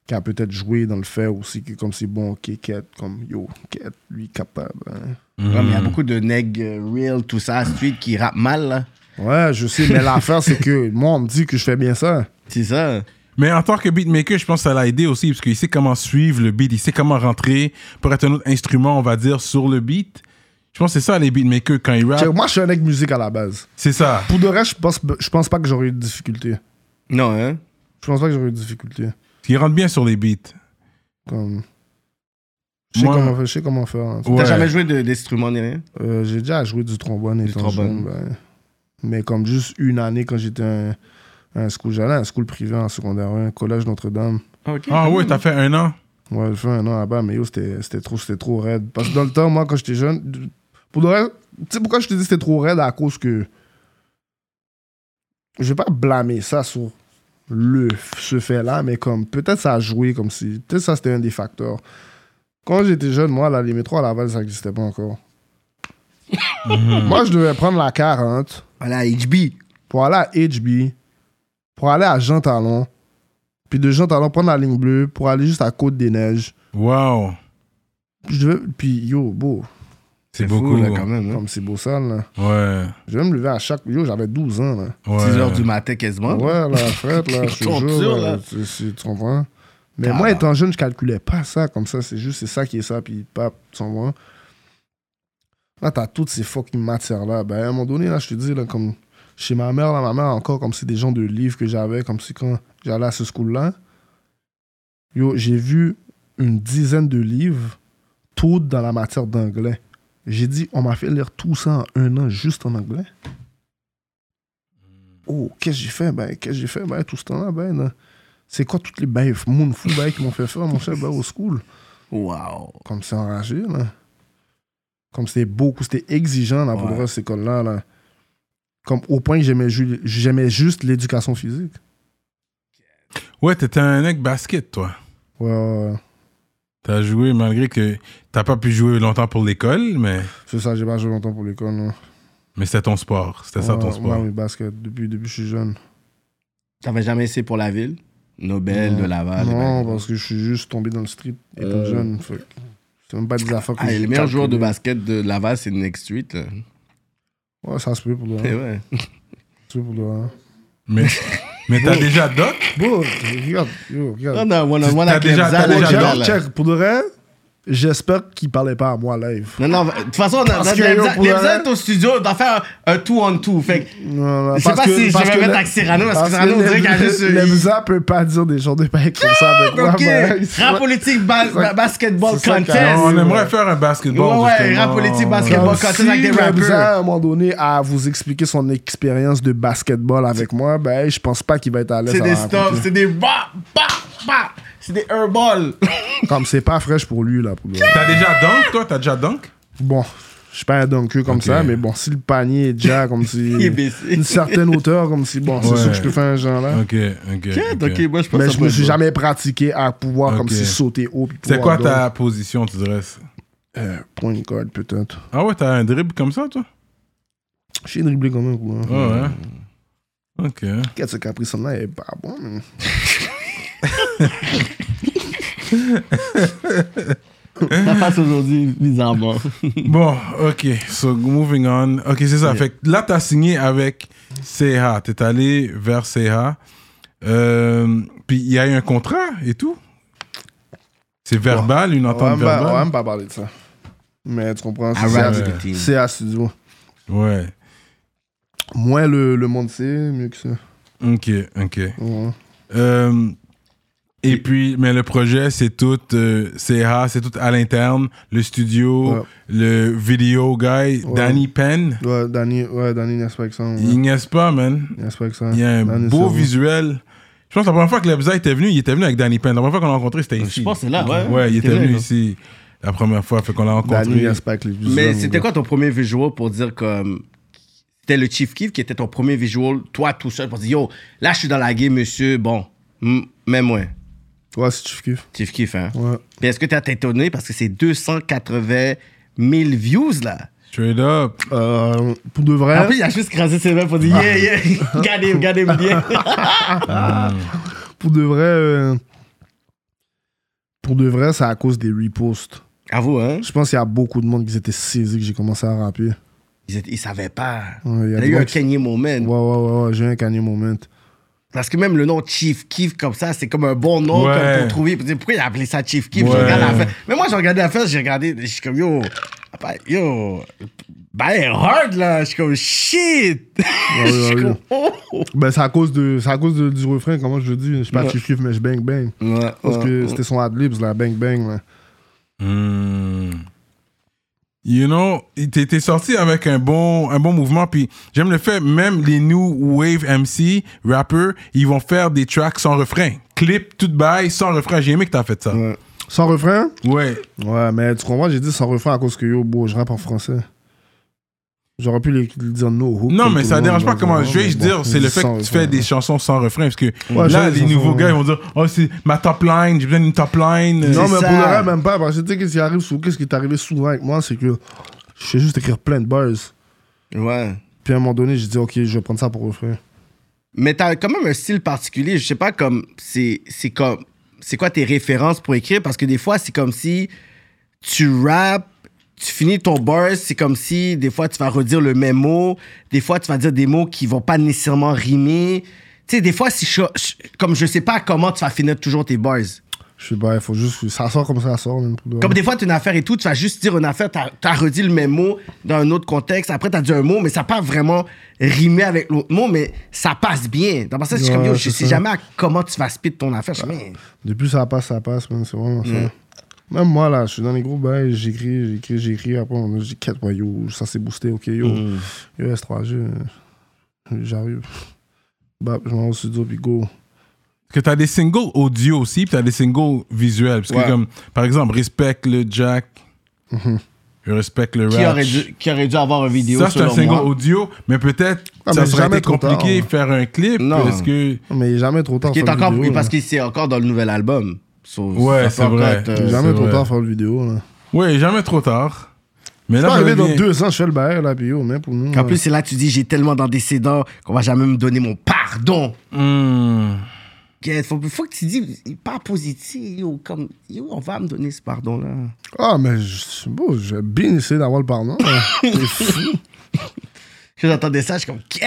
Speaker 3: qui a peut-être joué dans le fait aussi, que comme si bon, ok, Ket, comme yo, Ket, lui capable. hein.
Speaker 2: Ouais, mais
Speaker 1: Mhm.
Speaker 2: il y a beaucoup de nègres euh, real, tout ça, street, qui rappent mal, là.
Speaker 3: Ouais, je sais, mais l'affaire, c'est que moi, on me dit que je fais bien ça.
Speaker 2: C'est ça.
Speaker 1: Mais en tant que beatmaker, je pense que ça l'a aidé aussi parce qu'il sait comment suivre le beat, il sait comment rentrer pour être un autre instrument, on va dire, sur le beat. Je pense que c'est ça les beatmakers quand ils
Speaker 3: Check,
Speaker 1: rappent.
Speaker 3: Moi, je suis un mec musique à la base.
Speaker 1: C'est ça.
Speaker 3: Pour de reste, je pense, je pense pas que j'aurais eu de difficulté.
Speaker 2: Non, hein?
Speaker 3: Je pense pas que j'aurais eu de difficulté.
Speaker 1: Ils rentrent bien sur les beats.
Speaker 3: Comme. Je sais,
Speaker 1: Moi-
Speaker 3: comment, faire- je sais comment faire. hein.
Speaker 1: Ouais.
Speaker 2: T'as jamais joué de- d'instrument ni rien?
Speaker 3: Euh, j'ai déjà joué du trombone
Speaker 2: Du
Speaker 3: étant
Speaker 2: trombone.
Speaker 3: jeune, ben, mais comme juste une année quand j'étais un, un school, j'allais à un school privé en secondaire 1, collège Notre-Dame.
Speaker 1: Ah ouais, t'as fait un an.
Speaker 3: Ouais, j'ai fait un an là-bas, mais yo, c'était c'était trop, c'était trop raide. Parce que dans le temps, moi, quand j'étais jeune, pour de vrai, tu sais pourquoi je te dis que c'était trop raide à cause que je vais pas blâmer ça sur le ce fait-là, mais comme peut-être ça a joué comme si, peut-être ça c'était un des facteurs. Quand j'étais jeune, moi, là, les métros à Laval, ça n'existait pas encore. moi, je devais prendre la 40
Speaker 2: Voilà, HB.
Speaker 3: pour aller à HB, pour aller à Jean Talon, puis de Jean Talon prendre la ligne bleue pour aller juste à Côte des Neiges.
Speaker 1: Wow.
Speaker 3: Je devais- puis yo, beau,
Speaker 1: C'est
Speaker 2: fou,
Speaker 1: beaucoup.
Speaker 2: là, quand même. hein.
Speaker 3: comme c'est beau ça, là.
Speaker 1: Ouais.
Speaker 3: Je devais me lever à chaque. Yo, j'avais 12 ans, là.
Speaker 1: ouais.
Speaker 2: 6 heures du matin quasiment.
Speaker 3: Ouais, la frette, là, je te
Speaker 2: Ton
Speaker 3: jure,
Speaker 2: dur,
Speaker 3: là,
Speaker 2: là.
Speaker 3: tu, c'est- tu comprends? Mais
Speaker 2: Ah.
Speaker 3: moi, étant jeune, je calculais pas ça comme ça. C'est juste, c'est ça qui est ça, puis pap, tu comprends? Là, t'as toutes ces fucking matières-là. Ben, à un moment donné, là, je te dis, là, comme... Chez ma mère, là, ma mère, encore, comme si des gens de livres que j'avais, comme si quand j'allais à ce school-là, yo, j'ai vu une dizaine de livres, tous dans la matière d'anglais. J'ai dit, on m'a fait lire tout ça en un an, juste en anglais. Oh, qu'est-ce que j'ai fait? Ben, qu'est-ce que j'ai fait? Ben, tout ce temps-là, ben, là, c'est quoi toutes les bails monde fou, ben, qui m'ont fait faire, mon cher, ben, au school?
Speaker 2: Wow.
Speaker 3: Comme c'est enragé, là. Comme c'était beaucoup, c'était exigeant, là, pour
Speaker 2: Ouais.
Speaker 3: le reste, cette école-là, là. Comme au point que j'aimais, ju- j'aimais juste l'éducation physique.
Speaker 1: Ouais, t'étais un mec basket, toi.
Speaker 3: Ouais, ouais, ouais.
Speaker 1: T'as joué malgré que t'as pas pu jouer longtemps pour l'école, mais,
Speaker 3: c'est ça, j'ai pas joué longtemps pour l'école, non.
Speaker 1: mais c'était ton sport. C'était ça ton
Speaker 3: Ouais,
Speaker 1: sport.
Speaker 3: ouais, mais basket, depuis, depuis que je suis jeune.
Speaker 2: T'avais jamais essayé pour la ville? Nobel, de Laval.
Speaker 3: non,
Speaker 2: ben-
Speaker 3: parce que je suis juste tombé dans le street étant
Speaker 2: Euh.
Speaker 3: jeune. fait que C'est même pas des affaires que
Speaker 2: Ah,
Speaker 3: je
Speaker 2: et le meilleur joueur de
Speaker 3: calculais.
Speaker 2: basket de Laval, c'est Next Street. là.
Speaker 3: Ouais, ça se peut pour le
Speaker 2: Eh
Speaker 3: vrai.
Speaker 2: ouais.
Speaker 3: Ça se peut pour le vrai.
Speaker 1: Mais, mais t'as déjà doc?
Speaker 3: Bon, regarde, yo, regarde.
Speaker 2: On a un one-on-one
Speaker 1: T'as
Speaker 2: avec
Speaker 1: déjà-
Speaker 2: Lemza,
Speaker 1: t'as
Speaker 2: là,
Speaker 1: déjà-
Speaker 2: Lemza,
Speaker 3: Check,
Speaker 2: là.
Speaker 3: check, pour de vrai, j'espère qu'il parlait pas à moi live.
Speaker 2: Non, non, de toute façon, on a,
Speaker 3: Parce
Speaker 2: on a
Speaker 3: que,
Speaker 2: Lemza-
Speaker 3: yo, pour
Speaker 2: Lemza
Speaker 3: vrai-
Speaker 2: est au studio, on doit faire un two-on-two. Fait que
Speaker 3: Non, non,
Speaker 2: Je sais
Speaker 3: parce
Speaker 2: pas
Speaker 3: que-
Speaker 2: si je
Speaker 3: parce
Speaker 2: vais
Speaker 3: que
Speaker 2: mettre
Speaker 3: le-
Speaker 2: avec Cyrano, parce que Cyrano, on
Speaker 3: le-
Speaker 2: dirait qu'il y a juste-
Speaker 3: le- Lemza peut pas dire des gens de paix comme ça avec moi.
Speaker 2: Ok,
Speaker 3: ben, il-
Speaker 2: rap politique, ba- ba- basketball
Speaker 3: C'est ça,
Speaker 2: contest.
Speaker 3: carrément.
Speaker 1: On
Speaker 3: ouais.
Speaker 1: aimerait faire un basketball.
Speaker 2: Ouais, ouais,
Speaker 1: justement.
Speaker 2: rap politique,
Speaker 3: Comme
Speaker 2: basketball. contest avec des
Speaker 3: si
Speaker 2: rappers.
Speaker 3: Lemza, à un moment donné, à vous expliquer son expérience de basketball avec moi, ben, je pense pas qu'il va être à l'aise.
Speaker 2: C'est
Speaker 3: à
Speaker 2: des
Speaker 3: raconter.
Speaker 2: stops, c'est des ba, ba, ba. C'est des airballs.
Speaker 3: Comme c'est pas fraîche pour lui, là. Pour le-
Speaker 1: T'as déjà dunk, toi? T'as déjà dunk?
Speaker 3: Bon, je suis pas un dunker comme
Speaker 1: Ok.
Speaker 3: ça, mais bon, si le panier est déjà comme si.
Speaker 2: Il est baissé.
Speaker 3: Une certaine hauteur, comme si, bon, c'est
Speaker 1: Ouais.
Speaker 3: sûr que je peux faire un genre là.
Speaker 1: Ok, ok. ok.
Speaker 2: Ok, moi je pense que
Speaker 3: Mais je
Speaker 2: ça
Speaker 3: me
Speaker 2: peut
Speaker 3: suis
Speaker 2: être bon.
Speaker 3: jamais pratiqué à pouvoir comme
Speaker 1: Ok.
Speaker 3: si sauter haut. puis
Speaker 1: C'est
Speaker 3: pouvoir
Speaker 1: quoi
Speaker 3: donc.
Speaker 1: ta position, tu dirais?
Speaker 3: Euh, point guard, peut-être.
Speaker 1: Ah ouais, t'as un dribble comme ça, toi
Speaker 3: J'ai dribblé quand même. Quoi.
Speaker 1: Ouais,
Speaker 2: Hmm.
Speaker 1: ouais. Ok.
Speaker 3: Qu'est-ce qu'a pris son là, il est pas bon. mais-
Speaker 2: Ça passe aujourd'hui, bizarrement.
Speaker 1: Bon, ok. So, moving on. Ok, c'est ça. Fait que là, t'as signé avec CH. T'es allé vers CH. Euh, Puis il y a eu un contrat et tout. C'est verbal, une
Speaker 3: On va
Speaker 1: entente
Speaker 3: même pas- on va
Speaker 1: verbale.
Speaker 3: même pas parler de ça. Mais tu comprends, c'est
Speaker 2: Alright,
Speaker 3: à-
Speaker 2: the team.
Speaker 3: c'est à studio.
Speaker 1: Ouais.
Speaker 3: Moins le, le monde sait, mieux que ça.
Speaker 1: Ok, ok.
Speaker 3: Ouais.
Speaker 1: Euh, et puis, mais le projet, c'est tout euh, CH, c'est tout à l'interne. Le studio,
Speaker 3: Ouais.
Speaker 1: le video guy,
Speaker 3: Ouais.
Speaker 1: Danny Penn.
Speaker 3: Ouais, Danny, ouais, Danny Nespaxon.
Speaker 1: Il
Speaker 3: Ouais.
Speaker 1: n'y a pas, man.
Speaker 3: Nespaxon.
Speaker 1: Il y a un
Speaker 3: Danny
Speaker 1: beau
Speaker 3: Servo.
Speaker 1: visuel. Je pense que la première fois que Lebza était venu, il était venu avec Danny Penn. La première fois qu'on l'a rencontré, c'était ici.
Speaker 2: Je pense que c'est là, ouais.
Speaker 1: Ouais, il
Speaker 2: C'est
Speaker 1: était
Speaker 2: vrai,
Speaker 1: venu
Speaker 2: là.
Speaker 1: ici la première fois. Fait qu'on l'a
Speaker 3: Danny
Speaker 1: rencontré.
Speaker 3: Nespax, les visuels.
Speaker 2: Mais
Speaker 3: mon
Speaker 2: c'était
Speaker 3: gars.
Speaker 2: quoi ton premier visual pour dire comme. C'était le Chief Keef qui était ton premier visual, toi tout seul, pour dire yo, là je suis dans la game, monsieur, bon, mm, même moi,
Speaker 3: Ouais, si tu kiffes.
Speaker 2: Chief Keef, hein.
Speaker 3: Ouais.
Speaker 2: Puis est-ce que t'as t'étonné parce que c'est 280 000 views là?
Speaker 1: Straight up.
Speaker 3: Euh, pour de
Speaker 2: En
Speaker 3: vrai,
Speaker 2: plus, il a juste crasé ses mains pour dire yeah, yeah, regardez, regardez bien.
Speaker 3: pour de vrai, euh, pour de vrai, c'est à cause des reposts.
Speaker 2: Avoue, hein?
Speaker 3: Je pense qu'il y a beaucoup de monde qui étaient saisis que j'ai commencé à rapper.
Speaker 2: Ils, étaient- ils savaient pas.
Speaker 3: Ouais, il y a
Speaker 2: il y a
Speaker 3: des
Speaker 2: eu
Speaker 3: gens
Speaker 2: un
Speaker 3: qui-
Speaker 2: Kanye moment.
Speaker 3: Ouais, ouais, ouais, ouais, j'ai un Kanye moment.
Speaker 2: Parce que même le nom Chief Keef comme ça, c'est comme un bon nom
Speaker 1: Ouais.
Speaker 2: comme pour trouver. pour dire, pourquoi il a appelé ça Chief Keef? Je
Speaker 1: Ouais.
Speaker 2: regarde la fin. Mais moi, j'ai regardé la fin, j'ai regardé, je suis comme yo, bah, yo, ben hard là, je suis comme shit.
Speaker 3: ouais,
Speaker 2: Je suis
Speaker 3: ouais.
Speaker 2: comme, oh.
Speaker 3: Ben, c'est à cause, de, c'est à cause de- du refrain, comment je le dis. Je suis pas
Speaker 2: Ouais.
Speaker 3: Chief Keef, mais je bang bang.
Speaker 2: Ouais,
Speaker 3: Parce
Speaker 2: ouais,
Speaker 3: que
Speaker 2: ouais.
Speaker 3: c'était son adlibs, là, bang bang. là.
Speaker 1: Hmm. You know, il t'es t'es sorti avec un bon, un bon mouvement. Puis j'aime le fait, même les new wave MC, rappers, ils vont faire des tracks sans refrain. Clip, tout bail, sans refrain. J'ai aimé que t'as fait ça.
Speaker 3: Ouais. Sans refrain
Speaker 1: Ouais.
Speaker 3: Ouais, mais tu comprends, j'ai dit sans refrain à cause que yo, bon, je rappe en français. J'aurais pu le le dire no hook.
Speaker 1: Non,
Speaker 3: comme
Speaker 1: mais
Speaker 3: tout
Speaker 1: ça
Speaker 3: le monde,
Speaker 1: dérange
Speaker 3: là,
Speaker 1: pas comment
Speaker 3: vraiment,
Speaker 1: je vais
Speaker 3: mais
Speaker 1: juste
Speaker 3: bon,
Speaker 1: dire, c'est
Speaker 3: je
Speaker 1: le
Speaker 3: dis
Speaker 1: fait
Speaker 3: sans
Speaker 1: que tu fais
Speaker 3: refrain.
Speaker 1: des chansons sans refrain. Parce que là,
Speaker 3: j'aime les
Speaker 1: les nouveaux
Speaker 3: chansons,
Speaker 1: gars,
Speaker 3: ouais.
Speaker 1: ils vont dire, oh, c'est ma top line, j'ai besoin d'une top line.
Speaker 3: Non, mais
Speaker 2: ça.
Speaker 3: pour le rap, même pas. Parce que tu sais, qu'est-ce qui arrive souvent- qu'est-ce qui est arrivé souvent avec moi, c'est que je sais juste écrire plein de bars.
Speaker 2: Ouais.
Speaker 3: Puis à un moment donné, j'ai dit, ok, je vais prendre ça pour refrain.
Speaker 2: Mais t'as quand même un style particulier. Je sais pas comme c'est c'est comme c'est quoi tes références pour écrire parce que des fois c'est comme si tu rappes, tu finis ton buzz, c'est comme si des fois tu vas redire le même mot, des fois tu vas dire des mots qui vont pas nécessairement rimer. Tu sais, des fois, si je- je- comme je sais pas comment tu vas finir toujours tes bars.
Speaker 3: Je sais pas, il faut juste. Ça sort comme ça, ça sort, même pour le
Speaker 2: Comme
Speaker 3: rap.
Speaker 2: des fois, tu as une affaire et tout, tu vas juste dire une affaire, t'as as redit le même mot dans un autre contexte, après t'as dit un mot, mais ça n'a pas vraiment rimé avec l'autre mot, mais ça passe bien. Dans le sens, je suis comme,
Speaker 3: Ouais,
Speaker 2: yo,
Speaker 3: c'est
Speaker 2: je sais
Speaker 3: ça.
Speaker 2: jamais à comment tu vas spit ton affaire. Je suis comme, man,
Speaker 3: Depuis ça passe, ça passe, man, c'est vraiment ça.
Speaker 2: Mm.
Speaker 3: Même moi, là, je suis dans les gros bails, j'écris, j'écris, j'écris. Après, on a dit 4 ouais, yo, ça s'est boosté, ok, yo.
Speaker 2: Mm.
Speaker 3: Yo, S3G, euh, j'arrive. Bah, je m'en vais au studio, puis go.
Speaker 1: que t'as des singles audio aussi, puis t'as des singles visuels. Parce que
Speaker 3: Ouais. Mhm.
Speaker 1: comme, par exemple, Respect le Jack, Respect le
Speaker 2: qui,
Speaker 1: Rap.
Speaker 2: aurait dû, qui aurait dû avoir une vidéo
Speaker 1: Ça, c'est un
Speaker 2: selon
Speaker 1: single
Speaker 2: moi?
Speaker 1: audio, mais peut-être
Speaker 3: Ah,
Speaker 1: ça
Speaker 3: mais
Speaker 1: serait
Speaker 3: jamais
Speaker 1: été
Speaker 3: trop tard,
Speaker 1: compliqué de
Speaker 3: ouais.
Speaker 1: faire un clip.
Speaker 2: Non.
Speaker 1: Parce que,
Speaker 3: Mais jamais trop tard.
Speaker 2: Qui est
Speaker 3: faire une
Speaker 2: encore,
Speaker 3: vidéo,
Speaker 2: parce
Speaker 3: là.
Speaker 2: qu'il c'est encore dans le nouvel album. So,
Speaker 1: Ouais,
Speaker 2: ça
Speaker 1: c'est
Speaker 2: peut encore
Speaker 1: vrai.
Speaker 2: être, euh,
Speaker 3: Jamais
Speaker 1: c'est
Speaker 3: trop
Speaker 1: vrai.
Speaker 3: tard faire une vidéo, là.
Speaker 1: ouais, jamais trop tard. Mais
Speaker 3: Je suis
Speaker 1: là,
Speaker 3: arrivé
Speaker 1: j'aimerais
Speaker 3: dans
Speaker 1: bien-
Speaker 3: deux ans, je fais le bail, là, puis yo, même pour nous.
Speaker 2: En
Speaker 3: là.
Speaker 2: plus, c'est là que tu dis, j'ai tellement d'antécédents qu'on va jamais me donner mon pardon.
Speaker 1: Hmm.
Speaker 2: Il faut, faut que tu dis, pas positif, yo, comme, yo, on va me donner ce pardon-là.
Speaker 3: Ah, mais je- bon, j'ai bien essayé d'avoir le pardon. là. T'es fou.
Speaker 2: Que j'entendais ça, je suis comme, Qu'est?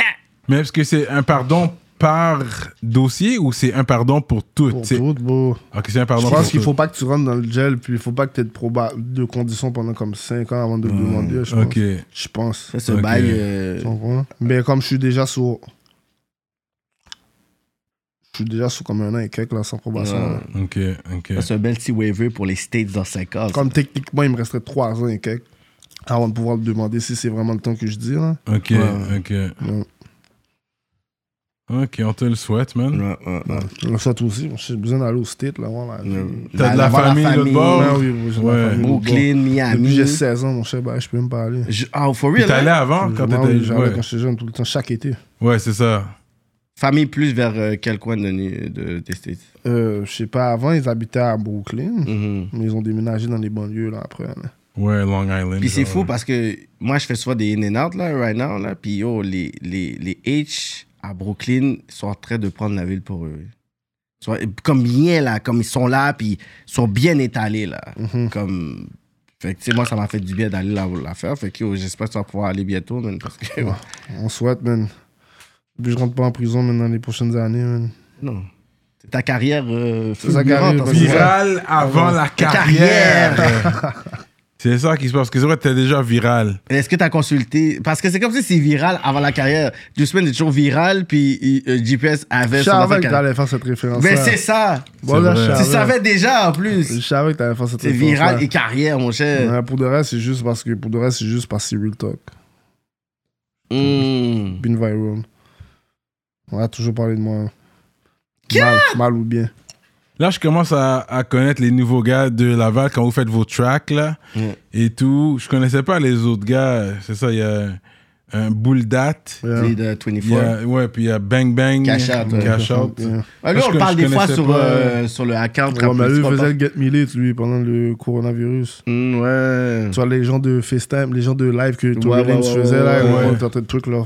Speaker 1: Mais parce que c'est un pardon par dossier ou c'est un pardon pour tout?
Speaker 3: Pour
Speaker 1: c'est-
Speaker 3: tout, bon.
Speaker 1: Ok, c'est un pardon
Speaker 3: Je
Speaker 1: pour
Speaker 3: pense qu'il
Speaker 1: tout.
Speaker 3: faut pas que tu rentres dans le gel, puis il faut pas que tu aies de, proba- de conditions pendant comme 5 ans avant de le demander, je pense.
Speaker 1: Hmm, Ok.
Speaker 3: Je pense.
Speaker 2: Ça, ce
Speaker 1: Ok.
Speaker 2: bail. euh,
Speaker 3: Tu comprends? Mais comme je suis déjà sur. Je suis déjà sur comme un an et quelques, là, sans probation.
Speaker 2: Ouais.
Speaker 3: là.
Speaker 1: Ok, ok.
Speaker 2: ça, c'est un bel petit waiver pour les States dans 5 ans.
Speaker 3: Comme techniquement, il me resterait 3 ans et quelques avant de pouvoir le demander si c'est vraiment le temps que je dis, là.
Speaker 1: Ok,
Speaker 2: Ouais.
Speaker 1: ok.
Speaker 3: Ouais.
Speaker 1: Ok, on te le souhaite, man.
Speaker 2: Ouais, ouais, ouais.
Speaker 1: Hmm.
Speaker 3: Mais Ça, toi aussi, j'ai besoin d'aller au state, là, voir la vie.
Speaker 1: T'as de la
Speaker 2: D'avoir
Speaker 1: famille, l'autre bord.
Speaker 3: Ouais, oui, oui, j'ai de la
Speaker 1: Ouais.
Speaker 3: famille,
Speaker 2: Brooklyn,
Speaker 3: bon. Depuis que
Speaker 2: Miami.
Speaker 3: j'ai 16 ans, mon cher, bah, je peux même pas aller.
Speaker 2: Je- Ah, oh, for
Speaker 1: Puis
Speaker 2: real.
Speaker 1: t'allais
Speaker 2: hein?
Speaker 1: avant quand
Speaker 3: Ouais,
Speaker 1: t'étais.
Speaker 3: j'allais
Speaker 1: Ouais,
Speaker 3: quand j'étais jeune, tout le temps, chaque été.
Speaker 1: Ouais, c'est ça.
Speaker 2: Famille plus vers euh, quel coin de, de- des States
Speaker 3: Euh, je sais pas, avant, ils habitaient à Brooklyn.
Speaker 2: Mhm.
Speaker 3: Mais ils ont déménagé dans les banlieues là après. là.
Speaker 1: Ouais, Long Island.
Speaker 2: Puis c'est
Speaker 1: genre.
Speaker 2: fou parce que moi, je fais souvent des in and out, là, right now, là. Puis yo, les, les, les H à Brooklyn sont en train de prendre la ville pour eux. Ils sont- Comme bien, là. Comme ils sont là, puis ils sont bien étalés, là. Comme. Fait que, tu sais, moi, ça m'a fait du bien d'aller là la faire. Fait que yo, j'espère que ça va pouvoir aller bientôt, man. Parce que.
Speaker 3: On souhaite, man. Puis je rentre pas en prison, man, dans les prochaines années, man.
Speaker 2: Non. C'est ta carrière. euh,
Speaker 3: C'est sa carrière,
Speaker 2: fulgurante, en
Speaker 3: parce
Speaker 2: ce
Speaker 3: que-
Speaker 2: moment.
Speaker 1: Viral avant la
Speaker 2: carrière.
Speaker 1: carrière. c'est ça qui se passe. Parce que c'est vrai, t'es déjà viral.
Speaker 2: Est-ce que tu as consulté Parce que c'est comme si c'est viral avant la carrière. Juiceman est toujours viral, puis euh, GPS avait
Speaker 3: Je
Speaker 2: son
Speaker 3: savais
Speaker 2: affaire
Speaker 3: que
Speaker 2: carrière.
Speaker 3: t'allais faire cette référence.
Speaker 2: Mais c'est ça.
Speaker 3: Voilà,
Speaker 1: C'est vrai.
Speaker 2: Tu savais déjà en plus.
Speaker 3: Je savais que t'allais faire cette
Speaker 2: C'est
Speaker 3: référence.
Speaker 2: viral et carrière, mon cher.
Speaker 3: pour de reste, c'est juste parce que pour de reste, c'est juste parce que c'est real talk.
Speaker 2: Mm.
Speaker 3: Been viral. On a toujours parlé de moi. hein. Mal, mal ou bien.
Speaker 1: Là, je commence à, à connaître les nouveaux gars de Laval quand vous faites vos tracks, là,
Speaker 2: Ouais.
Speaker 1: et tout. Je connaissais pas les autres gars. C'est ça, il y a un Bulldat.
Speaker 3: Yeah.
Speaker 2: C'est de 24.
Speaker 1: Il y a, ouais, puis il y a Bang Bang.
Speaker 2: Cash Out, ouais.
Speaker 1: Cash Out.
Speaker 3: Yeah.
Speaker 2: Ah, lui,
Speaker 1: Parce
Speaker 2: on
Speaker 1: que
Speaker 2: le parle
Speaker 1: je
Speaker 2: des fois
Speaker 1: connaissais
Speaker 2: sur,
Speaker 1: pas,
Speaker 2: euh, sur le account.
Speaker 3: Ouais, mais lui, il faisait le get me lit, lui, pendant le coronavirus.
Speaker 2: Mm, ouais.
Speaker 3: Tu vois, les gens de FaceTime, les gens de live que Tory
Speaker 2: ouais,
Speaker 3: Lanez
Speaker 2: ouais,
Speaker 3: faisait,
Speaker 2: ouais,
Speaker 3: là,
Speaker 1: ouais.
Speaker 3: on était en train de truc, là.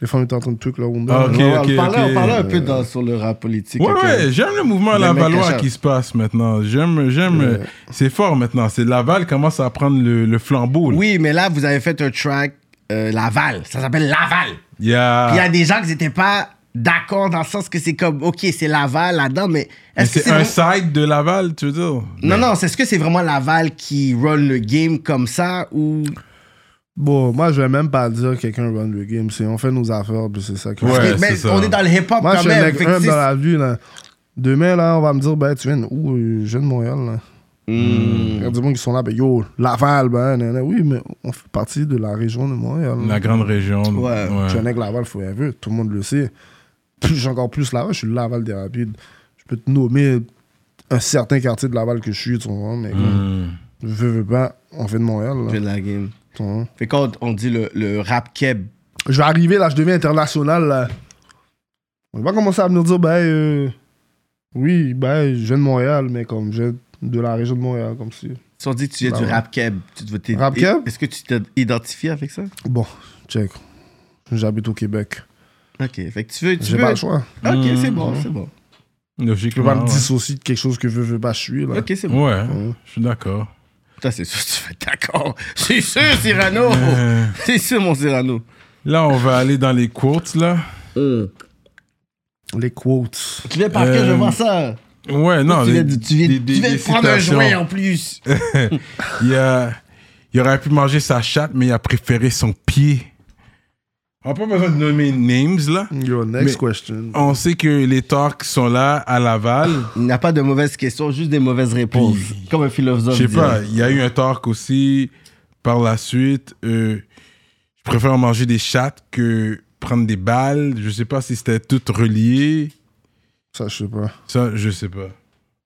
Speaker 3: Les femmes étaient en train de truc, là, Wonder.
Speaker 1: Ah,
Speaker 3: là.
Speaker 1: ok.
Speaker 2: Ouais, ouais, on, parlait,
Speaker 1: ok.
Speaker 2: on parlait un peu dans- sur le rap politique.
Speaker 1: Ouais,
Speaker 2: ok.
Speaker 1: ouais, j'aime le mouvement
Speaker 2: Les mecs Cash
Speaker 1: Lavalois
Speaker 2: Out.
Speaker 1: qui se passe maintenant. J'aime, j'aime. euh, C'est fort maintenant. C'est Laval commence à prendre le, le flambeau. là.
Speaker 2: Oui, mais là, vous avez fait un track euh, Laval. Ça s'appelle Laval.
Speaker 1: Il y a.
Speaker 2: Puis il y a des gens qui n'étaient pas d'accord dans le sens que c'est comme, OK, c'est Laval là-dedans, mais
Speaker 1: mais
Speaker 2: est-ce que
Speaker 1: c'est
Speaker 2: c'est. Mm.
Speaker 1: un
Speaker 2: vraiment-
Speaker 1: side de Laval, tu veux dire?
Speaker 2: Non, non, c'est ce que c'est vraiment Laval qui run le game comme ça ou.
Speaker 3: Bon, moi, je vais même pas dire que quelqu'un run le game. C'est on fait nos affaires, puis c'est ça que
Speaker 1: Ouais.
Speaker 2: Mais
Speaker 1: c'est ça.
Speaker 2: ben, on est dans le hip-hop
Speaker 3: Moi, je
Speaker 2: quand
Speaker 3: suis un
Speaker 2: même.
Speaker 3: mec
Speaker 2: fait que
Speaker 3: humble
Speaker 2: c'est-
Speaker 3: dans la vie, là. Demain, là, on va me dire, ben, tu viens de où? Euh, Je viens de Montréal, là.
Speaker 2: Hmm.
Speaker 3: Il y a des gens qui sont là, ben, yo, Laval, ben, nan, nan. oui, mais on fait partie de la région de Montréal. là.
Speaker 1: La grande région.
Speaker 2: Ouais.
Speaker 3: Je suis un mec Laval forever, tout le monde le sait. Plus j'ai encore plus Laval, je suis Laval des rapides. Je peux te nommer un certain quartier de Laval que je suis, tu vois, mais
Speaker 2: Mm.
Speaker 1: Hmm.
Speaker 3: je veux, veux pas, on fait de Montréal, là,
Speaker 2: Fait de la game.
Speaker 3: tu vois.
Speaker 2: Fait quand on dit le, le rap keb,
Speaker 3: Je vais arriver, là, je deviens international, là. On va commencer à venir dire, ben, euh, oui, ben, je viens de Montréal, mais comme, je viens de la région de Montréal, comme si...
Speaker 2: si on dit que tu es
Speaker 3: Bah
Speaker 1: Ben
Speaker 2: du
Speaker 3: ouais.
Speaker 2: rap keb, tu te- t'es-
Speaker 3: Rap keb?
Speaker 2: Est-ce que tu t'identifies avec ça?
Speaker 3: Bon, check. J'habite au Québec.
Speaker 2: Ok, fait que tu veux. Tu
Speaker 3: J'ai
Speaker 2: veux...
Speaker 3: pas le choix.
Speaker 2: Ok, c'est
Speaker 1: Mhm.
Speaker 2: bon, c'est bon.
Speaker 3: Je peux
Speaker 1: Logiquement,
Speaker 3: pas me
Speaker 1: ouais.
Speaker 3: dissocier de quelque chose que je veux pas, je suis, là.
Speaker 2: Ok, c'est bon.
Speaker 1: Ouais, je suis d'accord.
Speaker 2: Putain, c'est sûr, tu vas être d'accord. C'est sûr, Cyrano.
Speaker 1: Euh,
Speaker 2: C'est sûr, mon Cyrano.
Speaker 1: là, on va aller dans les quotes, là.
Speaker 3: Les quotes.
Speaker 2: Tu viens par cœur,
Speaker 1: Euh,
Speaker 2: je vois ça.
Speaker 1: Ouais, non.
Speaker 2: Oh, tu viens,
Speaker 1: les-
Speaker 2: de- tu viens-
Speaker 1: des- des-
Speaker 2: tu viens
Speaker 1: des
Speaker 2: de prendre un
Speaker 1: citations. Euh.
Speaker 2: joint hein. en plus.
Speaker 1: Il, y a- il aurait pu manger sa chatte, mais il a préféré son pied. On n'a pas besoin de nommer names, là.
Speaker 3: Your next
Speaker 1: Mais-
Speaker 3: question.
Speaker 1: On sait que les talks sont là, à Laval.
Speaker 2: Il n'y a pas de mauvaises questions, juste des mauvaises réponses. Comme un philosophe. hein.
Speaker 1: Je sais
Speaker 2: dirait.
Speaker 1: pas, il y a eu un talk aussi par la suite. euh, je préfère manger des chattes que prendre des balles. Je sais pas si c'était tout relié.
Speaker 3: Ça, je sais pas.
Speaker 1: Ça, je sais pas.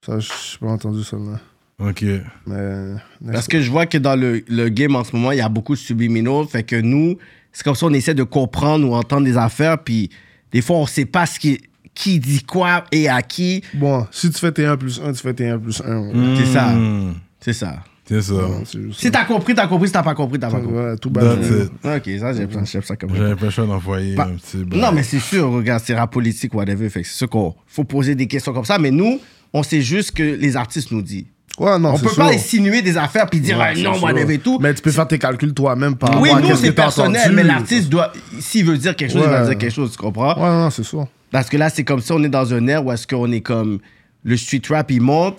Speaker 3: Ça, je j'ai pas entendu ça, là.
Speaker 1: Ok.
Speaker 3: Mais. next-
Speaker 2: Parce que je vois que dans le, le game en ce moment, il y a beaucoup de subliminaux. Fait que nous, c'est comme ça on essaie de comprendre ou entendre des affaires. Puis des fois, on ne sait pas ce qui, qui dit quoi et à qui.
Speaker 3: Bon, si tu fais tes 1 plus 1, tu fais tes 1 plus 1.
Speaker 2: C'est ça.
Speaker 1: Hmm,
Speaker 2: C'est ça.
Speaker 1: C'est ça.
Speaker 3: C'est juste.
Speaker 2: Si t'as compris, t'as compris. Si t'as pas compris, t'as pas compris.
Speaker 3: Voilà, tout
Speaker 1: That's
Speaker 3: bas.
Speaker 1: it.
Speaker 2: Ok, ça, j'aime ça, j'aime ça comme
Speaker 1: J'avais pas chaud d'envoyer
Speaker 2: Pas-
Speaker 1: un petit bail.
Speaker 2: Non, mais c'est sûr, regarde, c'est rap politique, whatever. Fait que c'est sûr qu'on faut poser des questions comme ça. Mais nous, on sait juste que les artistes nous disent.
Speaker 3: Ouais, non,
Speaker 2: On
Speaker 3: c'est
Speaker 2: peut
Speaker 3: sûr.
Speaker 2: pas insinuer des affaires puis dire
Speaker 3: Ouais,
Speaker 2: ah,
Speaker 3: c'est
Speaker 2: non,
Speaker 3: sûr.
Speaker 2: whatever et tout.
Speaker 3: Mais tu peux faire tes calculs toi-même par
Speaker 2: oui,
Speaker 3: rapport à
Speaker 2: nous,
Speaker 3: qu'est-ce
Speaker 2: c'est
Speaker 3: que t'as
Speaker 2: personnel,
Speaker 3: entendu.
Speaker 2: mais l'artiste doit. S'il veut dire quelque chose, il va
Speaker 3: Ouais.
Speaker 2: dire quelque chose, tu comprends?
Speaker 3: Ouais, non, c'est sûr.
Speaker 2: Parce que là, c'est comme ça, on est dans un air où est-ce qu'on est comme. Le street rap, il monte.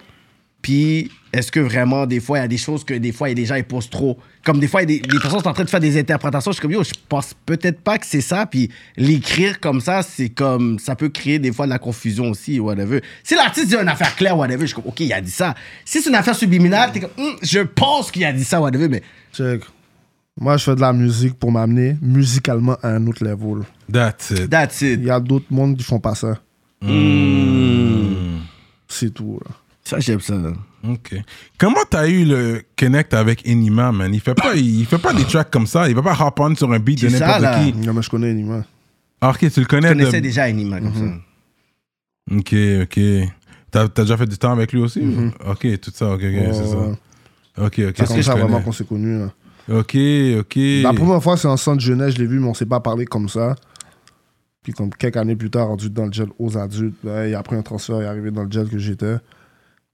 Speaker 2: Puis, est-ce que vraiment, des fois, il y a des choses que des fois, il y a des gens, ils posent trop. Comme des fois, il y a des, des personnes sont en train de faire des interprétations. Je suis comme, yo, je pense peut-être pas que c'est ça. Puis, l'écrire comme ça, c'est comme. Ça peut créer des fois de la confusion aussi, whatever. Si l'artiste dit une affaire claire, whatever, je suis comme, OK, il a dit ça. Si c'est une affaire subliminale, t'es comme, Hum, je pense qu'il a dit ça, whatever, mais.
Speaker 3: Check. Moi, je fais de la musique pour m'amener musicalement à un autre level.
Speaker 1: That's it.
Speaker 2: That's it.
Speaker 3: Il y a d'autres mondes qui font pas ça. C'est tout. là.
Speaker 2: Ça, j'aime ça. là.
Speaker 1: Ok. Comment t'as eu le connect avec Enima, man? Il fait pas, il, il fait pas des tracks comme ça. Il va pas hop on sur un beat de
Speaker 2: C'est ça,
Speaker 1: n'importe
Speaker 2: là.
Speaker 1: qui.
Speaker 3: Non, mais je connais Nima.
Speaker 1: Ah, ok, tu le connais.
Speaker 2: Je
Speaker 1: de-
Speaker 2: connaissais déjà Anima comme ça. Mhm.
Speaker 3: Euh,
Speaker 2: Euh,
Speaker 1: Ok, ok. T'as as déjà fait du temps avec lui aussi? Ok, tout ça, ok, ok, c'est ça. Ok, ok.
Speaker 3: C'est
Speaker 1: ok,
Speaker 3: comme
Speaker 1: je
Speaker 3: ça vraiment
Speaker 1: connais.
Speaker 3: qu'on s'est connus. là.
Speaker 1: Ok, ok.
Speaker 2: Bah,
Speaker 3: La première fois, c'est en centre jeunesse, je l'ai vu, mais on s'est pas parlé comme ça. Puis comme quelques années plus tard, rendu dans le gel aux adultes, ben, il a pris un transfert, il est arrivé dans le gel que j'étais.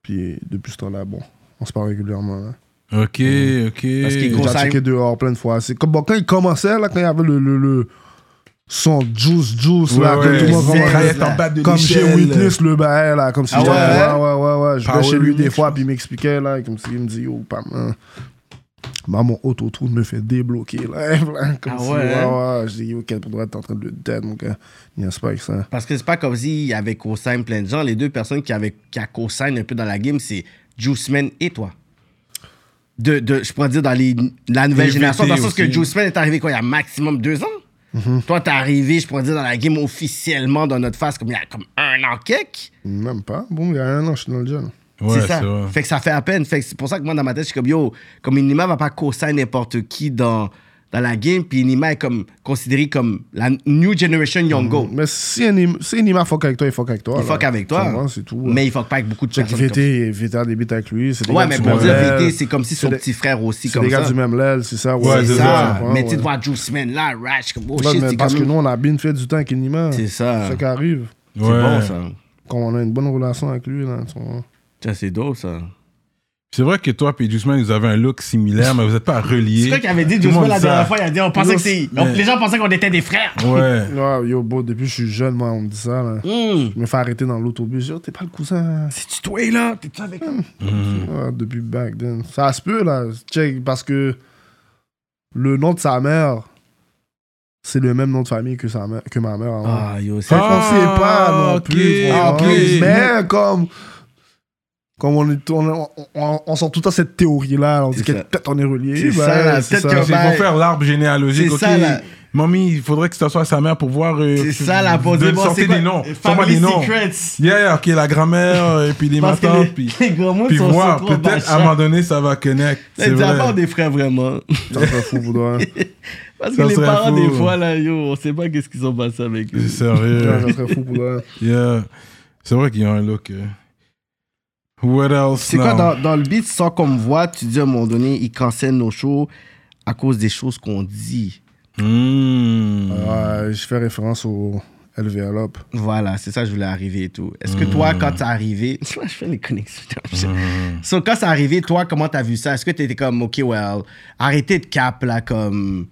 Speaker 3: Puis depuis ce temps-là, bon, on se parle régulièrement. hein. là.
Speaker 1: Ok, ok.
Speaker 2: euh, Parce qu'il
Speaker 3: J'ai
Speaker 2: Gros,
Speaker 3: déjà
Speaker 2: ça-
Speaker 3: checké dehors plein de fois. C'est comme bon, quand il commençait, là, quand il y avait le, le, le- son juice juice, là,
Speaker 1: Ouais,
Speaker 3: que
Speaker 1: ouais.
Speaker 3: tout le monde
Speaker 2: Ouais,
Speaker 3: commençait,
Speaker 2: ouais.
Speaker 3: là,
Speaker 1: en bas de
Speaker 3: comme chez
Speaker 1: l'échelle.
Speaker 3: Witness le bail, là, comme si
Speaker 2: Ah
Speaker 3: j'étais-
Speaker 2: ouais?
Speaker 3: ouais, ouais, ouais, ouais. Je vais
Speaker 1: Power
Speaker 3: chez lui des
Speaker 1: Witness,
Speaker 3: fois, puis il m'expliquait, là, comme s'il me dit, yo, pas man. Maman, auto tour me fait débloquer, là, comme
Speaker 2: Ah
Speaker 3: si,
Speaker 2: ouais,
Speaker 3: ouais,
Speaker 2: hein?
Speaker 3: ouais. Je dis, yo, quel pour être en train de le dead, mon gars. Il n'y a pas avec ça.
Speaker 2: Parce que c'est pas comme s'il y avait co-sign plein de gens. Les deux personnes qui, avaient, qui a co-sign un peu dans la game, c'est Juice Man et toi. De, de, je pourrais dire dans les, la nouvelle
Speaker 1: Les
Speaker 2: génération,
Speaker 1: VT
Speaker 2: dans le sens que
Speaker 1: aussi.
Speaker 2: Juice Man est arrivé quoi, il y a maximum deux ans. Toi, t'es arrivé, je pourrais dire, dans la game officiellement dans notre face, comme il y a comme un an quelque.
Speaker 3: Même pas. Bon, il y a un an, je suis dans le gel.
Speaker 1: Ouais,
Speaker 2: c'est ça.
Speaker 1: vrai.
Speaker 2: Fait que ça fait à peine. Fait que c'est pour ça que moi, dans ma tête, je suis comme, yo, comme Inima va pas co-signer n'importe qui dans, dans la game, puis Inima est comme considéré comme la new generation young go.
Speaker 3: Mais si un im- si un imam fuck avec toi, il fuck avec toi.
Speaker 2: Il
Speaker 3: là.
Speaker 2: fuck avec
Speaker 3: Tu
Speaker 2: toi.
Speaker 3: comprends, C'est tout.
Speaker 2: Mais il fuck pas avec beaucoup de
Speaker 3: Check
Speaker 2: personnes. comme
Speaker 3: VT, VT a des beats avec lui. c'est des
Speaker 2: Ouais,
Speaker 3: gars
Speaker 2: mais
Speaker 3: du
Speaker 2: pour
Speaker 3: même
Speaker 2: dire
Speaker 3: level.
Speaker 2: VT, c'est comme si son
Speaker 3: des-
Speaker 2: petit frère aussi,
Speaker 3: C'est
Speaker 2: comme
Speaker 3: des
Speaker 2: ça.
Speaker 3: gars du même level, c'est ça.
Speaker 1: Ouais,
Speaker 2: c'est
Speaker 1: c'est
Speaker 2: ça.
Speaker 1: ça.
Speaker 3: Ouais,
Speaker 2: Mais tu
Speaker 3: ouais.
Speaker 2: te vois Juice Man là, Rash, comme oh
Speaker 3: Ouais,
Speaker 2: shit,
Speaker 3: mais
Speaker 2: c'est
Speaker 3: parce
Speaker 2: comme
Speaker 3: que nous, on a bien fait du temps avec Nima.
Speaker 2: C'est ça.
Speaker 3: qui arrive.
Speaker 2: C'est
Speaker 1: Ouais.
Speaker 2: bon ça.
Speaker 3: Quand on a une bonne relation avec lui, là. tu vois.
Speaker 2: Tiens, c'est dope ça.
Speaker 1: C'est vrai que toi et Jusman, vous avez un look similaire, mais vous n'êtes pas reliés.
Speaker 2: C'est toi qui avait dit
Speaker 1: Tout
Speaker 2: Juice
Speaker 1: le
Speaker 2: Man
Speaker 1: monde
Speaker 2: la
Speaker 1: dit
Speaker 2: dernière
Speaker 1: ça.
Speaker 2: fois, il a dit on pensait que c'est.
Speaker 1: Mais-
Speaker 2: Les gens pensaient qu'on était des frères.
Speaker 1: Ouais.
Speaker 3: Ouais, yo, bro, depuis que je suis jeune, moi, on me dit ça, là. Je me fais arrêter dans l'autobus. Je dis, oh, t'es pas le cousin.
Speaker 2: C'est-tu toi là T'es-tu avec Mhm.
Speaker 3: Ouais, depuis back then. Ça se peut, là. Check, parce que le nom de sa mère, c'est le même nom de famille que, sa mère, que ma mère. hein. avant.
Speaker 2: Ah yo, c'est.
Speaker 3: Fait qu'on
Speaker 1: Ah,
Speaker 3: sait pas non
Speaker 1: ok, Ah,
Speaker 3: plus. frère.
Speaker 1: ok.
Speaker 3: Mais comme. Comme on, est, on, on- on- on sort tout le temps cette théorie-là, on
Speaker 2: C'est
Speaker 3: dit que
Speaker 2: ça.
Speaker 3: peut-être on est relié. bah,
Speaker 2: C'est ça, là,
Speaker 3: c'est
Speaker 2: peut-être
Speaker 3: ça.
Speaker 1: C'est
Speaker 2: Ben,
Speaker 1: pour faire l'arbre généalogique.
Speaker 2: c'est
Speaker 1: ok.
Speaker 2: ça, là.
Speaker 1: Mamie, il faudrait que ce soit sa mère pour voir. euh,
Speaker 2: C'est
Speaker 1: que-
Speaker 2: ça la pause.
Speaker 1: de- Sortez des noms. Sortez des
Speaker 2: Family
Speaker 1: noms.
Speaker 2: Secrets.
Speaker 1: Yeah, yeah, ok, la grand-mère, euh, et puis les
Speaker 2: Parce que
Speaker 1: matins,
Speaker 2: les-
Speaker 1: puis.
Speaker 2: les grands-mères
Speaker 1: Puis
Speaker 2: sont
Speaker 1: voir,
Speaker 2: sur trois
Speaker 1: peut-être à un
Speaker 2: bachas.
Speaker 1: moment donné, ça va connect. C'est
Speaker 2: C'est
Speaker 1: vrai.
Speaker 2: d'abord des frères vraiment.
Speaker 3: T'en fais fou, pour de vrai.
Speaker 2: Parce que
Speaker 1: Ça
Speaker 2: les
Speaker 1: serait
Speaker 2: parents,
Speaker 1: fou.
Speaker 2: des fois, là, yo, on sait pas qu'est-ce qu'ils ont passé avec eux.
Speaker 1: C'est sérieux.
Speaker 3: Ouais, J'en serais fou pour de vrai.
Speaker 1: Yeah. C'est vrai qu'il y a un look. euh. What else?
Speaker 2: C'est quoi
Speaker 1: now?
Speaker 2: dans, dans le beat, sans qu'on me voit, tu dis à un moment donné, ils cancellent nos shows à cause des choses qu'on dit.
Speaker 1: Hmm.
Speaker 2: Euh.
Speaker 3: Ouais, je fais référence au LVL Up.
Speaker 2: Voilà, c'est ça que je voulais arriver et tout. Est-ce que toi, quand
Speaker 3: Mm.
Speaker 2: t'es arrivé, je fais les connexions. So, quand c'est arrivé, toi, comment t'as vu ça? Est-ce que t'étais comme, OK, well, arrêtez de cap, là, comme...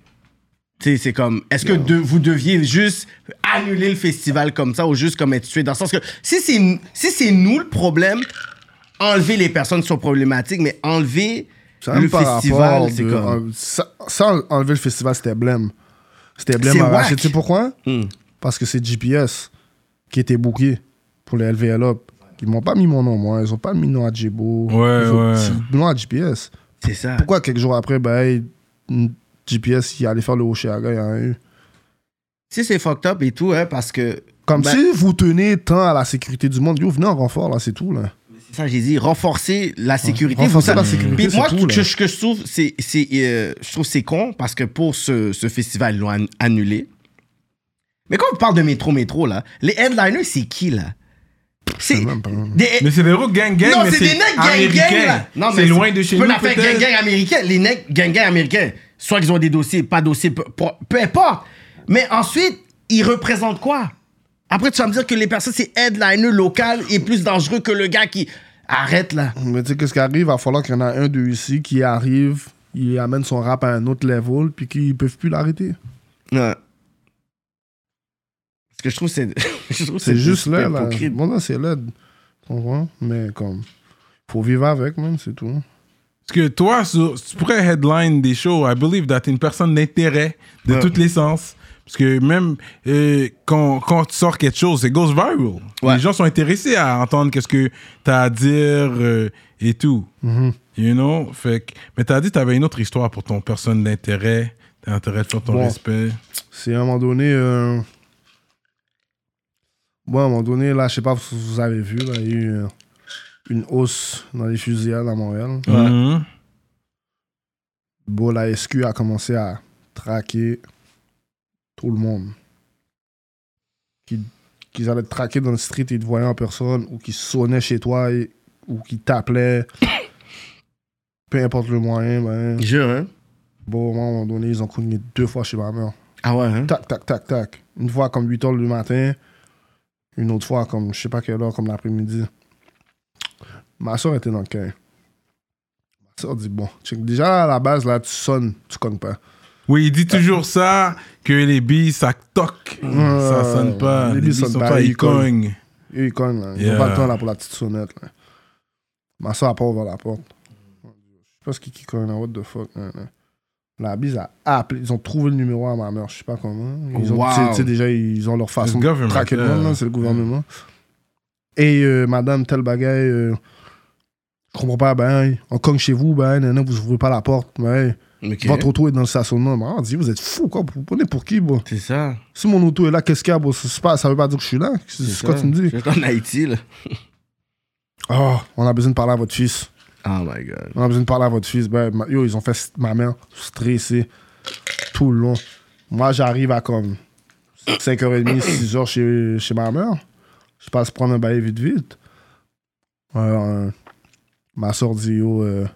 Speaker 2: Tu sais, c'est comme, est-ce que de- vous deviez juste annuler le festival comme ça ou juste comme être tué? Dans le sens que si c'est si c'est nous le problème, enlever les personnes qui sont problématiques, mais enlever
Speaker 3: Ça a même
Speaker 2: le
Speaker 3: pas
Speaker 2: festival,
Speaker 3: rapport
Speaker 2: c'est
Speaker 3: de-
Speaker 2: comme...
Speaker 3: en- ça, ça, enlever le festival, c'était blême. C'était blême
Speaker 2: C'est
Speaker 3: à
Speaker 2: whack.
Speaker 3: Tu sais pourquoi?
Speaker 2: Hmm.
Speaker 3: Parce que c'est GPS qui était booké pour le LVL Up. Ils m'ont pas mis mon nom, moi. Ils ont pas mis le nom à Djibo.
Speaker 1: Ouais,
Speaker 3: Ils ont-
Speaker 1: ouais.
Speaker 3: c'est le nom à GPS.
Speaker 2: C'est ça.
Speaker 3: Pourquoi quelques jours après, ben, hey, hmm, GPS, il allait faire le Oshiaga, il y en a eu.
Speaker 2: Si c'est fucked up et tout, hein, parce que...
Speaker 3: Comme
Speaker 2: Ben-
Speaker 3: si vous tenez tant à la sécurité du monde. Yo, venez en renfort, là, c'est tout, là.
Speaker 2: C'est ça, j'ai dit, renforcer la sécurité.
Speaker 3: Renforcer
Speaker 2: Vous-
Speaker 3: la sécurité,
Speaker 2: Puis
Speaker 3: c'est
Speaker 2: moi,
Speaker 3: tout,
Speaker 2: que,
Speaker 3: là.
Speaker 2: je- que je trouve, c'est, c'est, euh, je trouve c'est con parce que pour ce, ce festival, ils l'ont an- annulé. Mais quand on parle de métro, métro, là, les headliners, c'est qui, là? C'est
Speaker 3: même pas, non.
Speaker 2: des-
Speaker 1: Mais c'est des roots gang-gang.
Speaker 2: non,
Speaker 1: mais
Speaker 2: c'est des necks gang-gang,
Speaker 1: américain.
Speaker 2: là. Non, mais
Speaker 1: C'est loin de chez nous.
Speaker 2: Tu peux l'appeler
Speaker 1: peut-être.
Speaker 2: gang-gang américain. Les necks gang-gang américains, soit qu'ils ont des dossiers, pas de dossiers, peu, peu- peu importe. Mais ensuite, ils représentent quoi Après, tu vas me dire que les personnes, c'est headliner local et plus dangereux que le gars qui... Arrête, là.
Speaker 3: Mais tu sais, qu'est-ce qui arrive? Il va falloir qu'il y en a un d'eux ici qui arrive, il amène son rap à un autre level, puis qu'ils peuvent plus l'arrêter.
Speaker 2: Ouais. Parce que je trouve que c'est. je trouve que
Speaker 3: C'est juste là, là.
Speaker 2: hypocrite.
Speaker 3: Bon, non, c'est là. Tu comprends? Mais comme. Faut vivre avec, même, c'est tout.
Speaker 1: Parce que toi, sur- tu pourrais headline des shows. I believe that t'es une personne d'intérêt de
Speaker 2: Ouais.
Speaker 1: tous les sens. Parce que même euh, quand, quand tu sors quelque chose, it goes viral.
Speaker 2: Ouais.
Speaker 1: Les gens sont intéressés à entendre qu'est-ce que t'as à dire euh, et tout.
Speaker 3: Mhm.
Speaker 1: You know? Fait que, mais t'as dit que t'avais une autre histoire pour ton personne d'intérêt. T'as intérêt de faire ton
Speaker 3: Bon.
Speaker 1: respect.
Speaker 3: C'est à un moment donné. Euh... Bon, à un moment donné, là, je sais pas si vous avez vu, là, il y a eu euh, une hausse dans les fusillades à Montréal.
Speaker 1: Mhm.
Speaker 3: Bon, la SQ a commencé à traquer tout le monde. Qu'ils qu'ils allaient te traquer dans le street et te voyaient en personne, ou qu'ils sonnaient chez toi, et- ou qu'ils t'appelaient. peu importe le moyen, ben,
Speaker 2: Jure, hein?
Speaker 3: bon, moi, à un moment donné, ils ont cogné deux fois chez ma mère.
Speaker 2: Ah ouais, hein?
Speaker 3: Tac, tac, tac, tac. Une fois comme 8 heures le matin, une autre fois comme je sais pas quelle heure, comme l'après-midi. Ma soeur était dans le cœur. Ma soeur dit Bon, check, déjà à la base, là, tu sonnes, tu cognes pas.
Speaker 1: Oui, il dit toujours ça, que les billes, ça toque. ça sonne pas. Les, billes sont pas, ils cognent.
Speaker 3: Eux, ils cognent, là. Ils
Speaker 1: Yeah.
Speaker 3: ont pas le temps, là, pour la petite sonnette, là. Ma soeur a pas ouvert la porte. Je sais pas ce qui, qui cogne, là. What the fuck, là, là. La bise a appelé. Ils ont trouvé le numéro à ma mère, je sais pas comment. Ils ont,
Speaker 2: Wow.
Speaker 3: tu sais- tu sais, déjà, ils ont leur façon
Speaker 1: le
Speaker 3: de
Speaker 1: government,
Speaker 3: traquer le
Speaker 1: yeah.
Speaker 3: monde, là, c'est le gouvernement. Et euh, madame, tel bagaille, euh, je comprends pas, ben, on cogne chez vous, ben, nan, nan, vous ouvrez pas la porte, ben,
Speaker 2: Ok.
Speaker 3: votre auto est dans le stationnement. Ben, on dit, vous êtes fou, quoi, vous prenez pour qui, bon?
Speaker 2: C'est ça.
Speaker 3: Si mon auto est là, qu'est-ce qu'il y a, bon? C'est pas- Ça veut pas dire que je suis là, c'est ce que
Speaker 2: ça.
Speaker 3: tu me dis.
Speaker 2: C'est comme en Haïti, là.
Speaker 3: Oh, on a besoin de parler à votre fils.
Speaker 2: Oh my god.
Speaker 3: On a besoin de parler à votre fils. Ben, ma- yo, ils ont fait st- ma mère stressée tout le long. Moi, j'arrive à comme 5h30, 6h chez, chez ma mère. Je passe prendre un bail vite, vite. Alors, euh, ma soeur dit, yo, euh,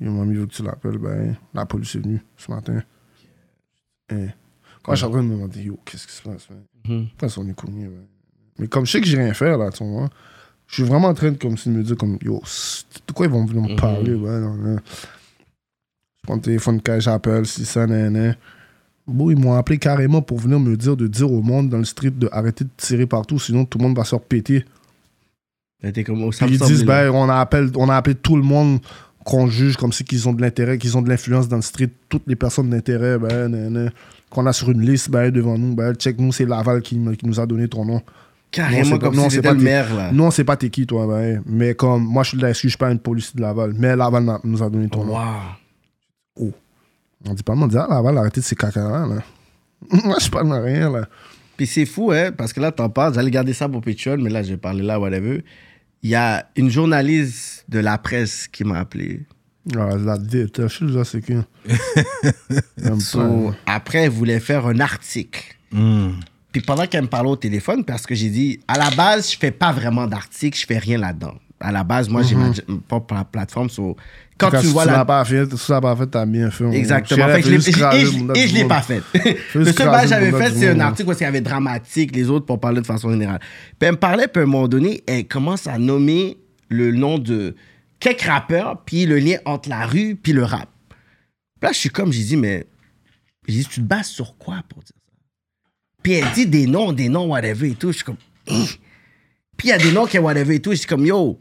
Speaker 3: yo, mamie, il faut que tu l'appelles. Ben, la police est venue ce matin. Et quand je suis en train de me demander, yo, qu'est-ce qui se passe? man?
Speaker 2: Mhm.
Speaker 3: Pourquoi ils sont venus cogner, man? Mais comme je sais que j'ai rien fait, là, tu vois, je suis vraiment en train de, comme, si, de me dire, comme, yo, c'est- de quoi ils vont venir me parler, ouais, non, non. Je prends le téléphone quand j'appelle, si ça, nan, nan. Bon, ils m'ont appelé carrément pour venir me dire de dire au monde dans le street de arrêter de tirer partout, sinon tout le monde va se repéter.
Speaker 2: Là, T'es comme au
Speaker 3: Puis ils disent, ben, on a, appelé, on a appelé tout le monde qu'on juge comme si qu'ils ont de l'intérêt, qu'ils ont de l'influence dans le street, toutes les personnes d'intérêt, ben, nan, nan, qu'on a sur une liste, ben, devant nous, ben, check nous, c'est Laval qui, me- qui nous a donné ton nom. Non,
Speaker 2: Carrément
Speaker 3: c'est pas-
Speaker 2: comme
Speaker 3: non,
Speaker 2: si
Speaker 3: c'est
Speaker 2: c'était
Speaker 3: pas
Speaker 2: le
Speaker 3: des-
Speaker 2: maire, là.
Speaker 3: Non, c'est pas t'es qui, toi, ben, mais comme, moi, je suis de la SQ, je suis pas une police de Laval, mais Laval m'a- nous a donné ton nom.
Speaker 2: Wow.
Speaker 3: On dit pas, on dit, ah, Laval, arrêtez de ces caca-là, là. Moi, je parle de rien, là.
Speaker 2: Puis c'est fou, hein, parce que là, t'en parles. J'allais garder ça pour Patreon, mais là, j'ai parlé là, whatever. Il y a une journaliste de la presse qui m'a appelé.
Speaker 3: Ah, la détache, là, c'est que. Même
Speaker 2: So,
Speaker 3: pas.
Speaker 2: après, elle voulait faire un article.
Speaker 3: Hmm.
Speaker 2: Puis pendant qu'elle me parlait au téléphone, parce que j'ai dit, à la base, je fais pas vraiment d'article, je fais rien là-dedans. À la base, moi, j'ai ma- ma propre plateforme. so, quand,
Speaker 3: Quand
Speaker 2: tu vois
Speaker 3: Mhm. tu
Speaker 2: la
Speaker 3: l'as pas fait, si tu l'as pas fait, t'as bien fait. mon gars.
Speaker 2: Exactement.
Speaker 3: Tu
Speaker 2: Fait que je
Speaker 3: l'as
Speaker 2: l'ai-
Speaker 3: fait
Speaker 2: je-
Speaker 3: scraper
Speaker 2: et
Speaker 3: le
Speaker 2: je-
Speaker 3: mandat
Speaker 2: et
Speaker 3: du
Speaker 2: je l'ai
Speaker 3: monde.
Speaker 2: pas fait.
Speaker 3: Fais
Speaker 2: Le
Speaker 3: juste
Speaker 2: seul
Speaker 3: craser
Speaker 2: bal que j'avais
Speaker 3: le mandat
Speaker 2: fait,
Speaker 3: du
Speaker 2: c'est un
Speaker 3: monde.
Speaker 2: article parce qu'il y avait dramatique, les autres pour parler de façon générale. Puis elle me parlait, puis à un moment donné, elle commence à nommer le nom de quelques rappeurs, puis le lien entre la rue, puis le rap. Puis là, je suis comme, j'ai dit, mais. J'ai dit, tu te bases sur quoi pour dire ça? Puis elle dit des noms, des noms, whatever et tout. Je suis comme. Hé! Puis il y a des noms qui est whatever et tout. Je suis comme, yo,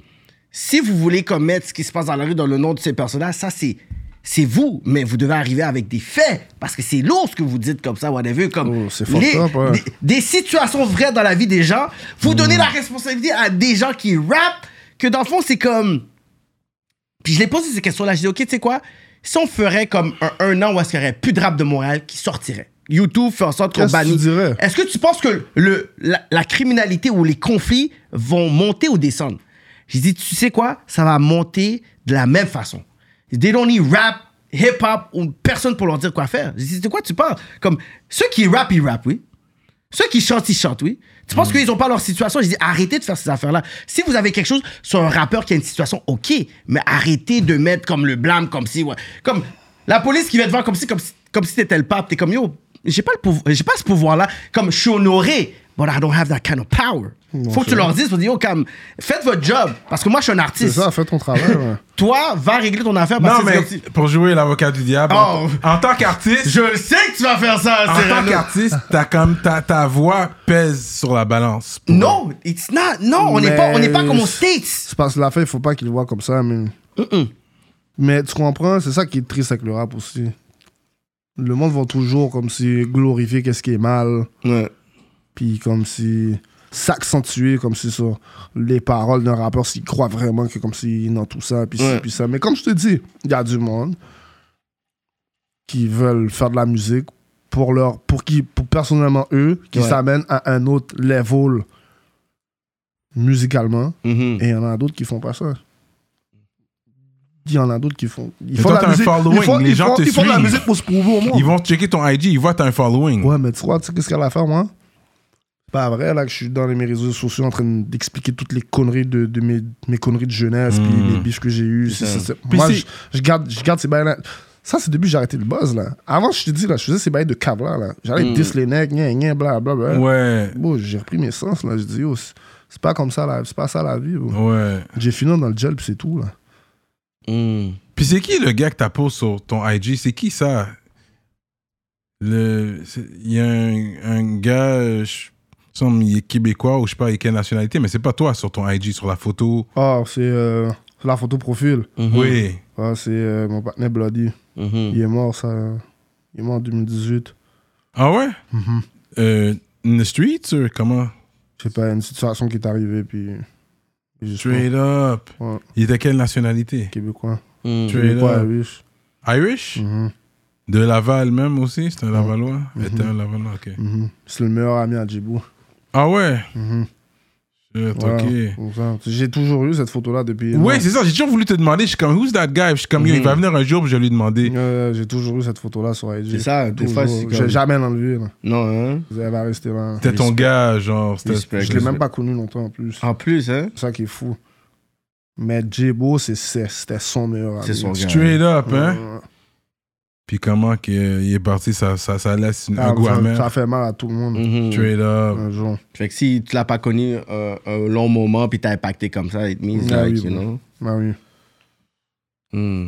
Speaker 2: si vous voulez commettre ce qui se passe dans la rue dans le nom de ces personnes-là, ça c'est. C'est vous, mais vous devez arriver avec des faits, parce que c'est lourd ce que vous dites comme ça, whatever, comme
Speaker 3: Oh, c'est fucked up, Mm. ouais.
Speaker 2: des, des situations vraies dans la vie des gens. Vous donnez la responsabilité à des gens qui rappent, que dans le fond, c'est comme... Puis je l'ai posé ces questions-là. J'ai dit, OK, tu sais quoi? Si on ferait comme un, un an où est-ce qu'il n'y aurait plus de rap de Montréal qui sortirait, YouTube fait en sorte qu'on
Speaker 3: Qu'est-ce que tu
Speaker 2: bannisse.
Speaker 3: dirais?
Speaker 2: Est-ce que tu penses que le, la, la criminalité ou les conflits vont monter ou descendre? J'ai dit, tu sais quoi? Ça va monter de la même façon. They don't need rap, hip-hop ou personne pour leur dire quoi faire. J'ai dit, de quoi tu parles? Comme ceux qui rappent, ils rappent, oui. Ceux qui chantent, ils chantent, oui. Tu penses qu'ils n'ont pas leur situation? Je dis, arrêtez de faire ces affaires-là. Si vous avez quelque chose sur un rappeur qui a une situation, OK, mais arrêtez de mettre comme le blâme, comme si... ouais. Comme la police qui va te voir comme si, comme si, comme si t'étais le pape. T'es comme, yo, j'ai pas, le pouvoir, j'ai pas ce pouvoir-là. Comme, je suis honoré, but I don't have that kind of power. Faut que tu leur dises, faut dire, yo, comme, faites votre job, parce que moi, je suis un
Speaker 3: C'est
Speaker 2: artiste.
Speaker 3: ça, fais ton travail. ouais.
Speaker 2: Toi, va régler ton affaire, parce
Speaker 1: Non,
Speaker 2: que c'est
Speaker 1: mais
Speaker 2: comme si-
Speaker 1: pour jouer l'avocat du diable, en-
Speaker 2: Oh.
Speaker 1: en tant qu'artiste,
Speaker 2: Je le sais que tu vas faire ça,
Speaker 1: en tant
Speaker 2: Cyrano.
Speaker 1: qu'artiste, t'as comme ta, ta voix pèse sur la balance. pour-
Speaker 2: Non, it's not. Non, on n'est pas, on n'est pas
Speaker 3: Mais-
Speaker 2: comme aux States.
Speaker 3: C'est parce que la fin, il faut pas qu'ils le voient comme ça, mais. Mais tu comprends, c'est ça qui est triste avec le rap aussi. Le monde va toujours comme si glorifier qu'est-ce qui est mal, puis comme si s'accentuer comme si sur les paroles d'un rappeur s'il croit vraiment que comme si dans tout ça puis ci,
Speaker 2: Ouais.
Speaker 3: puis ça mais comme je te dis il y a du monde qui veulent faire de la musique pour leur pour qui pour personnellement eux qui
Speaker 2: Ouais.
Speaker 3: s'amènent à un autre level musicalement
Speaker 1: Mm.
Speaker 3: et il y en a d'autres qui font pas ça. Il y en a d'autres qui font. Ils
Speaker 1: Mais
Speaker 3: font
Speaker 1: toi,
Speaker 3: de la
Speaker 1: t'as un
Speaker 3: musique.
Speaker 1: following,
Speaker 3: Ils font,
Speaker 1: les
Speaker 3: ils
Speaker 1: gens
Speaker 3: font-
Speaker 1: te
Speaker 3: ils font de la
Speaker 1: suivent.
Speaker 3: musique pour se prouver au monde.
Speaker 1: Ils vont checker ton IG, ils voient que t'as un following.
Speaker 3: Ouais, mais tu vois, tu sais qu'est-ce qu'elle a fait, moi pas vrai là que je suis dans les- mes réseaux sociaux en train d'expliquer toutes les conneries de, de mes, mes conneries de jeunesse, puis
Speaker 1: Mm.
Speaker 3: les bifs que j'ai eu.
Speaker 2: C'est ça.
Speaker 1: Puis
Speaker 3: Moi,
Speaker 1: c'est-
Speaker 3: je, je garde, je garde ces bails là. Ça, c'est le début, j'ai arrêté le buzz là. Avant, je te dis là, je faisais ces bails de cavla là. J'allais dis les necks, gna gna, bla bla bla.
Speaker 1: Mm. Ouais.
Speaker 3: Bon, j'ai repris mes sens là. Je dis yo, c'est c'est pas comme ça là, c'est pas ça la vie. bro.
Speaker 1: Ouais.
Speaker 3: J'ai fini dans le gel, puis c'est tout là.
Speaker 2: Hmm.
Speaker 1: Puis c'est qui le gars que t'as posé sur ton IG C'est qui ça Le, c'est- il y a un, un gars, euh, je- il semble il est québécois ou je sais pas, il est quelle nationalité, mais c'est pas toi sur ton IG, sur la photo.
Speaker 3: Oh, c'est euh, c'est la photo profil.
Speaker 2: Mhm.
Speaker 1: Oui.
Speaker 3: Ah, c'est euh, mon partenaire Bloody.
Speaker 2: Mhm.
Speaker 3: Il est mort, ça. Il est mort en 2018.
Speaker 1: Ah ouais
Speaker 3: Mhm.
Speaker 1: euh, In the streets ou comment
Speaker 3: Je sais pas, une situation qui est arrivée, puis. Je suis
Speaker 1: Straight up.
Speaker 3: Ouais.
Speaker 1: Il était quelle nationalité
Speaker 3: québécois.
Speaker 2: Mhm.
Speaker 1: Tu es-
Speaker 3: Québécois,
Speaker 1: là.
Speaker 3: Irish.
Speaker 1: Irish
Speaker 3: Mhm,
Speaker 1: De Laval même aussi C'est un Lavalois Elle était un Lavalois, ok.
Speaker 3: mhm. C'est le meilleur ami à Djibou.
Speaker 1: Ah ouais
Speaker 3: Mhm.
Speaker 1: Shit,
Speaker 3: Voilà,
Speaker 1: Ok.
Speaker 3: comme ça. J'ai toujours eu cette photo-là depuis.
Speaker 1: Oui, c'est ça, j'ai toujours voulu te demander, je suis comme, who's that guy Je suis comme, yo, il va venir un jour, puis je vais lui demander.
Speaker 3: Euh, J'ai toujours eu cette photo-là sur IG.
Speaker 2: C'est ça, des fois, c'est
Speaker 3: Toujours. J'ai
Speaker 2: comme-
Speaker 3: jamais l'enlevé. là.
Speaker 2: Non, hein?
Speaker 3: Elle va rester là.
Speaker 1: C'était ton gars, genre. c'était-
Speaker 2: Respect.
Speaker 3: Je l'ai même pas connu longtemps en plus.
Speaker 2: En plus, hein?
Speaker 3: C'est ça qui est fou. Mais Djibo, c'est- c'est- c'était son meilleur ami.
Speaker 2: C'est son gars.
Speaker 1: Straight up, hein?
Speaker 3: Ouais.
Speaker 1: Puis comment qu'il est parti, ça, ça, ça laisse une-
Speaker 3: Ah,
Speaker 1: un goût
Speaker 3: ça,
Speaker 1: amer.
Speaker 3: ça fait mal à tout le monde.
Speaker 2: Mhm.
Speaker 1: Straight up.
Speaker 3: Un jour.
Speaker 2: Fait que si tu l'as pas connu euh, un long moment puis t'as impacté comme ça, it means
Speaker 3: Ah
Speaker 2: like,
Speaker 3: oui,
Speaker 2: you
Speaker 3: bon.
Speaker 2: know.
Speaker 3: Ah oui.
Speaker 2: Hmm.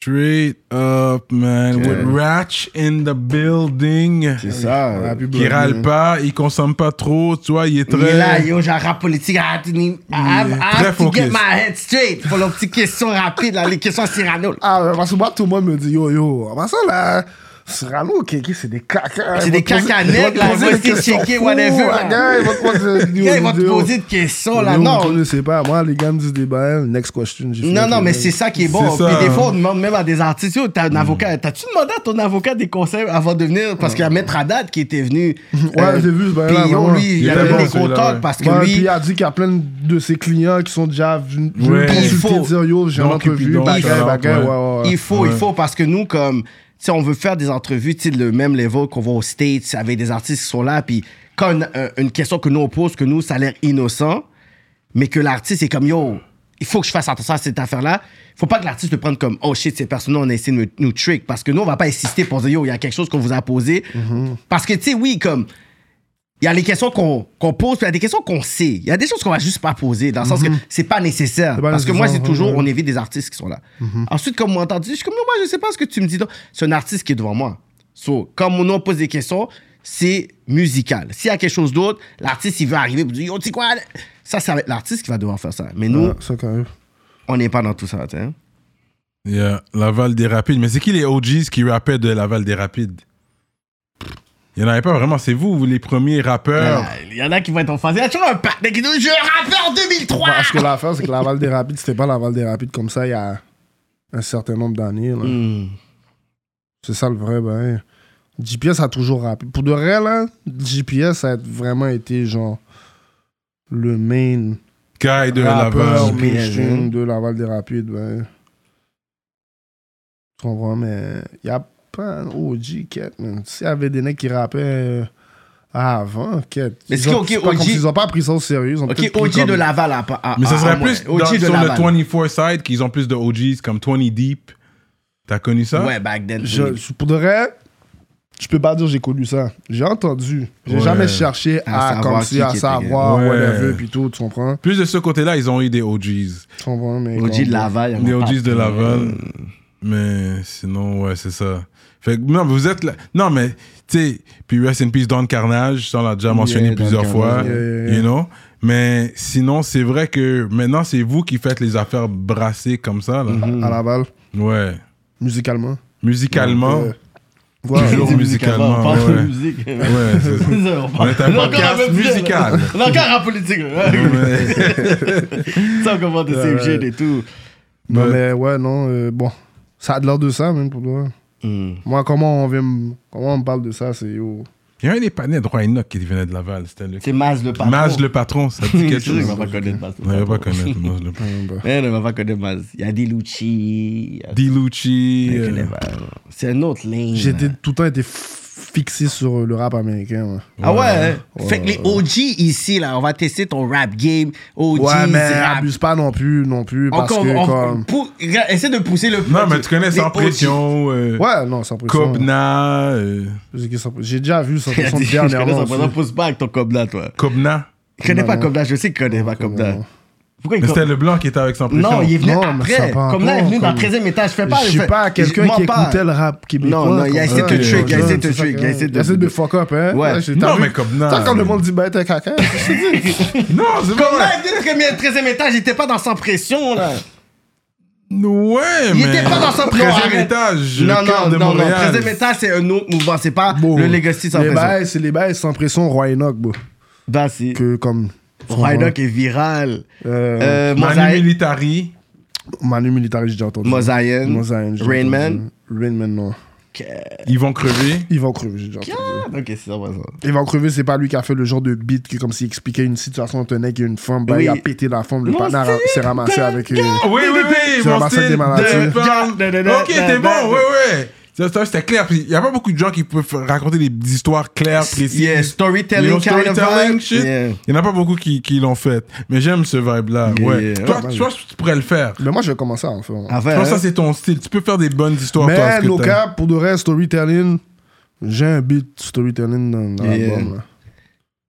Speaker 1: Straight up, man.
Speaker 2: Yeah.
Speaker 1: With Ratch in the building.
Speaker 2: C'est ça. euh,
Speaker 3: On a pu
Speaker 1: Qui
Speaker 3: bloguer.
Speaker 1: râle pas, il consomme pas trop, tu vois, il est
Speaker 2: Il est
Speaker 1: très.
Speaker 2: là, yo, j'ai un rap politique. I have to, I have, I
Speaker 1: Très
Speaker 2: have to get
Speaker 1: focus.
Speaker 2: my head straight pour les petites questions rapides, là, les questions Cyrano. là.
Speaker 3: Ah, parce que moi, tout le monde me dit yo yo. Avant ça, là, Cyrano, Kéké, c'est des caca.
Speaker 2: Ah, C'est
Speaker 3: Ils
Speaker 2: des
Speaker 3: vont te poser-
Speaker 2: caca
Speaker 3: ils vont te
Speaker 2: nègres, là,
Speaker 3: poser
Speaker 2: ils vont essayer
Speaker 3: des
Speaker 2: de
Speaker 3: questions
Speaker 2: checker,
Speaker 3: fous,
Speaker 2: whatever,
Speaker 3: la
Speaker 2: là.
Speaker 3: gueule, Ils vont te poser des
Speaker 2: Gars, ils vont te
Speaker 3: vidéos.
Speaker 2: poser des questions, là.
Speaker 3: Yo,
Speaker 2: Non,
Speaker 3: Je sais pas, moi, les gars me disent des bails, next question. j'ai
Speaker 2: Non,
Speaker 3: fait
Speaker 2: non,
Speaker 3: des
Speaker 2: mais
Speaker 3: bails.
Speaker 2: c'est ça qui est bon.
Speaker 1: C'est
Speaker 2: Puis
Speaker 1: ça.
Speaker 2: des fois, on demande même à des artistes, Yo,
Speaker 3: Mm.
Speaker 2: t'as un avocat, t'as-tu demandé à ton avocat des conseils avant de venir? Parce qu'il y a Maître Haddad qui était venu. euh,
Speaker 3: Ouais, j'ai vu ce bail-là,
Speaker 2: Puis yo,
Speaker 3: ouais.
Speaker 2: lui, il
Speaker 1: Il
Speaker 2: avait
Speaker 1: était
Speaker 2: des
Speaker 1: bon, celui-là,
Speaker 2: contacts
Speaker 1: ouais.
Speaker 2: parce que
Speaker 3: Ouais, puis
Speaker 2: lui,
Speaker 3: il a dit qu'il y a plein de ses clients qui sont déjà venus venus
Speaker 1: Ouais.
Speaker 3: me
Speaker 2: Il
Speaker 3: consulter
Speaker 2: faut.
Speaker 3: dire yo, j'ai une
Speaker 1: Donc,
Speaker 3: entrevue,
Speaker 1: Cupidon,
Speaker 3: bagaille,
Speaker 1: ouais.
Speaker 3: bagaille, ouais, ouais. ouais.
Speaker 2: il faut, il faut, parce que nous, comme, tu sais, on veut faire des entrevues, tu sais, le même level qu'on va aux States avec des artistes qui sont là, puis quand une, euh, une question que nous on pose, que nous, ça a l'air innocent, mais que l'artiste est comme, yo, il faut que je fasse attention à cette affaire-là. Faut pas que l'artiste le prenne comme, oh shit, ces personnes-là, on a essayé de nous, nous trick, parce que nous, on va pas insister pour dire, yo, il y a quelque chose qu'on vous a posé.
Speaker 3: Mm-hmm.
Speaker 2: Parce que, tu sais, oui, comme, il y a les questions qu'on qu'on pose, puis il y a des questions qu'on sait. Il y a des choses qu'on va juste pas poser, dans le sens que c'est pas nécessaire.
Speaker 3: Mm-hmm. C'est pas
Speaker 2: parce que moi,
Speaker 3: nécessaire,
Speaker 2: c'est
Speaker 3: ouais,
Speaker 2: toujours,
Speaker 3: ouais.
Speaker 2: on évite des artistes qui sont là.
Speaker 1: Mhm.
Speaker 2: Ensuite, comme on entend, je suis comme, non, moi, je sais pas ce que tu me dis. donc. C'est un artiste qui est devant moi. So, comme on pose des questions, c'est musical. S'il y a quelque chose d'autre, l'artiste, il veut arriver et dire, yo, tu sais quoi? Ça, c'est avec l'artiste qui va devoir faire ça. Mais nous,
Speaker 3: Ouais, ça, quand même.
Speaker 2: on n'est pas dans tout ça, tu sais.
Speaker 1: Yeah, Laval des Rapides. Mais c'est qui les OGs qui rappaient de Laval des Rapides Il n'y en avait pas vraiment, c'est vous, vous les premiers rappeurs.
Speaker 2: Il y en a qui vont être en face. Il y a toujours un partenaire qui dit, je rappelle en 2003!
Speaker 3: Parce que l'affaire, c'est que la Val des Rapides, c'était pas la Val des Rapides comme ça il y a un certain nombre d'années. là.
Speaker 2: Hmm.
Speaker 3: C'est ça le vrai, ben. GPS a toujours rappé. Pour de vrai, là, GPS a vraiment été genre le main
Speaker 1: Guy de
Speaker 3: rappeur
Speaker 1: Laval.
Speaker 3: mainstream de Laval des Rapides, ben. Tu comprends, mais il a pas un OG, quête, man. S'il y avait des mecs qui rappaient euh, avant, quête.
Speaker 2: Mais
Speaker 3: Ils
Speaker 2: c'est
Speaker 3: ont-
Speaker 2: ok,
Speaker 3: c'est pas
Speaker 2: OG.
Speaker 3: comme s'ils ont pas pris ça au sérieux. ils ont
Speaker 2: Ok,
Speaker 3: peut-être pris
Speaker 2: OG de
Speaker 3: comme-
Speaker 2: Laval à pas. à-
Speaker 1: Mais ça
Speaker 2: à- à
Speaker 1: serait
Speaker 2: moins.
Speaker 1: plus
Speaker 2: OG
Speaker 1: dans-
Speaker 2: de
Speaker 1: sur
Speaker 2: Laval.
Speaker 1: le 24 side qu'ils ont plus de OGs comme 20 Deep. T'as connu ça
Speaker 2: Ouais, back then.
Speaker 3: Je, je- pour de vrai, je peux pas dire que j'ai connu ça. J'ai entendu. J'ai
Speaker 1: Ouais.
Speaker 3: jamais cherché
Speaker 2: À
Speaker 3: à,
Speaker 2: savoir
Speaker 3: comme
Speaker 2: qui
Speaker 3: si, à
Speaker 2: qui était
Speaker 3: savoir,
Speaker 1: gay. Ouais.
Speaker 3: whatever, puis tout, tu comprends?
Speaker 1: Plus de ce côté-là, ils ont eu des OGs.
Speaker 3: Tu comprends, mais
Speaker 2: OG
Speaker 3: comme-
Speaker 2: de Laval. il y en a
Speaker 1: Des
Speaker 2: pas
Speaker 1: OGs de
Speaker 2: plein.
Speaker 1: Laval. Mais sinon, ouais, c'est ça. Fait que, non, vous êtes là. Non, mais, tu sais, puis Rest in Peace, Don Carnage, ça, on l'a déjà mentionné
Speaker 2: Don
Speaker 1: plusieurs fois.
Speaker 2: Carnage,
Speaker 3: yeah, yeah.
Speaker 1: You know? Mais sinon, c'est vrai que maintenant, c'est vous qui faites les affaires brassées comme ça, là.
Speaker 2: Mm-hmm.
Speaker 3: À Laval,
Speaker 1: Ouais.
Speaker 3: musicalement.
Speaker 1: Musicalement.
Speaker 3: Donc, Voilà.
Speaker 1: Toujours
Speaker 2: C'est
Speaker 1: musicalement,
Speaker 2: On parle
Speaker 1: ouais.
Speaker 2: de musique.
Speaker 1: Ouais, c'est ça. On est un
Speaker 2: Encore la
Speaker 1: podcast
Speaker 2: même chose, là.
Speaker 1: musical.
Speaker 2: On est encore en politique. là.
Speaker 1: Ouais.
Speaker 2: Ça, on commence de same shit et tout.
Speaker 3: Non,
Speaker 1: Ouais.
Speaker 3: mais ouais, non, euh, bon. Ça a de l'air de ça, même, pour de vrai.
Speaker 2: Hmm.
Speaker 3: Moi, comment on vient me- Comment on me parle de ça, c'est... yo.
Speaker 1: Il y a un des panneaux de Roy Enoch qui venait de Laval. C'était le.
Speaker 2: C'est Maz le patron.
Speaker 1: Mage le patron, ça dit quelque
Speaker 2: C'est sûr qu'il
Speaker 1: chose.
Speaker 2: va pas connaître Maz.
Speaker 1: On n'avait pas connaître Mage le patron.
Speaker 3: Ben, ben.
Speaker 2: Eh, non, il va pas connaître Maz. Il y a des Lucci. il y a-
Speaker 1: Dilucci.
Speaker 2: il y a
Speaker 1: euh,
Speaker 2: Keneva. C'est un autre ligne.
Speaker 3: J'ai
Speaker 2: là.
Speaker 3: été- tout le temps été f- fixé sur le rap américain. ouais.
Speaker 2: Ah ouais, hein? Fait que les OG ici, là, on va tester ton rap game. OG,
Speaker 3: Ouais, mais
Speaker 2: rap.
Speaker 3: abuse pas non plus, non plus, parce
Speaker 2: Encore,
Speaker 3: que
Speaker 2: on-
Speaker 3: comme...
Speaker 2: pour- regarde, essaie de pousser le
Speaker 1: Non, mais tu connais
Speaker 2: les
Speaker 1: Sans
Speaker 2: OG.
Speaker 1: Pression, euh,
Speaker 3: Ouais, non, sans pression.
Speaker 1: Kobna, euh,
Speaker 3: C'est que sans- J'ai déjà vu sans
Speaker 2: Je
Speaker 3: pression
Speaker 2: connais ça,
Speaker 3: dernièrement.
Speaker 2: ça
Speaker 3: aussi.
Speaker 2: pousse pas avec ton Cobla, toi.
Speaker 1: Kobna.
Speaker 2: Je connais pas
Speaker 3: non.
Speaker 2: Cobla, je sais qu'il connaît pas Cobla.
Speaker 3: non.
Speaker 2: Pourquoi il
Speaker 1: Mais C'était
Speaker 2: connaît
Speaker 1: le blanc qui était avec Sans Pression.
Speaker 2: Non, il est venu
Speaker 3: Non, mais ça
Speaker 2: après.
Speaker 3: a pas
Speaker 2: Cobla est
Speaker 3: rapport,
Speaker 2: venu dans le
Speaker 3: comme-
Speaker 2: 13e étage. Fais pas
Speaker 3: Je
Speaker 2: le
Speaker 3: suis
Speaker 2: fait-
Speaker 3: pas quelqu'un
Speaker 2: mens
Speaker 3: qui
Speaker 2: pas.
Speaker 3: écoutait le rap québécois.
Speaker 2: Non, non, il a
Speaker 3: comme
Speaker 2: essayé
Speaker 3: ça.
Speaker 2: de te trick, il a essayé de te
Speaker 3: C'est ça
Speaker 2: trick, il a essayé de-
Speaker 3: Il a essayé de me fuck up, hein.
Speaker 2: Ouais.
Speaker 3: j'ai-
Speaker 1: Non,
Speaker 3: t'as vu-
Speaker 1: mais comme- non.
Speaker 3: Ça, quand le monde dit, ben, t'es caca.
Speaker 1: Non, c'est pas
Speaker 2: Cobla
Speaker 1: vrai.
Speaker 2: est venu le 13e, 13e étage, il était pas dans sans pression, là.
Speaker 1: Ouais,
Speaker 2: Il
Speaker 1: mais.
Speaker 2: était pas dans sans pression.
Speaker 1: 13e
Speaker 2: arrête.
Speaker 1: étage,
Speaker 2: Non,
Speaker 1: le cœur
Speaker 2: non,
Speaker 1: de
Speaker 2: non, non.
Speaker 1: Montréal.
Speaker 2: 13e étage, c'est un autre mouvement. C'est pas
Speaker 3: Bon.
Speaker 2: le Legacy sans
Speaker 3: Les
Speaker 2: pression.
Speaker 3: bails, c'est les bails sans pression, Roy Enoch, bro.
Speaker 2: Bah, si.
Speaker 3: Que comme.
Speaker 2: Rydock est viral.
Speaker 3: Euh,
Speaker 2: Euh,
Speaker 1: Manu
Speaker 2: Mosaïen.
Speaker 1: Militari.
Speaker 3: Manu Militari, j'ai déjà entendu.
Speaker 2: Mosaïen.
Speaker 3: Mosaïen. j'ai
Speaker 2: Rain
Speaker 3: entendu.
Speaker 2: Man.
Speaker 3: Rain Man, non.
Speaker 1: Ils vont crever.
Speaker 3: Ils vont crever, j'ai déjà entendu.
Speaker 2: Ah, Ok, c'est ça, ça.
Speaker 3: Ils vont crever, c'est pas lui qui a fait le genre de beat que, comme s'il expliquait une situation entre un mec et une femme, bah,
Speaker 2: Oui.
Speaker 3: il a pété la femme, le
Speaker 2: Mon
Speaker 3: panard
Speaker 2: style,
Speaker 3: s'est ramassé avec. euh,
Speaker 1: Ah Oui, oui, oui,
Speaker 3: C'est un
Speaker 1: mon
Speaker 3: massacre
Speaker 1: style
Speaker 3: des maladies.
Speaker 1: de parle.
Speaker 2: Da, da, da,
Speaker 1: Ok,
Speaker 2: da,
Speaker 1: t'es
Speaker 2: da,
Speaker 1: bon,
Speaker 2: da.
Speaker 1: ouais, ouais. Ça, ça, C'était clair. Il n'y a pas beaucoup de gens qui peuvent raconter des des histoires claires, précises.
Speaker 2: Yeah, storytelling
Speaker 1: You know,
Speaker 2: kind of
Speaker 1: storytelling
Speaker 2: vibe.
Speaker 1: shit.
Speaker 2: Yeah.
Speaker 1: Il n'y en a pas beaucoup qui, qui l'ont fait. Mais j'aime ce vibe-là.
Speaker 2: Yeah,
Speaker 1: ouais.
Speaker 2: yeah.
Speaker 1: Toi,
Speaker 2: Ouais,
Speaker 1: je pense que tu pourrais le faire.
Speaker 3: Mais moi, je vais commencer à en faire.
Speaker 2: Enfin,
Speaker 1: Je pense que
Speaker 2: hein.
Speaker 1: ça, c'est ton style. Tu peux faire des bonnes histoires, toi.
Speaker 3: Mais
Speaker 1: parce que t'as-
Speaker 3: local, pour de vrai, storytelling, j'ai un beat storytelling dans, dans
Speaker 2: Yeah.
Speaker 3: l'album. là.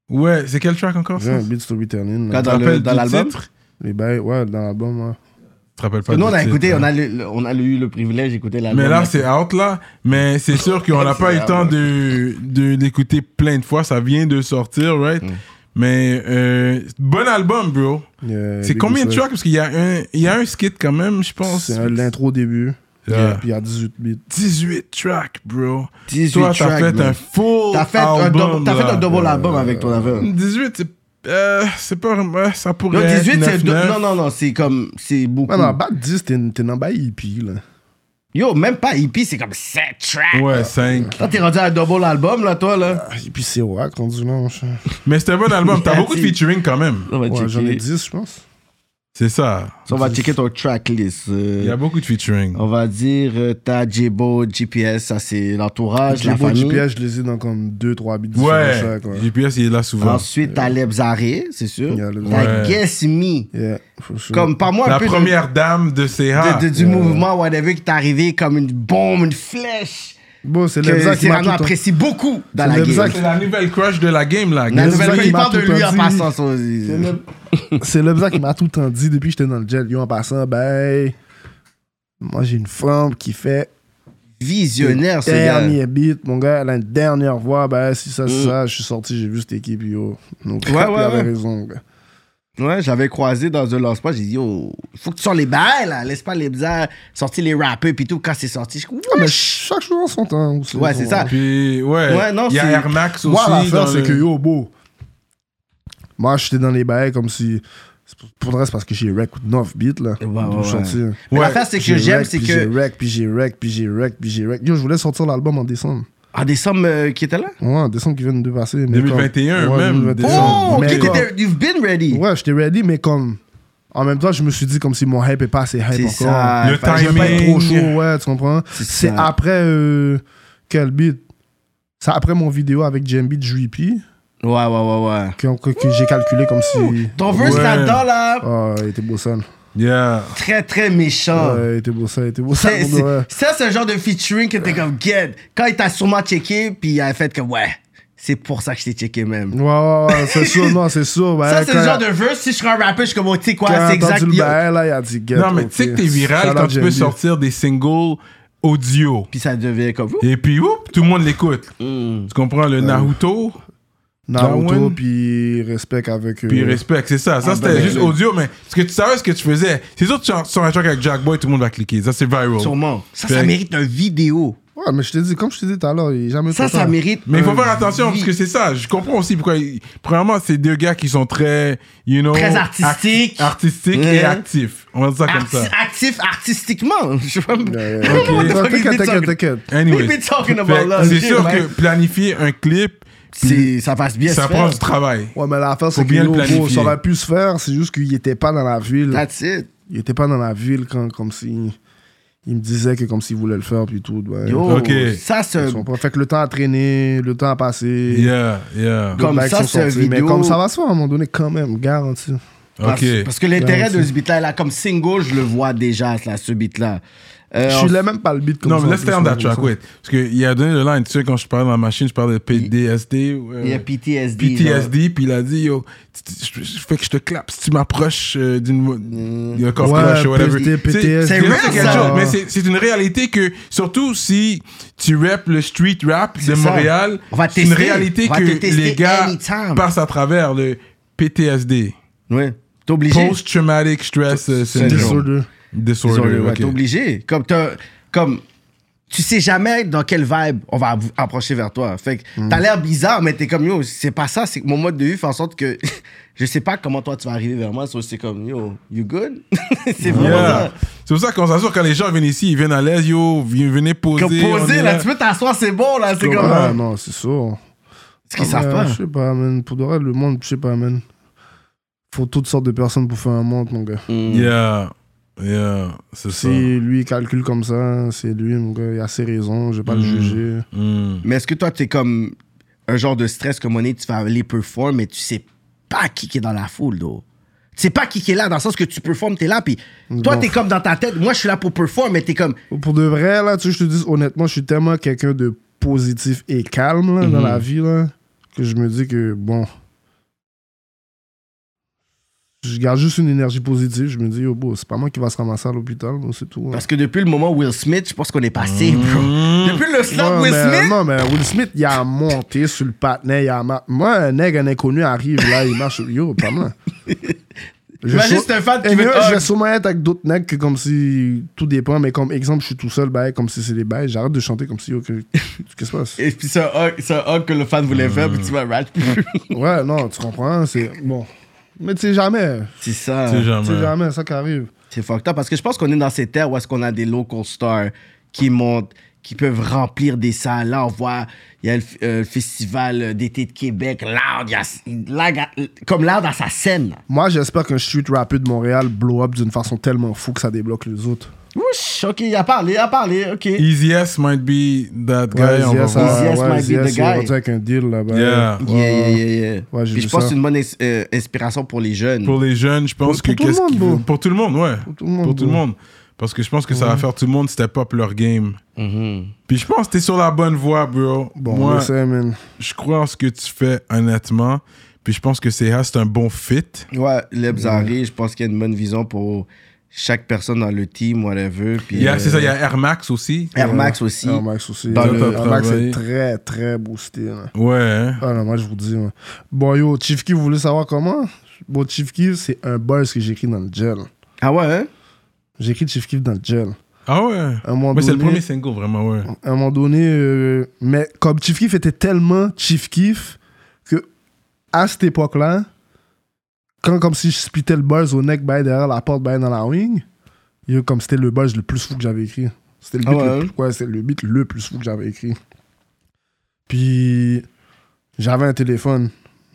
Speaker 1: Ouais, c'est quel track encore,
Speaker 3: J'ai
Speaker 1: ça
Speaker 3: un beat storytelling.
Speaker 2: Quand
Speaker 3: là.
Speaker 1: Tu te
Speaker 2: Dans le-
Speaker 1: rappelles
Speaker 2: dans
Speaker 1: du
Speaker 2: l'album
Speaker 1: titre
Speaker 3: Les bails, ouais, dans l'album. ouais.
Speaker 1: Tu te rappelles pas
Speaker 2: Nous, on
Speaker 1: du
Speaker 2: a
Speaker 1: titre,
Speaker 2: écouté,
Speaker 1: hein.
Speaker 2: on a, le- le- on a eu le privilège d'écouter l'album.
Speaker 1: Mais là, c'est out, là. Mais c'est sûr qu'on n'a pas eu le temps de, de l'écouter plein de fois. Ça vient de sortir, right?
Speaker 2: Mm.
Speaker 1: Mais euh, bon album, bro.
Speaker 3: Euh,
Speaker 1: C'est
Speaker 3: Big
Speaker 1: combien de
Speaker 3: Usa.
Speaker 1: tracks? Parce qu'il y, a un- il y a un skit quand même, je pense.
Speaker 3: C'est un- l'intro au début.
Speaker 1: Yeah.
Speaker 3: Et Puis il y a 18 beats.
Speaker 1: 18 tracks, bro.
Speaker 2: 18
Speaker 1: Toi, t'as
Speaker 2: tracks,
Speaker 1: fait
Speaker 2: man.
Speaker 1: un full
Speaker 2: T'as fait, un
Speaker 1: album.
Speaker 2: double- t'as fait un
Speaker 1: là.
Speaker 2: double album avec ton affaire.
Speaker 1: 18, c'est... euh, c'est pas... vraiment- ça pourrait
Speaker 2: Non, 18,
Speaker 1: être 9,
Speaker 2: c'est. deux- Non, non, non, c'est comme. C'est beaucoup.
Speaker 3: Ouais, non,
Speaker 1: Mm.
Speaker 3: bah- back 10, t'es t'es dans bail hippie, là.
Speaker 2: Yo, même pas hippie, c'est comme 7 tracks.
Speaker 1: Ouais, 5.
Speaker 2: Là, t'es rendu à un double album, là, toi, là.
Speaker 3: Ah, hippie, c'est wack, rendu là. mon chien.
Speaker 1: Mais c'était un bon album. T'as
Speaker 2: Yeah,
Speaker 1: beaucoup de
Speaker 2: si.
Speaker 1: featuring quand même.
Speaker 2: On va
Speaker 3: Ouais, j'en ai
Speaker 2: checker.
Speaker 3: 10, je pense.
Speaker 1: C'est ça.
Speaker 2: Ça, On va checker ton tracklist. euh,
Speaker 1: Il y a beaucoup de featuring.
Speaker 3: Oh,
Speaker 2: On va dire, euh, t'as Jibo, GPS, ça c'est l'entourage,
Speaker 3: J'ai
Speaker 2: Ah, la
Speaker 3: beau
Speaker 2: famille.
Speaker 3: GPS, je les ai dans comme 2-3 beats.
Speaker 1: Ouais.
Speaker 3: différents, chaque, ouais.
Speaker 1: GPS, il est là
Speaker 3: Ah,
Speaker 1: souvent.
Speaker 2: Ensuite, t'as Lebzaré, c'est sûr.
Speaker 3: Yeah, Lebzaré.
Speaker 2: T'as
Speaker 1: Ouais.
Speaker 2: Guess Me.
Speaker 3: Yeah, for sure.
Speaker 2: Comme, par moi, un
Speaker 1: La
Speaker 2: peu de-
Speaker 1: première dame de CH.
Speaker 2: de- de-
Speaker 3: Ah,
Speaker 2: du mouvement, whatever, qui t'est arrivé comme une bombe, une flèche.
Speaker 3: Bon, c'est
Speaker 2: que
Speaker 3: Lebza qui m'a
Speaker 2: Cyrano
Speaker 3: tout
Speaker 2: apprécie beaucoup dans la
Speaker 3: C'est Lebza
Speaker 2: game.
Speaker 3: qui-
Speaker 1: C'est la nouvelle crush de la game, là.
Speaker 2: La
Speaker 3: Lebza
Speaker 2: nouvelle fois,
Speaker 3: qui
Speaker 2: il
Speaker 3: m'a
Speaker 2: parle de
Speaker 3: tout
Speaker 2: lui en
Speaker 3: dit.
Speaker 2: passant. sur-
Speaker 3: en- c'est Lebza qui m'a tout le temps dit depuis que j'étais dans le jet. Yo, en passant, ben. Moi, j'ai une femme qui fait
Speaker 2: Visionnaire, ce gars.
Speaker 3: dernier beat. Mon gars, elle a une dernière voix. Ben, si ça, c'est
Speaker 2: Mm.
Speaker 3: ça, je suis sorti, j'ai vu cette équipe, yo. Donc,
Speaker 2: Ouais,
Speaker 3: il
Speaker 2: ouais,
Speaker 3: avait
Speaker 2: ouais.
Speaker 3: raison, gars.
Speaker 2: Ouais, j'avais croisé dans un lancement, j'ai dit, oh, faut que tu sors les bails, là. Laisse pas les bizarres sortir les rappeurs, puis tout. Quand c'est sorti, je
Speaker 3: Ah, mais
Speaker 2: wesh.
Speaker 3: chaque chose en son temps. aussi.
Speaker 2: Ouais, c'est ça.
Speaker 1: Puis, ouais.
Speaker 2: Ouais, non,
Speaker 1: il y a
Speaker 2: c'est-
Speaker 1: Air Max aussi.
Speaker 3: Moi,
Speaker 1: dans
Speaker 3: l'affaire, c'est
Speaker 1: le-
Speaker 3: que yo, beau. Moi, j'étais dans les bails comme si. c'est pour- Pour le reste, parce que j'ai rec 9 beats, là.
Speaker 2: Ouais, ouais,
Speaker 3: d'où Ah, je
Speaker 2: ouais.
Speaker 3: sortis.
Speaker 2: Mais
Speaker 1: Ouais,
Speaker 2: L'affaire, c'est que
Speaker 3: J'ai
Speaker 2: j'aime,
Speaker 3: rec,
Speaker 2: c'est
Speaker 3: puis J'ai
Speaker 2: que.
Speaker 3: rec, puis j'ai rec, puis j'ai rec, puis j'ai rec. Yo, je voulais sortir l'album en décembre.
Speaker 2: Ah, décembre euh, qui était là?
Speaker 3: Ouais, en décembre qui vient de passer. mais
Speaker 1: 2021
Speaker 3: comme-
Speaker 1: même, décembre.
Speaker 2: Oh, ok,
Speaker 3: mais
Speaker 1: t'étais-
Speaker 3: comme-
Speaker 2: t'étais- you've been ready.
Speaker 3: Ouais, j'étais ready, mais comme. En même temps, je me suis dit comme si mon hype est pas assez hype
Speaker 2: C'est
Speaker 3: encore.
Speaker 2: ça.
Speaker 1: Le
Speaker 2: Fait que
Speaker 3: Je vais pas être trop
Speaker 1: Timing.
Speaker 3: chaud, ouais, tu comprends?
Speaker 2: C'est
Speaker 3: C'est
Speaker 2: ça.
Speaker 3: après. euh, quel beat? C'est après mon vidéo avec Jambi Juipi
Speaker 2: Ouais, ouais, ouais, ouais.
Speaker 3: que, que- que j'ai calculé comme si.
Speaker 2: Ton verse
Speaker 1: Ouais.
Speaker 2: là-dedans, là,
Speaker 3: Ah, il était beau ça.
Speaker 1: Yeah.
Speaker 2: très, très
Speaker 1: Ah.
Speaker 2: méchant.
Speaker 3: Ouais, il était beau ça, il était beau ça.
Speaker 2: C'est-
Speaker 3: pour de vrai.
Speaker 2: c'est- Ça, c'est le genre de featuring que t'es comme get. Quand il t'a sûrement checké, puis il a fait que ouais, c'est pour ça que je t'ai checké même.
Speaker 3: Ouais, ouais, ouais, c'est sûr, non, c'est sûr. ben,
Speaker 2: ça, c'est
Speaker 3: quand-
Speaker 2: le genre de verse. Si je serais un rappeur, je suis comme, oh, tu sais
Speaker 3: Quand
Speaker 2: quoi,
Speaker 3: il a
Speaker 2: c'est exact.
Speaker 3: entendu le
Speaker 2: yo.
Speaker 3: bail, là, il a dit get,
Speaker 1: Non, mais
Speaker 3: ok.
Speaker 1: tu sais que t'es viral
Speaker 3: Shout
Speaker 1: quand
Speaker 3: out
Speaker 1: tu peux
Speaker 3: Jambi.
Speaker 1: sortir des singles audio.
Speaker 2: Puis ça devient comme oh, vous.
Speaker 1: Et puis, oups, tout le monde l'écoute.
Speaker 3: Mm.
Speaker 1: Tu comprends le Naruto,
Speaker 3: Naruto,
Speaker 1: Darwin.
Speaker 3: puis respect avec. euh,
Speaker 1: puis Respect, c'est ça. Ça, c'était
Speaker 2: ben,
Speaker 1: juste
Speaker 2: oui.
Speaker 1: audio, mais parce que tu savais ce que tu faisais. C'est sûr que tu sors- sors un track avec Jack Boy, tout le monde va cliquer. Ça, c'est viral.
Speaker 2: Sûrement. Ça,
Speaker 1: Fait-
Speaker 2: ça mérite un vidéo.
Speaker 3: Ouais, mais je te dis, comme je te dis tout à l'heure, il est jamais
Speaker 2: Ça,
Speaker 3: content.
Speaker 2: ça mérite.
Speaker 1: Mais il faut
Speaker 2: un
Speaker 1: faire attention, parce
Speaker 2: vi-
Speaker 1: que c'est ça. Je comprends aussi pourquoi. ils- Premièrement, c'est deux gars qui sont très, you know.
Speaker 2: Très
Speaker 1: acti-
Speaker 2: artistiques.
Speaker 1: Artistiques
Speaker 2: Ouais.
Speaker 1: et actifs. On va dire ça comme
Speaker 2: Arti-
Speaker 1: ça.
Speaker 2: actif artistiquement. Je sais pas.
Speaker 3: Euh,
Speaker 2: What the fuck is
Speaker 3: T'inquiète,
Speaker 2: this talking-
Speaker 3: t'inquiète, t'inquiète.
Speaker 1: Anyway.
Speaker 2: We've been talking about
Speaker 1: Fait-
Speaker 2: love,
Speaker 1: C'est
Speaker 2: shit,
Speaker 1: sûr
Speaker 2: man.
Speaker 1: que planifier un clip,
Speaker 2: C'est- Ça passe bien.
Speaker 1: ça
Speaker 2: se
Speaker 1: prend
Speaker 2: faire.
Speaker 1: du travail.
Speaker 3: Ouais, mais l'affaire, c'est que
Speaker 1: bien le
Speaker 3: yo, gros,
Speaker 1: planifier.
Speaker 3: ça aurait pu se faire, c'est juste qu'il était pas dans la ville.
Speaker 2: That's it.
Speaker 3: Il était pas dans la ville quand, comme si. Il me disait que comme s'il voulait le faire, puis tout. Ben,
Speaker 2: Yo,
Speaker 1: Ok.
Speaker 2: ça, c'est
Speaker 3: Ils
Speaker 2: un
Speaker 3: sont pas. Fait que le temps à traîner, le temps à passer.
Speaker 1: Yeah, yeah.
Speaker 3: d'autres
Speaker 2: Comme
Speaker 3: likes
Speaker 2: ça,
Speaker 3: sont
Speaker 2: c'est un
Speaker 3: sortis. Mais
Speaker 2: vidéo- Euh,
Speaker 3: comme ça va se faire à un moment donné, quand même, garanti.
Speaker 1: Ok.
Speaker 2: Parce, parce que l'intérêt
Speaker 3: Garanti.
Speaker 2: de ce beat-là, là, comme single, je le vois déjà, là, ce beat-là. Euh,
Speaker 3: Je
Speaker 2: on-
Speaker 3: suis là même pas le beat comme
Speaker 1: Non,
Speaker 3: ça.
Speaker 1: mais
Speaker 3: en
Speaker 1: laisse
Speaker 3: plus,
Speaker 1: faire that
Speaker 3: comme
Speaker 1: track,
Speaker 3: ça.
Speaker 1: wait. Parce qu'il a donné le line, tu sais, quand je parle dans la machine, je parle de PDSD. euh,
Speaker 2: Il y a PTSD. genre.
Speaker 1: PTSD, puis il a dit, yo, tu- tu- je je fais que je te clappe si tu m'approches euh,
Speaker 2: Mm.
Speaker 1: d'une. d'un corps
Speaker 3: Ouais,
Speaker 1: crush ou whatever. Tu
Speaker 3: PTSD,
Speaker 1: sais,
Speaker 3: PTSD,
Speaker 1: c'est
Speaker 2: ça.
Speaker 1: quelque chose, mais c'est- c'est une réalité que, surtout si tu rappes le street rap de
Speaker 2: ça.
Speaker 1: Montréal,
Speaker 2: On va
Speaker 1: c'est une
Speaker 2: tester.
Speaker 1: réalité
Speaker 2: On va te
Speaker 1: que
Speaker 2: tester
Speaker 1: les gars
Speaker 2: anytime.
Speaker 1: passent à travers le PTSD.
Speaker 2: Ouais. T'es obligé.
Speaker 1: Post-traumatic stress euh, syndrome.
Speaker 3: Disorder.
Speaker 1: Disorder.
Speaker 2: Désolé, ouais,
Speaker 1: ok.
Speaker 2: T'es obligé. Comme, t'as- comme tu sais jamais dans quelle vibe on va av- approcher vers toi. Fait que t'as l'air bizarre, mais t'es comme yo, c'est pas ça. C'est que mon mode de vie fait en sorte que je sais pas comment toi tu vas arriver vers moi. So, c'est comme yo, you good? c'est vraiment
Speaker 1: Yeah.
Speaker 2: ça.
Speaker 1: C'est pour ça qu'on s'assure quand les gens viennent ici, ils viennent à l'aise, yo, vi- venez poser.
Speaker 2: Comme
Speaker 1: on est
Speaker 2: poser, là, tu peux t'asseoir, c'est bon, là. C'est comme.
Speaker 3: Ouais, Ah, non, c'est sûr.
Speaker 2: Ce qu'ils savent pas.
Speaker 3: Je sais pas, man. Pour de vrai, le monde, je sais pas, man. Faut toutes sortes de personnes pour faire un monde, mon gars.
Speaker 2: Mm.
Speaker 1: Yeah, yeah, c'est ça.
Speaker 3: Si lui, il calcule comme ça, c'est lui, mon gars. Il a ses raisons, je vais pas le
Speaker 1: Mm.
Speaker 3: juger.
Speaker 1: Mm.
Speaker 2: Mais est-ce que toi, t'es comme un genre de stress comme on est, tu vas aller perform, mais tu sais pas qui qui est dans la foule, d'eau. Tu sais pas qui qui est là, dans le sens que tu performes, t'es là, puis toi,
Speaker 3: Bon.
Speaker 2: t'es comme dans ta tête, moi, je suis là pour perform, mais t'es comme,
Speaker 3: Pour de vrai, là, tu sais, je te dis honnêtement, je suis tellement quelqu'un de positif et calme là, dans
Speaker 2: Mhm.
Speaker 3: la vie, là, que je me dis que, bon. Je garde juste une énergie positive. Je me dis, oh, bon, c'est pas moi qui va se ramasser à l'hôpital, bon, c'est tout. hein. là.
Speaker 2: parce que depuis le moment Will Smith, je pense qu'on est passé, bro. Depuis le slap
Speaker 3: Non,
Speaker 2: Will
Speaker 3: Mm. mais,
Speaker 2: Smith,
Speaker 3: non, mais Will Smith, il a monté sur le patinet. Il a ma- Moi, un nègre, un inconnu arrive là, il marche. Yo, pas mal. Je
Speaker 2: Imagine,
Speaker 3: sou-
Speaker 2: c'est un fan qui
Speaker 3: Et
Speaker 2: veut
Speaker 3: mieux,
Speaker 2: te hug.
Speaker 3: Je vais sûrement être avec d'autres nègres que comme si tout dépend, mais comme exemple, je suis tout seul, bah, comme si c'est des bails. J'arrête de chanter comme si, yo, que- qu'est-ce qui se passe?
Speaker 2: et puis c'est un hug, c'est un hug que le fan voulait faire, puis tu vas rat.
Speaker 3: Ouais, non, tu comprends, c'est bon. Mais tu sais jamais,
Speaker 2: c'est ça.
Speaker 1: C'est
Speaker 3: tu
Speaker 1: jamais.
Speaker 3: sais jamais, ça qui arrive.
Speaker 2: C'est fucked up parce que je pense qu'on est dans ces terres où est-ce qu'on a des local stars qui montent, qui peuvent remplir des salles. Là, on voit, il y a le, f- euh, le festival d'été de Québec, Loud, il y a, Loud- comme Loud à sa scène. là.
Speaker 3: Moi, j'espère qu'un street rapper de Montréal blow up d'une façon tellement fou que ça débloque les autres.
Speaker 2: Ouch, ok, il a parlé, il a parlé, ok.
Speaker 1: Easy S might be that guy.
Speaker 3: Ouais,
Speaker 1: on va voir.
Speaker 3: Zias, ça-
Speaker 2: Zias
Speaker 3: ouais,
Speaker 2: might be
Speaker 3: Zias,
Speaker 2: the
Speaker 3: il est
Speaker 2: guy.
Speaker 3: rendu avec un deal là-bas.
Speaker 1: Yeah.
Speaker 2: Yeah, yeah, yeah, yeah.
Speaker 3: Ouais, j'ai
Speaker 2: Puis je pense
Speaker 3: vu ça.
Speaker 2: que c'est une bonne ins- euh, inspiration pour les jeunes.
Speaker 1: Pour les jeunes, je pense
Speaker 3: Pour-
Speaker 1: que
Speaker 3: pour tout le
Speaker 1: qu'est-ce
Speaker 3: monde,
Speaker 1: qu'ils
Speaker 3: bro.
Speaker 1: veulent- Pour tout le monde, ouais. Pour
Speaker 3: tout le monde,
Speaker 1: Pour tout le
Speaker 3: bro.
Speaker 1: monde. Parce que je pense que ça va faire tout le monde step up leur game.
Speaker 2: Mhm.
Speaker 1: Puis je pense que t'es sur la bonne voie, bro.
Speaker 3: Bon, on
Speaker 1: Moi,
Speaker 3: le sait, man.
Speaker 1: je crois en ce que tu fais, honnêtement. Puis je pense que c'est ah, c'est un bon fit.
Speaker 2: Ouais, Lebs Henry, je pense qu'il y a une bonne vision pour chaque personne dans le team, whatever. Puis,
Speaker 1: Il y a- C'est ça, il y
Speaker 2: euh,
Speaker 1: a Air Max aussi.
Speaker 2: Air Max aussi.
Speaker 3: Air Ah, Max aussi.
Speaker 2: Dans le-
Speaker 3: Air Max
Speaker 1: travail.
Speaker 3: est très, très boosté. là.
Speaker 1: Ouais. hein.
Speaker 3: Ah non, moi, je vous dis. ouais. Bon, yo, Chief Keef, vous voulez savoir comment Bon, Chief Keef, c'est un buzz que j'écris dans le gel.
Speaker 2: Ah ouais, hein?
Speaker 3: J'écris Chief Keef dans le gel.
Speaker 1: Ah ouais.
Speaker 3: À un moment
Speaker 1: Mais c'est le
Speaker 3: donné-
Speaker 1: premier single, vraiment, ouais.
Speaker 3: à un moment donné, euh, mais comme Chief Keef était tellement Chief Keef que à cette époque-là, quand comme si je splittais le buzz au neck ben, derrière la porte ben, dans la wing, yo, comme c'était le buzz le plus fou que j'avais écrit. C'était le,
Speaker 2: Ah
Speaker 3: beat
Speaker 2: ouais,
Speaker 3: le
Speaker 2: hein?
Speaker 3: plus- ouais, c'était le beat le plus fou que j'avais écrit. Puis j'avais un téléphone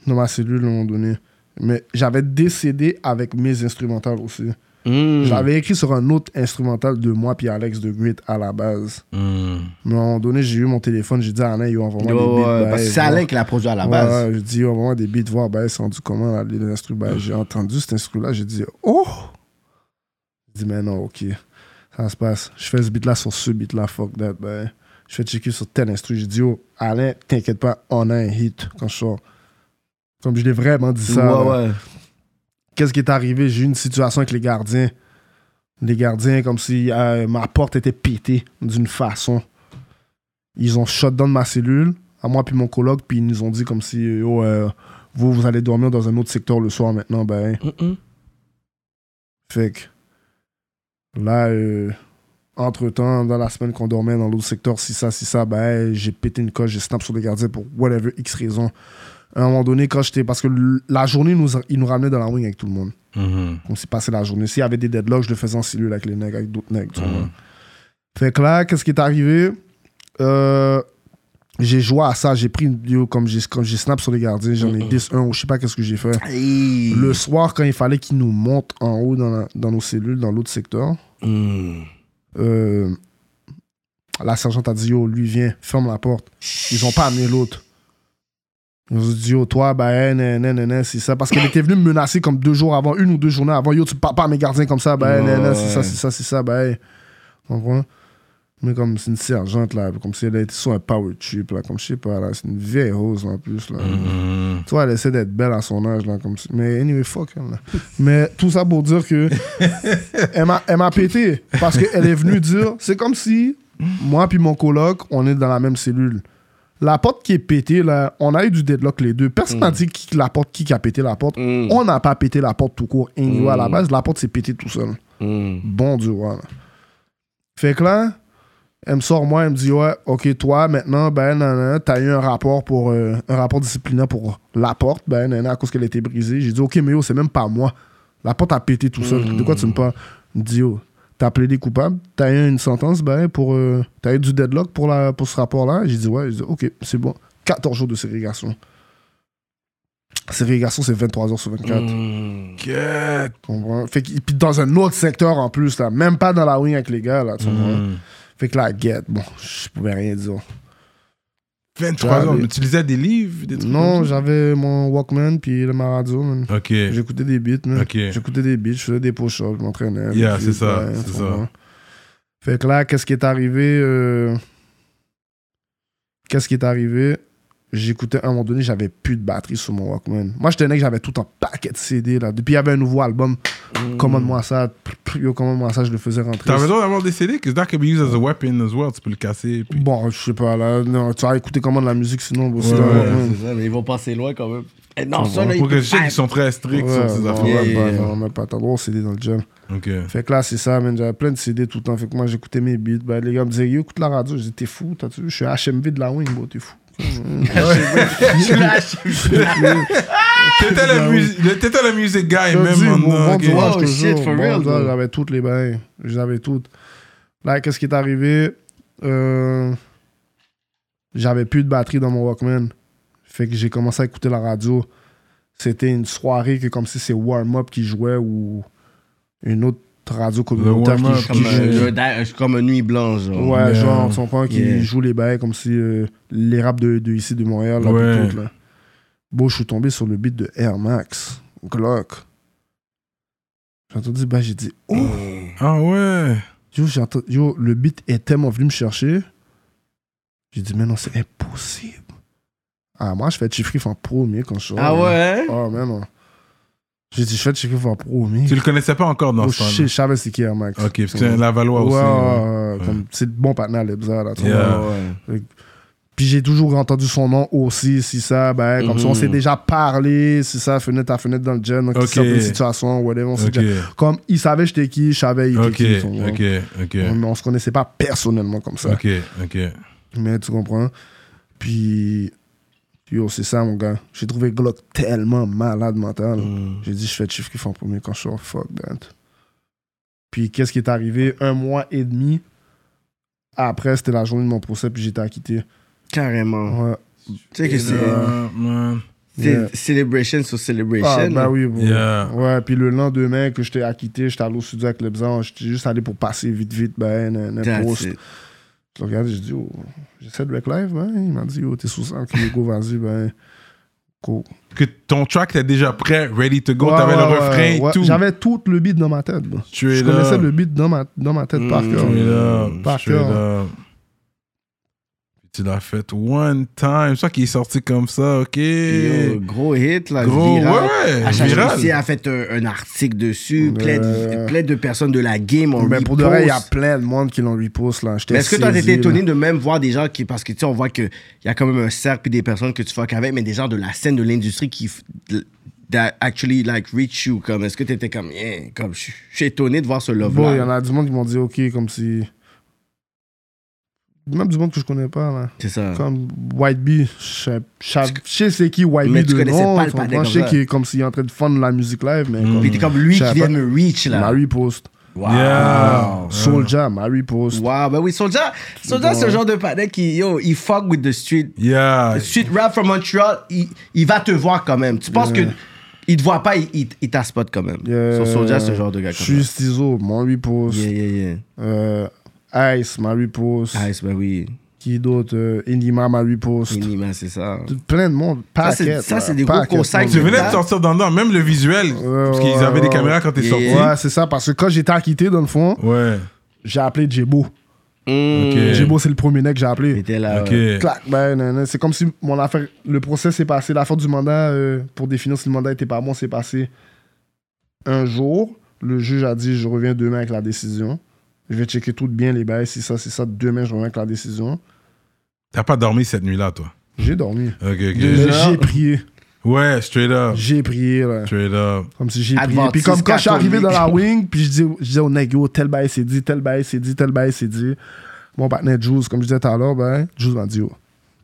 Speaker 3: dans ma cellule à un moment donné. Mais j'avais décédé avec mes instrumentales aussi.
Speaker 2: Mm.
Speaker 3: J'avais écrit sur un autre instrumental de moi puis Alex de Great à la base.
Speaker 1: Hmm.
Speaker 3: Mais à un moment donné, j'ai eu mon téléphone, j'ai dit à Alain, yo, envoie-moi
Speaker 2: Ouais,
Speaker 3: des beats.
Speaker 2: ouais,
Speaker 3: bah,
Speaker 2: parce que
Speaker 3: hey,
Speaker 2: c'est
Speaker 3: voir.
Speaker 2: Alain qui l'a produit à la
Speaker 3: Ouais,
Speaker 2: base.
Speaker 3: ouais, j'ai dit, envoie-moi des beats, voir, bah, c'est rendu comment, là, les instrus. Bah, j'ai entendu cet instru-là, j'ai dit, oh! J'ai dit, mais non, ok, ça se passe. Je fais ce beat-là sur ce beat-là, fuck that, bah, je fais checker sur tel instru. J'ai dit, oh, Alain, t'inquiète pas, on a un hit quand je sors. Comme je l'ai vraiment dit ça. là.
Speaker 2: ouais, ouais.
Speaker 3: Qu'est-ce qui est arrivé? J'ai eu une situation avec les gardiens. Les gardiens, comme si euh, ma porte était pétée d'une façon. Ils ont shot down ma cellule, à moi puis mon coloc, puis ils nous ont dit comme si, euh, Yo, euh, vous, vous allez dormir dans un autre secteur le soir maintenant. Ben, fait que là, euh, entre-temps, dans la semaine qu'on dormait dans l'autre secteur, si ça, si ça, ben, j'ai pété une coche, j'ai snap sur les gardiens pour whatever X raison. À un moment donné, quand j'étais. Parce que l- la journée, ils nous, ils nous ramenaient dans la wing avec tout le monde.
Speaker 2: Hmm.
Speaker 1: Mhm.
Speaker 3: On s'est passé la journée. S'il y avait des deadlocks, je le faisais en cellule avec les nègres, avec d'autres nègres. tu vois.
Speaker 1: Mhm.
Speaker 3: Fait que là, qu'est-ce qui est arrivé? Euh, j'ai joué à ça. J'ai pris une vidéo comme j'ai comme j'ai snap sur les gardiens. J'en ai 10, 1 ou je sais pas qu'est-ce que j'ai fait.
Speaker 2: Hey.
Speaker 3: Le soir, quand il fallait qu'ils nous montent en haut dans, la- dans nos cellules, dans l'autre secteur,
Speaker 2: Mm.
Speaker 3: euh, la sergente a dit Yo, lui, viens, ferme la porte. Ils ont pas amené l'autre. Ils ont dit Yo, toi, bah, eh, nan, nan, nan, nan, c'est ça. Parce qu'elle était venue me menacer comme deux jours avant, une ou deux journées avant. Yo, tu parles pas à mes gardiens comme ça, bah, eh, nan, nan, c'est ça, c'est ça, c'est ça, bah, eh. Tu comprends? Mais comme c'est une sergente, là, comme si elle était sur un power trip, là, comme je sais pas, là, c'est une vieille rose en plus, là. Tu vois, elle essaie d'être belle à son âge, là, comme si- Mais anyway, fuck, elle, là. Mais tout ça pour dire que elle m'a- elle m'a pété parce qu'elle est venue dire c'est comme si moi puis mon coloc on est dans la même cellule la porte qui est pétée là on a eu du deadlock les deux personne n'a dit qui la porte qui qui a pété la porte
Speaker 2: Mm.
Speaker 3: on n'a pas pété la porte tout court anyway, à la base la porte s'est pétée tout seul
Speaker 2: Hmm.
Speaker 3: bon du roi là. fait que là elle me sort moi elle me dit ouais ok toi maintenant ben nan, nan, t'as eu un rapport pour euh, un rapport disciplinaire pour la porte ben nan, nan, à cause qu'elle était brisée j'ai dit ok mais yo c'est même pas moi la porte a pété tout seul. De quoi tu me parles? Il me dit, oh, t'as plaidé coupable, t'as eu une sentence, ben, pour, euh, t'as eu du deadlock pour, la, pour ce rapport-là. J'ai dit, ouais, J'ai dit, ok, c'est bon. 14 jours de ségrégation. Ségrégation, c'est 23 heures sur 24.
Speaker 2: Hmm.
Speaker 1: Quête.
Speaker 3: Comprends? Fait que, puis dans un autre secteur en plus, là, même pas dans la wing avec les gars, là,
Speaker 1: Mhm.
Speaker 3: tu comprends? Fait que la guette, bon, je pouvais rien dire.
Speaker 1: 23 ans, on
Speaker 3: J'avais-
Speaker 1: utilisait des livres, des trucs
Speaker 3: Non,
Speaker 1: comme ça?
Speaker 3: j'avais mon Walkman, puis le Maradio, man.
Speaker 1: Ok.
Speaker 3: J'écoutais des beats, man.
Speaker 1: Ok.
Speaker 3: J'écoutais des beats, je faisais des push-ups, je m'entraînais.
Speaker 1: Yeah,
Speaker 3: puis,
Speaker 1: c'est ça,
Speaker 3: ouais,
Speaker 1: c'est
Speaker 3: tu
Speaker 1: ça.
Speaker 3: comprends. Fait que là, qu'est-ce qui est arrivé euh, Qu'est-ce qui est arrivé J'écoutais, à un moment donné, j'avais plus de batterie sur mon Walkman. Moi, j'étais né que j'avais tout un paquet de CD, là. Depuis, il y avait un nouveau album.
Speaker 1: Mhm.
Speaker 3: Commande-moi ça. Pr- pr- Yo, commande-moi ça, je le faisais rentrer.
Speaker 1: T'as raison d'avoir des CD, parce que that can be used as a weapon as well. Tu peux le casser. Puis...
Speaker 3: Bon, je sais pas, là. Non, tu vas écouter comment de la musique, sinon, bon, c'est
Speaker 1: Ouais,
Speaker 3: un
Speaker 1: ouais,
Speaker 3: Walkman.
Speaker 2: C'est ça, mais ils vont passer loin quand même. Eh, non, ça, là,
Speaker 1: Pour que
Speaker 2: il-
Speaker 1: je sais qu'ils sont très stricts
Speaker 3: Ouais,
Speaker 1: sur ces
Speaker 3: non,
Speaker 1: affaires.
Speaker 3: même
Speaker 2: Yeah,
Speaker 3: pas,
Speaker 2: yeah.
Speaker 3: non, même pas. T'as le droit au CD dans le jam.
Speaker 1: Ok.
Speaker 3: Fait que là, c'est ça, man. J'avais plein de CD tout le temps. Fait que moi, j'écoutais mes beats. Ben, les gars me disaient, yo, écoute la radio. Je dis, t'es fou, t'as-tu vu? Je suis HMV de la Wing, bro, t'es fou.
Speaker 1: T'étais le, mus- le- t'étais le music guy,
Speaker 3: Je dis,
Speaker 1: même
Speaker 3: mon
Speaker 1: maintenant.
Speaker 3: bon
Speaker 1: ok.
Speaker 3: Dieu,
Speaker 2: Wow,
Speaker 3: je te
Speaker 2: shit,
Speaker 3: jure,
Speaker 2: for
Speaker 3: bon
Speaker 2: real,
Speaker 3: Dieu,
Speaker 2: dude.
Speaker 3: J'avais toutes les bains. J'avais toutes. Là, qu'est-ce qui est arrivé? Euh, J'avais plus de batterie dans mon Walkman. Fait que j'ai commencé à écouter la radio. C'était une soirée que comme si c'est Warm Up qui jouait ou une autre radio communautaire
Speaker 1: Warm Up,
Speaker 3: qui,
Speaker 2: comme, euh,
Speaker 3: qui
Speaker 2: un-
Speaker 3: jouait.
Speaker 2: le- da- comme une nuit blanche. genre.
Speaker 3: Ouais,
Speaker 1: Yeah.
Speaker 3: genre, tu comprends, qui
Speaker 2: Yeah.
Speaker 3: joue les bails comme si euh, les raps de, de ici de Montréal, là,
Speaker 1: Ouais.
Speaker 3: puis tout, là. Bon, je suis tombé sur le beat de Air Max, Glock. J'ai entendu, bah, j'ai dit, oh,
Speaker 1: Ah ouais.
Speaker 3: yo, j'ai entendu- yo, le beat est tellement venu me chercher. J'ai dit, mais non, c'est impossible. Ah, moi, je fais Chiffrif en premier quand je suis.
Speaker 2: Ah ouais? hein?
Speaker 3: Oh, mais non. J'ai dit, je fais Chiffrif en premier.
Speaker 1: Tu le connaissais pas encore dans
Speaker 3: Oh,
Speaker 1: ce temps-là.
Speaker 3: shit, je savais c'est qui Air Max.
Speaker 1: Ok, parce que c'est un Lavalois
Speaker 3: Ouais,
Speaker 1: aussi. euh, hein. ouais.
Speaker 3: ouais, ouais, comme, c'est le bon partenaire, les bizarres, là, tu
Speaker 1: Yeah.
Speaker 3: vois.
Speaker 1: Ah
Speaker 2: ouais.
Speaker 3: Puis j'ai toujours entendu son nom aussi, si ça, ben, comme ça, on
Speaker 2: Mhm.
Speaker 3: s'est déjà parlé, si ça, fenêtre à fenêtre dans le gym, donc
Speaker 1: Ok.
Speaker 3: certaines situations, whatever, on s'est
Speaker 1: Ok.
Speaker 3: Oh, déjà- Comme il savait j'étais qui, je savais il était
Speaker 1: Ok,
Speaker 3: qui. tu comprends?
Speaker 1: ok, ok.
Speaker 3: Mais on se connaissait pas personnellement comme ça.
Speaker 1: Ok, ok.
Speaker 3: Mais tu comprends? Puis, yo, c'est ça, mon gars. J'ai trouvé Glock tellement malade mental.
Speaker 1: Mhm.
Speaker 2: Hmm.
Speaker 3: J'ai dit, je fais chiffre qui font premier quand je suis en fuck that. Puis, qu'est-ce qui est arrivé? Un mois et demi après, c'était la journée de mon procès, puis j'étais acquitté.
Speaker 1: Mhm.
Speaker 2: Carrément.
Speaker 3: Ouais.
Speaker 2: Tu sais que c'est.
Speaker 3: Euh,
Speaker 1: Yeah, man.
Speaker 2: c'est
Speaker 3: Yeah.
Speaker 2: Celebration sur celebration.
Speaker 3: Ah, bah oui, bon.
Speaker 1: Yeah.
Speaker 3: Ouais, puis le lendemain que j'étais acquitté, j'étais allé au studio avec Lebzan, j'étais juste allé pour passer vite, vite, ben, nan, nan,
Speaker 2: That's
Speaker 3: post.
Speaker 2: it.
Speaker 3: Je regarde, j'ai dit, oh, j'essaie de rec live, ben. Il m'a dit, oh, t'es sous ça, ok, go, vas-y, ben, go.
Speaker 1: Que ton track était déjà prêt, ready to go.
Speaker 3: Ouais,
Speaker 1: T'avais
Speaker 3: ouais,
Speaker 1: le
Speaker 3: ouais,
Speaker 1: refrain et
Speaker 3: ouais.
Speaker 1: tout.
Speaker 3: J'avais tout le beat dans ma tête, ben.
Speaker 1: Tu
Speaker 3: Je
Speaker 1: es
Speaker 3: connaissais
Speaker 1: là.
Speaker 3: le beat dans ma, dans ma tête par
Speaker 2: Mm.
Speaker 3: cœur.
Speaker 1: Tu es là.
Speaker 3: Par
Speaker 1: Tu es
Speaker 3: cœur.
Speaker 1: là. Tu l'as fait one time. Ça qui est sorti comme ça, ok.
Speaker 2: Yo, gros hit, là,
Speaker 1: Gros,
Speaker 2: viral. Ah,
Speaker 1: ouais, ouais.
Speaker 2: HHMC
Speaker 1: Viral.
Speaker 2: a fait un, un article dessus. Plein,
Speaker 3: Ouais.
Speaker 2: de, plein de personnes de la game ont
Speaker 3: Mais pour de
Speaker 2: repost.
Speaker 3: vrai, il y a plein de monde qui l'ont repost, là. J'étais
Speaker 2: Mais est-ce que toi,
Speaker 3: saisi,
Speaker 2: t'étais
Speaker 3: là.
Speaker 2: étonné de même voir des gens qui. Parce que tu sais, on voit qu'il y a quand même un cercle puis des personnes que tu fuck avec, mais des gens de la scène de l'industrie qui. f- de- That actually like reach you. Comme, est-ce que t'étais comme. Yeah, comme, je suis- je suis étonné de voir ce love
Speaker 3: Bon, il y
Speaker 2: là.
Speaker 3: en a du monde qui m'ont dit, ok, comme si. Même du monde que je connais pas, là.
Speaker 2: C'est ça.
Speaker 3: comme White Bee, je sais- je sais je sais c'est qui White
Speaker 2: Mais
Speaker 3: Bee
Speaker 2: tu
Speaker 3: de
Speaker 2: connaissais
Speaker 3: nom,
Speaker 2: pas le
Speaker 3: tu comprends?
Speaker 2: panel comme
Speaker 3: je sais
Speaker 2: ça. Mm.
Speaker 3: qu'il est comme s'il est en train de fun la musique live, mais comme
Speaker 2: Puis t'es comme lui
Speaker 3: Je
Speaker 2: qui
Speaker 3: savais
Speaker 2: vient
Speaker 3: pas.
Speaker 2: de me reach là.
Speaker 3: Marie Post,
Speaker 2: Wow.
Speaker 1: Yeah.
Speaker 3: Soldier, Marie Post.
Speaker 2: Wow, ben oui, Soulja, Soulja c'est le genre de panel qui, yo, il fuck with the street.
Speaker 1: Yeah.
Speaker 2: Le street rap from Montreal, il, il va te voir quand même. Tu penses que il te voit pas, il, il, il t'aspot quand même.
Speaker 3: Euh,
Speaker 2: So, Soulja, c'est le genre de gars
Speaker 3: Je
Speaker 2: comme
Speaker 3: suis Stizo, Marie Post.
Speaker 2: ça. Yeah, yeah, yeah.
Speaker 3: Euh, Ice, Marie Post.
Speaker 2: Ice, ben oui.
Speaker 3: Qui d'autre euh, Inima, Marie Post.
Speaker 2: Minima, c'est ça.
Speaker 3: Tout- Plein de monde.
Speaker 2: Ça, c'est-
Speaker 3: Paquette,
Speaker 2: ça,
Speaker 3: là.
Speaker 2: c'est des gros
Speaker 3: Paquette,
Speaker 2: conseils
Speaker 3: mon
Speaker 1: Tu
Speaker 3: gars.
Speaker 1: venais de sortir dans dedans, même le visuel. parce qu'ils
Speaker 3: ouais,
Speaker 1: avaient des
Speaker 3: ouais.
Speaker 1: caméras quand t'es
Speaker 2: Yeah.
Speaker 1: sorti.
Speaker 3: Ouais, c'est ça, parce que quand j'étais acquitté, dans le fond,
Speaker 1: Ouais.
Speaker 3: j'ai appelé Djebo.
Speaker 1: Ok.
Speaker 3: Djebo, c'est le premier mec que j'ai appelé.
Speaker 2: Il était là.
Speaker 1: Ok.
Speaker 2: Ah, ouais.
Speaker 3: Clac, ben, nan, nan. c'est comme si mon affaire, le procès s'est passé, l'affaire du mandat euh, pour définir si le mandat était pas bon, s'est passé un jour. Le juge a dit, je reviens demain avec la décision. Je vais checker tout bien les bails, si ça, c'est ça. Demain, je reviens avec la décision.
Speaker 1: T'as pas dormi cette nuit-là, toi.
Speaker 3: J'ai dormi.
Speaker 1: Ok,
Speaker 3: Mais
Speaker 1: ok.
Speaker 2: Déjà?
Speaker 3: J'ai prié.
Speaker 1: Ouais, straight up.
Speaker 3: J'ai prié, là.
Speaker 1: Straight up.
Speaker 3: Comme si j'ai prié.
Speaker 2: Adventiste
Speaker 3: Puis comme quand je suis
Speaker 2: catholique.
Speaker 3: arrivé dans la wing, puis je dis, je dis au nègre, yo, tel bail c'est dit, tel bail c'est dit, tel bail c'est dit. Mon partenaire Jules, comme je disais tout à l'heure, ben, Jules m'a dit, yo,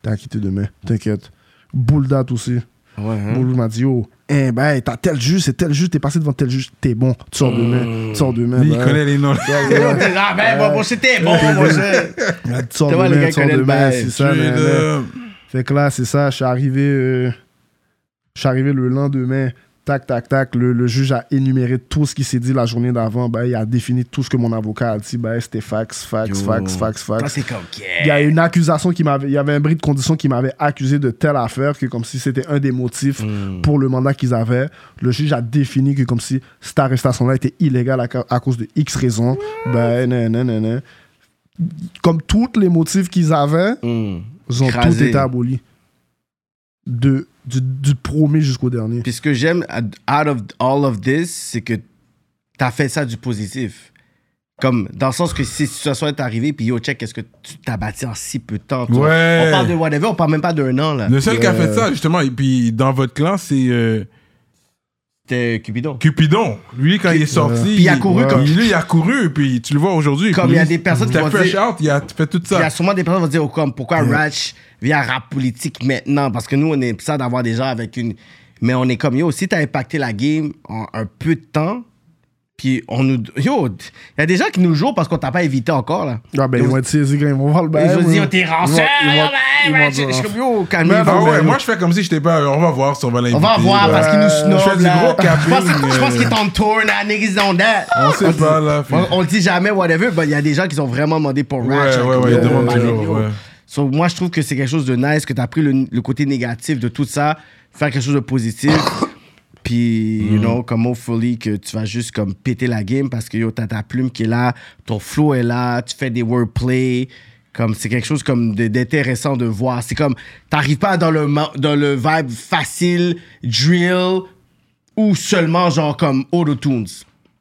Speaker 3: t'es acquitté demain, t'inquiète. Boule date aussi.
Speaker 2: Ouais, hein.
Speaker 3: Boulou m'a dit, oh, eh ben, t'as tel juge, c'est tel juge, t'es passé devant tel juge, t'es bon, tu sors demain, tu sors demain.
Speaker 1: Lui, il
Speaker 2: bah.
Speaker 3: ben.
Speaker 1: connaît les noms.
Speaker 2: Ah ben, bon, bon, c'était bon, mon cher.
Speaker 3: Tu sors
Speaker 2: Tu vois, le
Speaker 3: demain,
Speaker 2: gars
Speaker 3: tu sors
Speaker 2: connaît le
Speaker 3: demain,
Speaker 2: bail.
Speaker 3: c'est ça.
Speaker 1: Straight
Speaker 3: nan, nan.
Speaker 1: up.
Speaker 3: Fait que là, c'est ça, je suis arrivé, euh, je suis arrivé le lendemain, tac, tac, tac, le, le juge a énuméré tout ce qui s'est dit la journée d'avant, ben, il a défini tout ce que mon avocat a dit, ben, c'était fax, fax, fax, fax,
Speaker 2: Toi,
Speaker 3: fax.
Speaker 2: c'est comme,
Speaker 3: Il y a une accusation qui m'avait. Il y avait un bris de condition qui m'avait accusé de telle affaire, que comme si c'était un des motifs
Speaker 2: Hmm.
Speaker 3: pour le mandat qu'ils avaient. Le juge a défini que comme si cette arrestation-là était illégale à, ca- à cause de X raisons. Ben, nan, nan, nan, nan. Comme tous les motifs qu'ils avaient,
Speaker 2: Hmm.
Speaker 3: ils ont tous
Speaker 2: Écrasé.
Speaker 3: été abolis. De, du, du premier jusqu'au dernier.
Speaker 2: Puis ce que j'aime, out of all of this, c'est que t'as fait ça du positif. Comme, dans le sens que si cette situation est arrivée, puis yo, check, qu'est-ce que tu t'as bâti en si peu de temps. tu vois.
Speaker 1: Ouais.
Speaker 2: On parle de whatever, on parle même pas d'un an, là.
Speaker 1: Le seul qui a fait ça, justement, et puis dans votre clan, c'est euh,
Speaker 2: C'était Cupidon.
Speaker 1: Cupidon. Lui, quand il est sorti.
Speaker 3: Puis
Speaker 2: il a couru comme-
Speaker 1: Lui, il a couru, puis tu le vois aujourd'hui.
Speaker 2: Comme
Speaker 1: puis
Speaker 2: il y a des personnes qui
Speaker 1: t'as
Speaker 2: vont
Speaker 1: fresh
Speaker 2: dire-
Speaker 1: out, il a fait tout
Speaker 2: Il y
Speaker 1: ça.
Speaker 2: a sûrement des personnes qui vont dire, oh, comme, pourquoi Ratch vient à rap politique maintenant? Parce que nous, on est ça d'avoir des gens avec une. Mais on est comme, yo, si t'as impacté la game en un peu de temps, puis on nous. Yo, il y a des gens qui nous jouent parce qu'on t'a pas évité encore, là.
Speaker 3: Ah ben,
Speaker 2: Yo,
Speaker 3: ils vont être saisis quand ils vont voir le bail.
Speaker 2: ils ont
Speaker 3: ouais.
Speaker 2: dit, oh, t'es ranceur,
Speaker 3: Ils vont- ils vont-
Speaker 2: ouais,
Speaker 3: ils vont
Speaker 2: ouais,
Speaker 3: dire,
Speaker 2: Je suis
Speaker 3: ah,
Speaker 2: comme, yo, calmez-vous.
Speaker 1: Ah ouais,
Speaker 2: là.
Speaker 1: moi, je fais comme si j'étais pas. On va voir si on va l'inviter.
Speaker 2: On va voir
Speaker 1: là.
Speaker 2: parce qu'il nous
Speaker 1: Je fais
Speaker 2: snob,
Speaker 1: du
Speaker 2: là.
Speaker 1: gros
Speaker 2: Je pense-
Speaker 1: capping,
Speaker 2: Je pense
Speaker 1: euh.
Speaker 2: qu'il est en tour, là, niggas on that.
Speaker 1: On sait pas, là. puis-
Speaker 2: On, on le dit jamais, whatever, mais il y a des gens qui ont vraiment demandé pour
Speaker 1: Ouais,
Speaker 2: Ratch.
Speaker 1: ouais, ouais, ils demandent toujours, ouais.
Speaker 2: So, moi, je trouve que c'est quelque chose de nice, que tu as pris le, le côté négatif de tout ça, faire quelque chose de positif. Puis,
Speaker 1: Mm.
Speaker 2: you know, comme hopefully que tu vas juste comme péter la game parce que yo, t'as ta plume qui est là, ton flow est là, tu fais des wordplay. Comme c'est quelque chose comme de- d'intéressant de voir. C'est comme, t'arrives pas dans le, ma- dans le vibe facile, drill, ou seulement genre comme auto-tunes.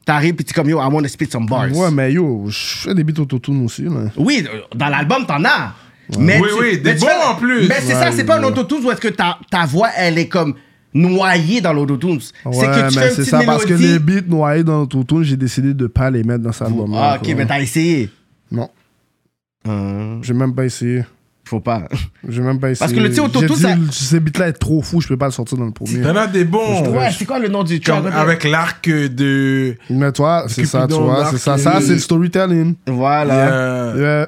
Speaker 2: T'arrives puis t'es comme yo, I wanna spit some bars.
Speaker 3: Ouais, mais yo, je fais des beats autotune aussi, là.
Speaker 2: Oui, euh, dans l'album, t'en as. Mais
Speaker 1: Oui, oui, des
Speaker 2: mais tu
Speaker 1: bons en plus.
Speaker 2: Mais c'est ça, c'est pas un autotune où est-ce que ta, ta voix, elle est comme noyée dans l'autotune. c'est que tu fais
Speaker 3: mais
Speaker 2: une
Speaker 3: c'est
Speaker 2: petite
Speaker 3: ça,
Speaker 2: mélodie.
Speaker 3: parce que les beats noyés dans l'autotune, j'ai décidé de pas les mettre dans cet album.
Speaker 2: Ah, ok, mais t'as essayé.
Speaker 3: Non,
Speaker 2: Euh,
Speaker 3: j'ai même pas essayé.
Speaker 2: faut pas.
Speaker 3: J'ai même pas essayé.
Speaker 2: Parce que le petit autotune,
Speaker 3: J'ai dit,
Speaker 2: ça-
Speaker 3: le- Ce beat-là est trop fou, je peux pas le sortir dans le premier.
Speaker 1: T'en as des bons.
Speaker 2: Ouais, c'est quoi le nom du track
Speaker 1: Comme avec l'arc de.
Speaker 3: Mais toi, c'est ça, tu
Speaker 1: Cupidon,
Speaker 3: vois,
Speaker 1: l'arc,
Speaker 3: c'est ça.
Speaker 1: euh,
Speaker 3: Ça, c'est le storytelling.
Speaker 2: Voilà.
Speaker 1: Yeah.
Speaker 3: Yeah.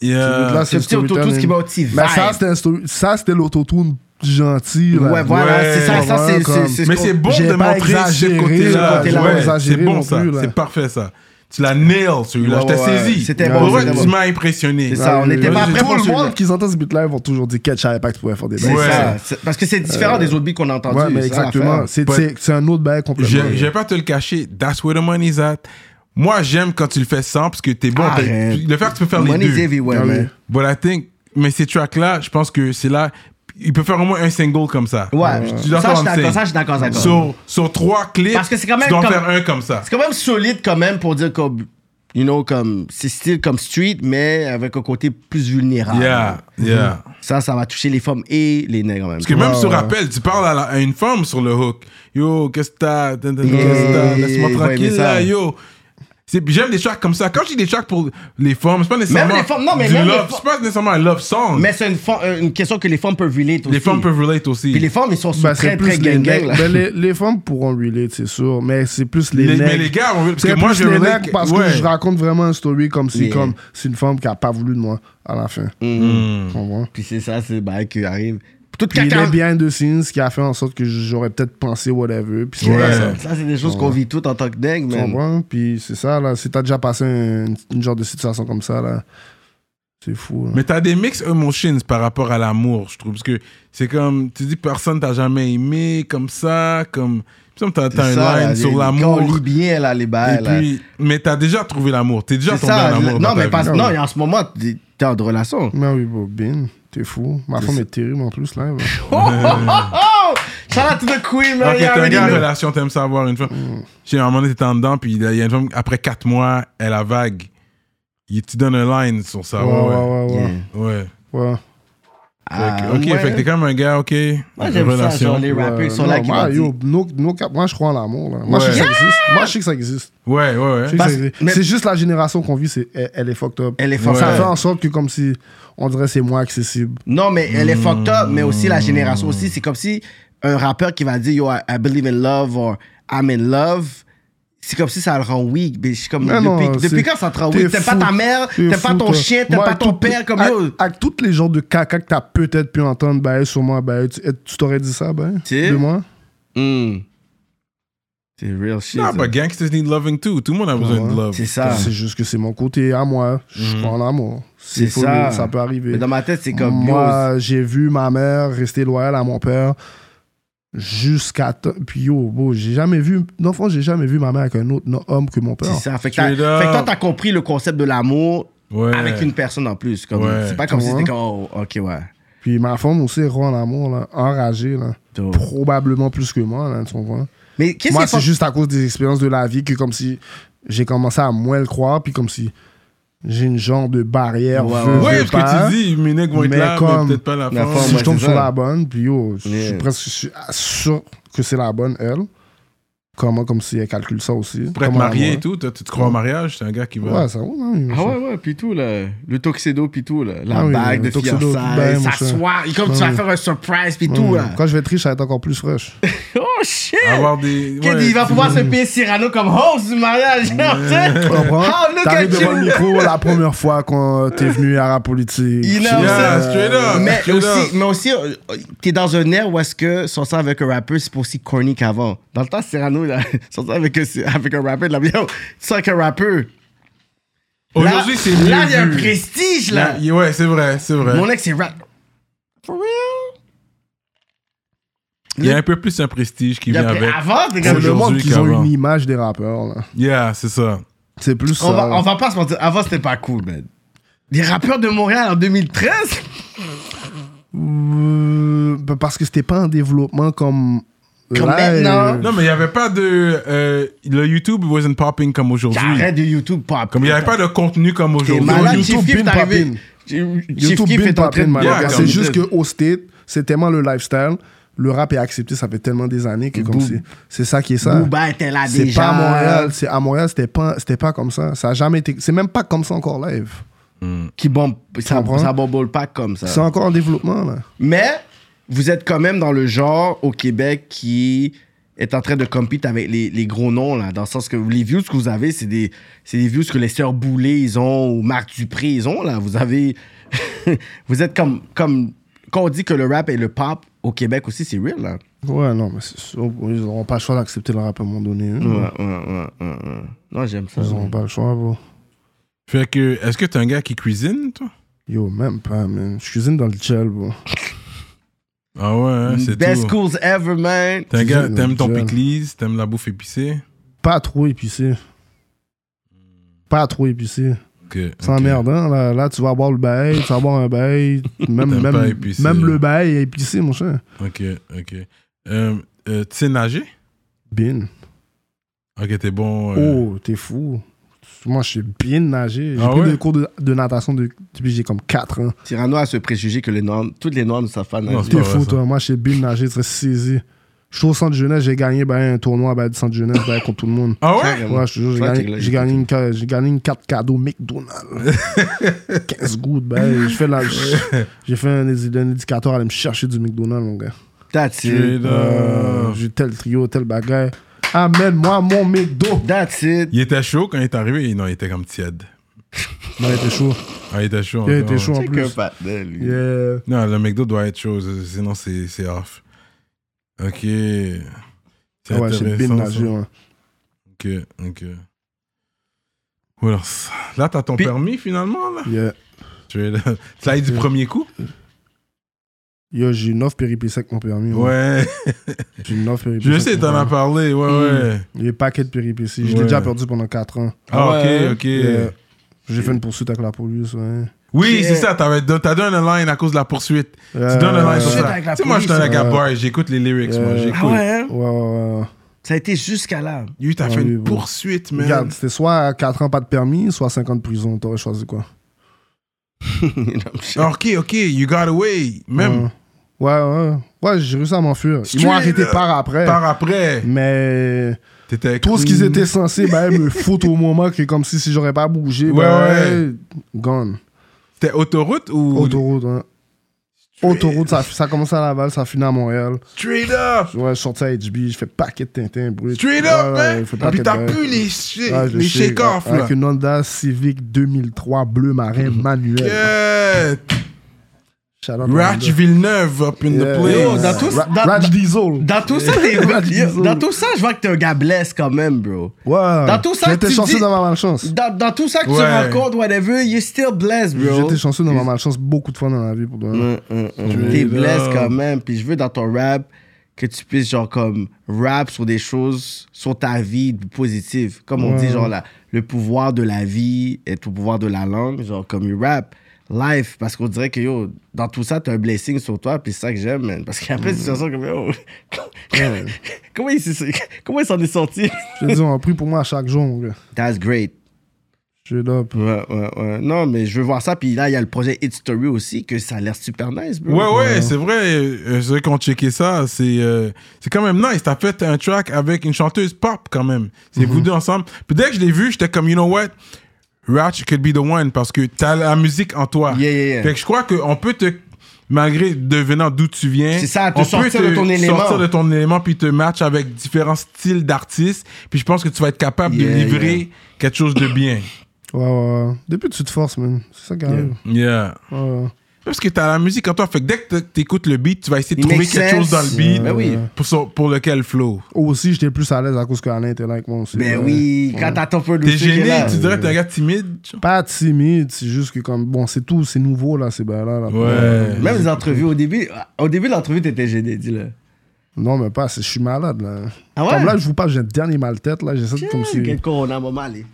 Speaker 3: Ce
Speaker 1: Yeah.
Speaker 3: beat-là,
Speaker 2: Ce petit autotune qui m'a aussi
Speaker 3: Mais
Speaker 2: vibe.
Speaker 3: ça, c'était un story- ça, c'était l'autotune gentil. là.
Speaker 2: Ouais, voilà,
Speaker 1: Ouais,
Speaker 2: c'est ça, ça, c'est-
Speaker 3: voilà, comme-
Speaker 2: c'est. c'est ce
Speaker 1: Mais
Speaker 2: qu'on-
Speaker 1: c'est bon
Speaker 3: j'ai
Speaker 1: de
Speaker 3: pas
Speaker 1: montrer ce
Speaker 3: exagéré,
Speaker 1: côté-là.
Speaker 3: ce côté-là,
Speaker 1: Ouais,
Speaker 3: pas
Speaker 1: c'est
Speaker 3: exagéré
Speaker 1: bon
Speaker 3: non
Speaker 1: ça.
Speaker 3: plus, là.
Speaker 1: C'est parfait ça. Tu l'as nail celui-là.
Speaker 2: Ouais,
Speaker 1: je t'ai
Speaker 2: ouais,
Speaker 1: saisi.
Speaker 2: ouais. C'était
Speaker 3: bon,
Speaker 1: Pour vrai,
Speaker 3: c'était
Speaker 1: tu
Speaker 3: bon.
Speaker 1: m'as impressionné.
Speaker 2: C'est ça, on
Speaker 3: Ouais,
Speaker 2: était pas
Speaker 3: ouais,
Speaker 2: prêt
Speaker 3: Tout
Speaker 2: pour
Speaker 3: le
Speaker 2: celui-là.
Speaker 3: monde qui entend ce beat-là, ils vont toujours dire Catch à Impact pour faire des
Speaker 2: C'est
Speaker 3: bails.
Speaker 1: Ouais.
Speaker 2: ça. C'est- Parce que c'est différent des autres beats qu'on a entendus.
Speaker 3: Euh, Ouais, mais
Speaker 2: c'est ça
Speaker 3: exactement.
Speaker 2: l'affaire.
Speaker 3: C'est c'est- c'est un autre bail
Speaker 1: Je,
Speaker 3: complètement.
Speaker 1: je vais pas te le cacher. That's where the money's at. Moi, j'aime quand tu le fais sans parce que t'es bon. T'as-
Speaker 2: Arrête.
Speaker 1: Le faire, tu peux faire les
Speaker 2: Money's
Speaker 1: deux.
Speaker 2: everywhere,
Speaker 3: Ah oui.
Speaker 2: man.
Speaker 1: But I think, mais ces tracks-là, je pense que c'est là. Il peut faire au moins un single comme ça.
Speaker 2: Ouais.
Speaker 1: Tu dois
Speaker 2: Ça,
Speaker 1: faire
Speaker 2: je suis
Speaker 1: un
Speaker 2: d'accord,
Speaker 1: single.
Speaker 2: ça, je suis d'accord, d'accord.
Speaker 1: Sur, sur trois clips,
Speaker 2: Parce que c'est quand même
Speaker 1: tu dois en
Speaker 2: comme-
Speaker 1: faire un comme ça.
Speaker 2: C'est quand même solide quand même pour dire comme, you know, comme, c'est style comme street, mais avec un côté plus vulnérable.
Speaker 1: Yeah, yeah.
Speaker 2: Ça, ça va toucher les femmes et les nègres quand même.
Speaker 1: Parce que même
Speaker 3: Ouais,
Speaker 1: sur
Speaker 3: ouais.
Speaker 1: Rappel, tu parles à, la- à une femme sur le hook. Yo, qu'est-ce que t'as Tin, tin, tin,
Speaker 2: Yeah,
Speaker 1: qu'est-ce que t'as Laisse-moi
Speaker 2: ouais, mais
Speaker 1: tranquille
Speaker 2: ça-
Speaker 1: là, yo. C'est- puis J'aime des tracks comme ça. Quand je dis des tracks pour les femmes, c'est pas nécessairement.
Speaker 2: les femmes, non, mais
Speaker 1: du
Speaker 2: même les
Speaker 1: love,
Speaker 2: fo-
Speaker 1: C'est pas nécessairement un love song.
Speaker 2: Mais c'est une, fo- euh, une question que les femmes peuvent relate aussi.
Speaker 1: les femmes peuvent relate aussi.
Speaker 2: Puis les femmes, ils sont sous
Speaker 3: Bah, c'est
Speaker 2: très,
Speaker 3: plus
Speaker 2: très
Speaker 3: les
Speaker 2: gang-gang,
Speaker 3: nègres.
Speaker 2: là.
Speaker 3: Ben, les, les femmes pourront relate, c'est sûr, mais c'est plus les,
Speaker 1: Les-
Speaker 3: nègres.
Speaker 1: mais les gars, on veut- parce
Speaker 3: C'est
Speaker 1: que moi,
Speaker 3: plus
Speaker 1: je
Speaker 3: les
Speaker 1: relate
Speaker 3: nègres
Speaker 1: que-
Speaker 3: parce
Speaker 1: ouais.
Speaker 3: que je raconte vraiment une story comme si
Speaker 2: Yeah.
Speaker 3: comme
Speaker 1: Hmm.
Speaker 2: Mm.
Speaker 1: Mm.
Speaker 3: c'est une femme qui a pas voulu de moi à la fin. Tu comprends?
Speaker 2: Puis c'est ça, c'est le bail bah, qui arrive. Puis Tout
Speaker 3: Puis il est
Speaker 2: caca.
Speaker 3: behind the scenes, ce qui a fait en sorte que j'aurais peut-être pensé whatever. Puis c'est
Speaker 1: Ouais.
Speaker 3: pas ça.
Speaker 2: Ça, c'est des choses qu'on vit toutes en tant que dingue,
Speaker 3: Tu
Speaker 2: man.
Speaker 3: comprends? Puis c'est ça, là. Si t'as déjà passé un- une genre de situation comme ça, là, c'est fou. là.
Speaker 1: Mais t'as des mix emotions par rapport à l'amour, je trouve. Parce que c'est comme, tu dis personne t'a jamais aimé, comme ça, comme. Tu sais, t'as
Speaker 2: C'est
Speaker 1: t'as
Speaker 2: ça,
Speaker 1: un
Speaker 2: là,
Speaker 1: line sur
Speaker 2: les- quand on
Speaker 1: l'amour.
Speaker 2: lit bien, là, les
Speaker 1: Et
Speaker 2: bails, là.
Speaker 1: puis, mais t'as déjà trouvé l'amour. T'es déjà
Speaker 2: C'est
Speaker 1: tombé
Speaker 2: ça.
Speaker 1: en
Speaker 2: le-
Speaker 1: amour.
Speaker 2: Non,
Speaker 1: dans
Speaker 2: mais
Speaker 1: ta
Speaker 2: parce
Speaker 1: vie.
Speaker 2: non, et en ce moment, t'es t'es en relation.
Speaker 3: Mais oui, Bobine, t'es fou. Ma femme est terrible en plus, là. là.
Speaker 2: Oh! Shout out to the queen, man.
Speaker 1: Ok,
Speaker 2: you
Speaker 1: t'es un
Speaker 2: already
Speaker 1: gars en
Speaker 2: know.
Speaker 1: relation, t'aimes ça avoir une femme. J'ai un moment donné, t'étais en dedans, puis il y a une femme, après 4 mois, elle a vague. Il- tu donnes un line sur ça.
Speaker 3: Ouais,
Speaker 1: Ah Ouais, ouais.
Speaker 3: ouais, ouais, ouais.
Speaker 1: ouais.
Speaker 3: ouais.
Speaker 2: Ah,
Speaker 1: ok,
Speaker 2: ouais.
Speaker 1: fait que t'es comme un gars, ok.
Speaker 2: Moi, j'aime ça, genre les rappeurs qui
Speaker 3: Euh,
Speaker 2: sont
Speaker 3: non,
Speaker 2: là qui
Speaker 3: moi,
Speaker 2: vont
Speaker 3: yo,
Speaker 2: dire-
Speaker 3: no- no cap, moi, je crois en l'amour. là. Moi, je sais que ça existe. Moi, je sais que ça existe.
Speaker 1: Ouais, ouais, ouais.
Speaker 3: Je sais que
Speaker 2: Parce-
Speaker 3: ça existe.
Speaker 2: mais-
Speaker 3: C'est juste la génération qu'on vit, c'est- elle, elle est fucked up.
Speaker 2: Elle est
Speaker 3: Ça
Speaker 2: fucked
Speaker 3: fait
Speaker 2: up.
Speaker 3: en sorte que comme si on dirait c'est moins accessible.
Speaker 2: Non, mais elle est fucked up, mais aussi la génération aussi. C'est comme si un rappeur qui va dire Yo, I, I believe in love or I'm in love. C'est comme si ça le rend weak, bitch. C'est Comme,
Speaker 3: Mais
Speaker 2: depuis,
Speaker 3: non,
Speaker 2: depuis
Speaker 3: c'est-
Speaker 2: quand ça te rend
Speaker 3: t'es
Speaker 2: weak? T'aimes pas
Speaker 3: fou.
Speaker 2: ta mère,
Speaker 3: T'es
Speaker 2: t'aimes pas
Speaker 3: fou,
Speaker 2: ton
Speaker 3: toi.
Speaker 2: chien, t'aimes
Speaker 3: Moi,
Speaker 2: pas
Speaker 3: avec
Speaker 2: ton
Speaker 3: toutes les-
Speaker 2: père. Comme
Speaker 3: avec-
Speaker 2: yo.
Speaker 3: Avec tous les genres de caca que t'as peut-être pu entendre, ben, sûrement, ben, tu tu t'aurais dit ça, ben,
Speaker 2: Tu-
Speaker 3: de moi.
Speaker 2: Hmm. C'est real shit.
Speaker 1: Non,
Speaker 2: ça.
Speaker 1: mais gangsters need loving too. Tout le monde a besoin de
Speaker 3: ouais.
Speaker 1: love.
Speaker 2: C'est ça. Mm.
Speaker 3: C'est juste que c'est mon côté à moi. Je crois en l'amour.
Speaker 2: C'est
Speaker 3: C'est faut-
Speaker 2: ça.
Speaker 3: Ça peut arriver.
Speaker 2: Mais dans ma tête, c'est comme yo.
Speaker 3: Moi, j'ai vu ma mère rester loyale à mon père jusqu'à. t- Puis yo, bro, j'ai jamais vu. Dans le fond, j'ai jamais vu ma mère avec un autre no- homme que mon père.
Speaker 2: C'est ça. Fait que, t'as-
Speaker 1: Straight up.
Speaker 2: fait que toi, t'as compris le concept de l'amour
Speaker 1: Ouais.
Speaker 2: avec une personne en plus. Comme,
Speaker 1: Ouais.
Speaker 2: C'est pas comme si
Speaker 3: Ouais.
Speaker 2: c'était comme, oh, ok, ouais.
Speaker 3: Puis ma femme aussi est en amour, là, enragée, là.
Speaker 2: Dope.
Speaker 3: Probablement plus que moi, là, tu comprends?
Speaker 2: Mais qu'est-ce qui
Speaker 3: Moi,
Speaker 2: est
Speaker 3: c'est
Speaker 2: fuck-
Speaker 3: juste à cause des expériences de la vie que, comme si j'ai commencé à moins le croire, puis comme si j'ai une genre de barrière.
Speaker 2: Ouais,
Speaker 3: veux,
Speaker 1: Ouais,
Speaker 3: veux
Speaker 1: parce
Speaker 3: pas.
Speaker 1: que tu dis, mes nègres vont être
Speaker 3: Mais
Speaker 1: là, mais
Speaker 3: comme-
Speaker 1: peut-être pas la
Speaker 2: La
Speaker 1: forme.
Speaker 2: forme.
Speaker 3: si
Speaker 2: ouais,
Speaker 3: je tombe
Speaker 2: c'est
Speaker 3: sur
Speaker 2: ça.
Speaker 3: la bonne, puis yo, je
Speaker 2: Yeah.
Speaker 3: suis presque je suis sûr que c'est la bonne, elle. Comment, comme si elle calcule ça aussi.
Speaker 1: Pour être
Speaker 3: Comment
Speaker 1: marié
Speaker 3: moi.
Speaker 1: et tout, toi, tu te crois en mariage, c'est un gars qui va.
Speaker 3: Ouais, ça roule, hein,
Speaker 2: Ah ouais, ouais, puis tout, là. Le tuxedo, puis tout, là. La
Speaker 3: Ah oui,
Speaker 2: bague
Speaker 3: le
Speaker 2: de
Speaker 3: tuxedo, tout
Speaker 2: fiançailles,
Speaker 3: bien, mon
Speaker 2: s'asseoir. Et Comme tu vas faire un surprise, puis tout, hein. là.
Speaker 3: Quand je vais être riche, ça va être encore plus fraîche.
Speaker 2: Oh shit!
Speaker 3: Ah
Speaker 1: Avoir des.
Speaker 2: Kid,
Speaker 1: ouais,
Speaker 2: il va
Speaker 1: tu-
Speaker 2: pouvoir se payer Cyrano comme host du mariage. genre, tu sais.
Speaker 3: Tu comprends?
Speaker 2: Oh, look at
Speaker 3: T'arrives devant le
Speaker 2: you!
Speaker 3: micro la première fois quand t'es venu à la politique.
Speaker 2: Il a-
Speaker 1: Yeah,
Speaker 2: Euh,
Speaker 1: straight up.
Speaker 2: Mais
Speaker 1: straight
Speaker 2: aussi,
Speaker 1: up.
Speaker 2: mais aussi euh, euh, t'es dans un air où est-ce que sortir avec un rappeur, c'est pas aussi corny qu'avant. Dans le temps, Cyrano, là, sortir avec un, avec un rappeur, là, yo, tu sors avec un rappeur. Là-
Speaker 1: Aujourd'hui, c'est
Speaker 2: Là,
Speaker 1: mieux
Speaker 2: il y a un
Speaker 1: vu.
Speaker 2: prestige, là.
Speaker 1: Là, y- Ouais, c'est vrai, c'est vrai.
Speaker 2: Mon ex, c'est rap. For real?
Speaker 1: Il y a un peu plus un prestige qui
Speaker 2: Il y a
Speaker 1: vient
Speaker 2: plus-
Speaker 1: avec.
Speaker 2: Avant, t'es
Speaker 3: C'est
Speaker 2: comme
Speaker 3: le monde
Speaker 1: Aujourd'hui
Speaker 3: qu'ils ont
Speaker 1: qu'avant.
Speaker 3: une image des rappeurs. là.
Speaker 1: Yeah, c'est ça.
Speaker 3: C'est plus ça.
Speaker 2: On va,
Speaker 3: là.
Speaker 2: on va pas se mentir. Avant, c'était pas cool, man. Les rappeurs de Montréal en 2013?
Speaker 3: Euh, ben, parce que c'était pas en développement comme.
Speaker 2: Comme
Speaker 3: là,
Speaker 2: maintenant.
Speaker 3: euh,
Speaker 1: Non, mais il n'y avait pas de. euh, le YouTube wasn't popping comme aujourd'hui.
Speaker 2: J'arrête de YouTube pop.
Speaker 1: Comme il n'y avait pas de contenu comme
Speaker 2: T'es
Speaker 1: aujourd'hui.
Speaker 2: malade,
Speaker 3: YouTube
Speaker 2: Chief Keef,
Speaker 3: bin
Speaker 2: t'es arrivé.
Speaker 3: poppin'.
Speaker 2: Chief
Speaker 3: YouTube
Speaker 2: Keef
Speaker 3: bin
Speaker 2: est en train
Speaker 3: poppin',
Speaker 2: de
Speaker 3: man.
Speaker 1: Yeah,
Speaker 3: C'est
Speaker 1: comme
Speaker 3: juste qu'au State, c'est tellement le lifestyle. Le rap est accepté, ça fait tellement des années que comme
Speaker 2: Boom.
Speaker 3: c'est- c'est ça qui est ça.
Speaker 2: Booba était là déjà.
Speaker 3: C'est pas à Montréal, c'est à Montréal, c'était pas c'était pas comme ça. Ça a jamais été c'est même pas comme ça encore live.
Speaker 2: Qui bombe, ça,
Speaker 3: comprends?
Speaker 2: ça bombole pas comme ça.
Speaker 3: C'est encore en développement là.
Speaker 2: Mais vous êtes quand même dans le genre au Québec qui est en train de compete avec les, les gros noms, là, dans le sens que les views que vous avez, c'est des, c'est des views que les sœurs Boulay, ils ont, ou Marc Dupré, ils ont, là. Vous avez. vous êtes comme, comme. Quand on dit que le rap et le pop au Québec aussi, c'est real, là.
Speaker 3: Ouais, non, mais c'est sûr, ils auront pas le choix d'accepter le rap à un moment donné. hein.
Speaker 2: Ouais, ouais, ouais, ouais, ouais. Non, j'aime ça.
Speaker 3: Ils auront pas le choix, bro.
Speaker 1: Fait que, est-ce que t'es un gars qui cuisine, toi
Speaker 3: Yo, même pas, man. Je cuisine dans le gel, bro.
Speaker 1: Ah ouais, hein, c'est
Speaker 2: Best
Speaker 1: tout.
Speaker 2: schools ever, man.
Speaker 1: T'es un gars,
Speaker 3: Cuisine,
Speaker 1: t'aimes ton
Speaker 3: gel.
Speaker 1: pickles, t'aimes la bouffe épicée.
Speaker 3: Pas trop épicé. Pas trop épicé.
Speaker 1: Ok,
Speaker 3: C'est
Speaker 1: ok.
Speaker 3: emmerdant. hein. Là, là, tu vas boire le bail, tu vas boire un bail. Même,
Speaker 1: T'aimes pas
Speaker 3: même,
Speaker 1: épicé.
Speaker 3: même le bail est épicé, mon cher.
Speaker 1: Ok, ok. Euh, euh, tu sais nager
Speaker 3: Bin.
Speaker 1: Ok, t'es bon. euh,
Speaker 3: Oh, t'es fou. Moi, je sais bien nager. J'ai
Speaker 1: Ah
Speaker 3: pris
Speaker 1: ouais?
Speaker 3: des cours de, de natation de- depuis que j'ai comme 4 ans.
Speaker 2: Cyrano a ce préjugé que les Noirs, toutes les Noirs ne savent pas
Speaker 1: Non,
Speaker 2: nager.
Speaker 1: c'est
Speaker 3: T'es
Speaker 1: pas vrai,
Speaker 3: fou,
Speaker 1: ça.
Speaker 3: toi. Moi, je sais bien nager. Tu serais saisi. Je suis au centre jeunesse. J'ai gagné ben, un tournoi ben, du centre jeunesse ben, contre tout le monde.
Speaker 1: Ah ouais
Speaker 2: Carrément.
Speaker 3: Ouais, je te jure, j'ai
Speaker 2: Toi, t'es
Speaker 3: gagné,
Speaker 2: là,
Speaker 3: j'ai gagné une, ca- j'ai gagné une carte cadeau McDonald's. 15 gouttes, ben, je fais la- j'ai fait un, édi- un éducateur aller me chercher du McDonald's, mon gars.
Speaker 2: That's it.
Speaker 1: Straight
Speaker 3: Euh,
Speaker 1: up.
Speaker 3: j'ai tel trio, tel bagage. Amène-moi mon McDo.
Speaker 2: That's it.
Speaker 1: Il était chaud quand il est arrivé. Non, il était comme tiède.
Speaker 3: Non, il était chaud.
Speaker 1: Ah, il était chaud.
Speaker 3: Il
Speaker 1: encore,
Speaker 3: était chaud
Speaker 1: ouais.
Speaker 3: en
Speaker 2: C'est qu'un
Speaker 3: plus.
Speaker 2: patin, lui.
Speaker 3: Yeah.
Speaker 1: Non, le McDo doit être chaud, sinon c'est c'est off. Ok. C'est
Speaker 3: Ah Ouais, j'ai bien
Speaker 1: ça.
Speaker 3: nagé, hein. ouais.
Speaker 1: Ok, ok. What else? Là, t'as ton
Speaker 2: Puis-
Speaker 1: permis finalement, là?
Speaker 3: Yeah.
Speaker 1: Tu es là. Ça a été du premier coup?
Speaker 3: Yo, j'ai 9 péripéties avec mon permis. hein.
Speaker 1: Ouais.
Speaker 3: J'ai 9 péripéties.
Speaker 1: Je sais,
Speaker 3: avec
Speaker 1: t'en
Speaker 3: mon
Speaker 1: as
Speaker 3: permis.
Speaker 1: parlé, ouais,
Speaker 3: Hmm.
Speaker 1: ouais.
Speaker 3: J'ai paquet de péripéties. Je
Speaker 1: Ouais.
Speaker 3: l'ai déjà perdu pendant 4 ans.
Speaker 1: Ah,
Speaker 2: Ouais.
Speaker 1: ok, ok.
Speaker 3: Yeah. J'ai fait une poursuite avec la police, ouais.
Speaker 1: Oui,
Speaker 2: Ok.
Speaker 1: c'est ça, t'avais don- t'as donné un line à cause de la poursuite.
Speaker 3: Euh,
Speaker 1: tu donnes un line sur
Speaker 2: poursuite
Speaker 1: ça.
Speaker 2: avec la
Speaker 1: Tu sais, moi, je suis un
Speaker 2: police,
Speaker 1: gars
Speaker 3: ouais.
Speaker 1: bar, j'écoute les lyrics, moi,
Speaker 3: Euh,
Speaker 1: j'écoute.
Speaker 2: Ah ouais, hein?
Speaker 3: Ouais, ouais, ouais.
Speaker 2: Ça a été jusqu'à là.
Speaker 1: Lui, t'as
Speaker 3: Ah
Speaker 1: fait
Speaker 3: oui,
Speaker 1: une
Speaker 3: bon.
Speaker 1: poursuite, man.
Speaker 3: Regarde, c'était soit 4 ans pas de permis, soit 5 ans de prison. T'aurais choisi quoi
Speaker 1: Ah, Ok, ok, you got away. Même
Speaker 3: Ouais, ouais. Ouais, Ouais, j'ai réussi à m'enfuir. Ils
Speaker 1: Straight
Speaker 3: m'ont arrêté
Speaker 1: up.
Speaker 3: par après.
Speaker 1: euh, par après,
Speaker 3: Mais
Speaker 1: t'étais avec
Speaker 3: tout ce qu'ils étaient censés ben, me foutre au moment que comme si, si j'aurais pas bougé.
Speaker 1: Ouais,
Speaker 3: ben, Gone.
Speaker 1: T'étais autoroute ou.
Speaker 3: Autoroute, hein. Autoroute, ça, ça commence à Laval, ça finit à Montréal.
Speaker 1: Straight up!
Speaker 3: Ouais, je suis sorti à HB, je fais paquet de Tintin, bruit.
Speaker 1: Straight
Speaker 3: Ouais,
Speaker 1: up,
Speaker 3: ouais, je fais
Speaker 1: man!
Speaker 3: paquet
Speaker 1: Puis
Speaker 3: de
Speaker 1: t'as
Speaker 3: bails.
Speaker 1: pu les,
Speaker 3: Ouais, je
Speaker 1: les
Speaker 3: sais, Ah,
Speaker 1: shake-off, là. Mm-hmm.
Speaker 3: Avec une Honda Civic 2003 bleu marin manuel.
Speaker 1: Yeah!
Speaker 3: Shout out à
Speaker 1: Ratch
Speaker 3: Honda.
Speaker 1: Villeneuve up in
Speaker 3: Yeah.
Speaker 1: the place.
Speaker 2: Yo, dans tout-
Speaker 3: Ra-
Speaker 2: dans-
Speaker 3: Ratch
Speaker 2: dans-
Speaker 3: Diesel.
Speaker 2: Dans tout ça, t'es-
Speaker 3: Disons.
Speaker 2: dans tout ça, je vois que t'es un gars blesse quand même, bro.
Speaker 3: Ouais.
Speaker 2: Dans tout ça,
Speaker 3: J'étais
Speaker 2: tu
Speaker 3: chanceux
Speaker 2: dis-
Speaker 3: dans ma malchance.
Speaker 2: Dans, dans tout ça que
Speaker 1: Ouais.
Speaker 2: tu rencontres, whatever, you're still blessed, bro.
Speaker 3: J'étais chanceux dans ma malchance beaucoup de fois dans la vie pour de
Speaker 1: Mm.
Speaker 3: vrai.
Speaker 2: Hum, hum, hum. T'es blessed quand même. Puis je veux dans ton rap que tu puisses, genre, comme, rap sur des choses, sur ta vie positive. Comme on dit, genre, la- le pouvoir de la vie est au pouvoir de la langue. Genre, comme, you rap life. Parce qu'on dirait que, yo, dans tout ça, t'as un blessing sur toi. Puis c'est ça que j'aime, man. Parce qu'après, tu te sens comme, yo, comment il s'est- comment il s'en est sorti?
Speaker 3: Je te dis, on a pris pour moi à chaque jour, mon gars.
Speaker 2: That's great.
Speaker 3: Je suis là. puis-
Speaker 2: Ouais, ouais, ouais. Non, mais je veux voir ça. Puis là, il y a le projet Hit Story aussi, que ça a l'air super nice, bro.
Speaker 1: Ouais, ouais, c'est vrai. euh, C'est vrai qu'on checkait ça. C'est euh, c'est quand même nice. T'as fait un track avec une chanteuse pop quand même. C'est
Speaker 2: Mm-hmm.
Speaker 1: vous deux ensemble. Puis dès que je l'ai vu, j'étais comme, you know what? Ratch could be the one parce que t'as la musique en toi.
Speaker 2: Yeah, yeah, yeah.
Speaker 1: Fait que je crois qu'on peut te. Malgré devenant d'où tu viens,
Speaker 2: C'est ça, te
Speaker 1: on
Speaker 2: sortir de ton élément.
Speaker 1: sortir de ton élément puis te match avec différents styles d'artistes. Puis je pense que tu vas être capable de
Speaker 2: Yeah,
Speaker 1: livrer quelque chose de bien.
Speaker 3: Ouais, ouais, ouais. Depuis, tu te forces, man. C'est ça qui arrive.
Speaker 1: Yeah.
Speaker 3: Ouais, ouais.
Speaker 1: Parce que t'as la musique en toi, fait que dès que t'écoutes le beat, tu vas essayer de
Speaker 2: It
Speaker 1: trouver
Speaker 2: makes
Speaker 1: quelque chose
Speaker 2: sense.
Speaker 1: dans le beat
Speaker 2: Ben oui.
Speaker 1: pour, son- pour lequel flow.
Speaker 3: Aussi, j'étais plus à l'aise à cause qu'Alain était là avec moi aussi.
Speaker 2: Ben
Speaker 3: Ouais.
Speaker 2: oui, quand t'as ton peu de
Speaker 1: T'es gêné, tu dirais que t'es un gars timide. genre.
Speaker 3: Pas timide, c'est juste que comme. Bon, c'est tout, c'est nouveau, là, c'est ben là. là.
Speaker 1: Ouais.
Speaker 2: Même les entrevues, au début, au début de l'entrevue, t'étais gêné, dis-le.
Speaker 3: Non, mais pas, c'est- je suis malade, là.
Speaker 2: Ah ouais?
Speaker 3: Comme là, je vous parle, j'ai un dernier mal de tête, là. J'essaie de comme si.
Speaker 2: Quel corona, maman, allez.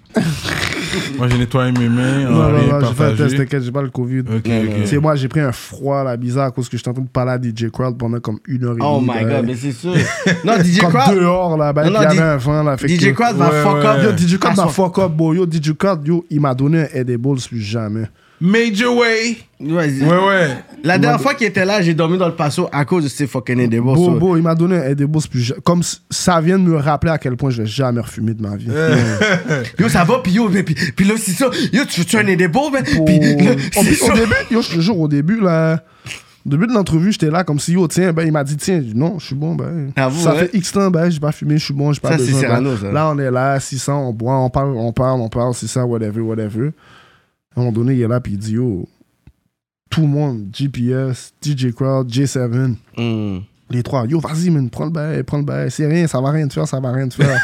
Speaker 1: Moi, j'ai nettoyé mes mains.
Speaker 3: Non, non, non, j'ai fait un
Speaker 1: Ah, partagé.
Speaker 3: test, t'inquiète, j'ai pas le Covid.
Speaker 1: Ok,
Speaker 3: Tu sais,
Speaker 1: ok.
Speaker 3: moi, j'ai pris un froid, là, bizarre, à cause que j'étais en train de parler à DJ Crowd pendant comme une heure et demie.
Speaker 2: Oh my
Speaker 3: là. Ah,
Speaker 2: god, mais c'est sûr. Non, DJ
Speaker 3: ben, Comme
Speaker 2: Crowd,
Speaker 3: dehors, là, ben,
Speaker 2: Non,
Speaker 3: il y
Speaker 2: non,
Speaker 3: avait
Speaker 2: D-
Speaker 3: un vent, là. fait que-
Speaker 2: DJ Crowd
Speaker 1: Ouais,
Speaker 2: va fuck up.
Speaker 1: ouais.
Speaker 3: Yo, DJ Crowd
Speaker 2: À son-
Speaker 3: m'a fuck up, bro. Yo, DJ Crowd, yo, il m'a donné un edible plus jamais.
Speaker 1: Major Way.
Speaker 2: Vas-y.
Speaker 1: Ouais, ouais.
Speaker 2: La dernière fois qu'il était là, j'ai dormi dans le patio à cause de ces fucking édébos.
Speaker 3: Bon,
Speaker 2: so-
Speaker 3: bon, il m'a donné un edible plus jamais. Comme s- ça vient de me rappeler à quel point je vais jamais refumer de ma vie.
Speaker 2: Yo, ça va, puis yo, mais puis puis là, c'est ça. Yo, tu veux-tu un édébo, ben?
Speaker 3: Pour-
Speaker 2: Puis là,
Speaker 3: au,
Speaker 2: c'est
Speaker 3: au
Speaker 2: ça.
Speaker 3: début, yo, je te jure, au début, là. Au début de l'entrevue, j'étais là comme si, yo, tiens, ben, il m'a dit, tiens, j'ai dit, non, je suis bon, ben.
Speaker 2: Ah, vous,
Speaker 3: ça
Speaker 2: ouais?
Speaker 3: fait X temps, ben, j'ai pas fumé, je suis bon, j'ai
Speaker 2: Ça,
Speaker 3: pas
Speaker 2: c'est
Speaker 3: besoin. ben.
Speaker 2: Cyrano, ça.
Speaker 3: Là, on est là, 600, on boit, on parle, on parle, on parle, c'est ça, whatever, whatever. À un moment donné, il est là, puis il dit, yo, tout le monde, GPS, DJ Crowd, J7,
Speaker 2: Hmm.
Speaker 3: les trois, yo, vas-y, man, prends le bail, prends le bail, c'est rien, ça va rien te faire, ça va rien te faire.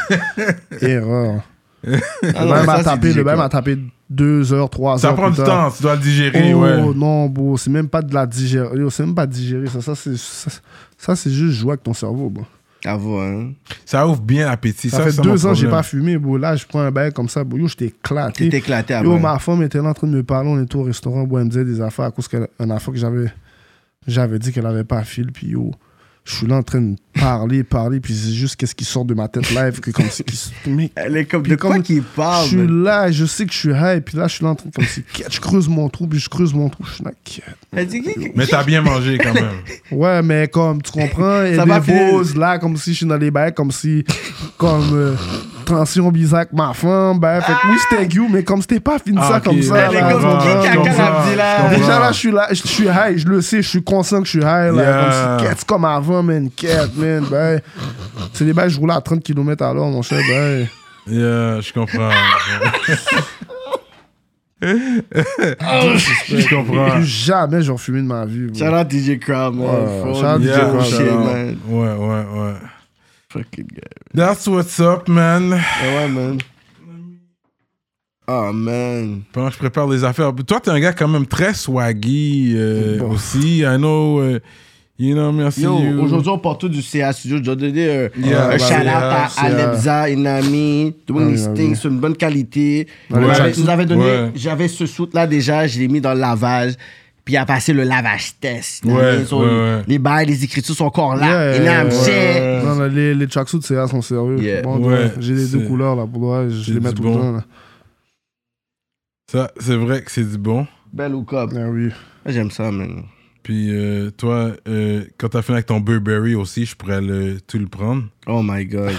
Speaker 3: Erreur.
Speaker 2: Ah
Speaker 3: Le
Speaker 2: non,
Speaker 3: bail
Speaker 2: ça,
Speaker 3: m'a
Speaker 2: c'est
Speaker 3: tapé,
Speaker 2: DJ
Speaker 3: le bail
Speaker 2: Crowd.
Speaker 3: m'a tapé deux heures, trois heures.
Speaker 1: Ça prend
Speaker 3: plus
Speaker 1: du
Speaker 3: tard.
Speaker 1: temps, tu dois le digérer,
Speaker 3: Oh
Speaker 1: ouais.
Speaker 3: non, bro, c'est même pas de la digérer. Yo, C'est même pas digérer ça. Ça, c'est ça, ça, c'est juste jouer avec ton cerveau, bro.
Speaker 2: Avoue, hein.
Speaker 1: Ça ouvre bien l'appétit.
Speaker 3: Ça,
Speaker 1: Ça,
Speaker 3: fait
Speaker 1: c'est
Speaker 3: deux
Speaker 1: mon
Speaker 3: ans que j'ai
Speaker 1: problème.
Speaker 3: pas fumé, bro. Là, je prends un bail comme ça, bro. Yo, j'étais
Speaker 2: T'es
Speaker 3: éclaté.
Speaker 2: éclaté
Speaker 3: Yo,
Speaker 2: avant.
Speaker 3: ma femme était là en train de me parler. On était au restaurant, bro. Elle me disait des affaires à cause qu'elle une affaire que j'avais j'avais dit qu'elle avait pas fil. Puis yo, je suis là en train de parler, parler. Puis c'est juste qu'est-ce qui sort de ma tête live. Que comme si. Mec,
Speaker 2: Elle est comme
Speaker 3: Puis
Speaker 2: de quoi
Speaker 3: comme-
Speaker 2: qu'il parle,
Speaker 3: je suis
Speaker 2: ben?
Speaker 3: là, je sais que je suis high. Puis là, je suis là en train de comme si. Je creuse mon trou, puis je creuse mon trou. Je suis là. qu'est-
Speaker 2: Elle dit, qui- qui-
Speaker 1: Mais t'as bien mangé quand même.
Speaker 3: Ouais, mais comme, tu comprends, il y
Speaker 2: Ça
Speaker 3: a
Speaker 2: va
Speaker 3: des
Speaker 2: finir.
Speaker 3: poses là, comme si je suis dans les bails, comme si, comme, euh, transition bizarre avec ma femme, ben, fait que oui, c'était you, mais comme c'était pas fini
Speaker 1: Ah,
Speaker 3: ça
Speaker 1: ok.
Speaker 3: comme
Speaker 1: Mais
Speaker 3: ça,
Speaker 2: les
Speaker 3: là,
Speaker 2: gars,
Speaker 3: tu comprends?
Speaker 2: qui
Speaker 1: je
Speaker 2: caca,
Speaker 1: comprends,
Speaker 2: la petite, là.
Speaker 1: je comprends.
Speaker 3: Déjà là, je suis là, je je suis high, je le sais, je suis conscient que je suis high, là,
Speaker 1: Yeah.
Speaker 3: comme si, quête, comme avant, man, quête, man, ben, c'est des bails, je roule à 30 km à l'heure, mon cher, ben,
Speaker 1: Yeah, je comprends.
Speaker 3: Je comprends. Plus jamais j'en fumé de ma vie. bro.
Speaker 2: Shout out DJ Crowd, man.
Speaker 3: Ouais,
Speaker 1: Oh,
Speaker 2: Fuck
Speaker 3: shout out
Speaker 2: you,
Speaker 3: DJ Crowd,
Speaker 2: shit,
Speaker 3: shout out.
Speaker 2: man.
Speaker 1: Ouais, ouais, ouais.
Speaker 2: Fucking guy.
Speaker 1: That's what's up, man.
Speaker 2: Ouais, ouais, man. Oh, man.
Speaker 1: Pendant que je prépare les affaires. Toi, t'es un gars quand même très swaggy euh, aussi. I know. euh, you know, merci.
Speaker 2: Yo, aujourd'hui, on part tout du CA Studio. Je dois donner un,
Speaker 1: Yeah,
Speaker 2: un
Speaker 1: bah,
Speaker 2: shout-out à
Speaker 3: CA.
Speaker 2: Alebza, Inami, doing
Speaker 3: Ah,
Speaker 2: these
Speaker 3: oui,
Speaker 2: things, c'est une bonne qualité.
Speaker 3: Ouais.
Speaker 2: Vous avez-
Speaker 3: Ouais.
Speaker 2: vous avez donné,
Speaker 1: Ouais.
Speaker 2: j'avais ce soute-là déjà, je l'ai mis dans le lavage, puis il a passé le lavage test.
Speaker 1: Ouais,
Speaker 2: Ils sont-
Speaker 1: ouais, ouais.
Speaker 2: Les bails, les écritures sont encore là.
Speaker 3: Yeah,
Speaker 2: Et là, I'm
Speaker 3: ouais.
Speaker 2: shit.
Speaker 3: Non, non, les, les tracksuits, c'est là, sont sérieux.
Speaker 2: euh, Yeah.
Speaker 3: Bon,
Speaker 1: Ouais,
Speaker 3: ouais, J'ai les deux
Speaker 1: c'est-
Speaker 3: couleurs, là, pour le vrai, je
Speaker 1: c'est
Speaker 3: les mets
Speaker 1: du
Speaker 3: tout
Speaker 1: bon.
Speaker 3: le temps. Là.
Speaker 1: Ça, c'est vrai que c'est du bon.
Speaker 2: Belle ou cop.
Speaker 3: Ah oui.
Speaker 2: J'aime ça, man.
Speaker 1: Puis euh, toi, euh, quand t'as fini avec ton Burberry aussi, je pourrais le, tout le prendre.
Speaker 2: Oh my god.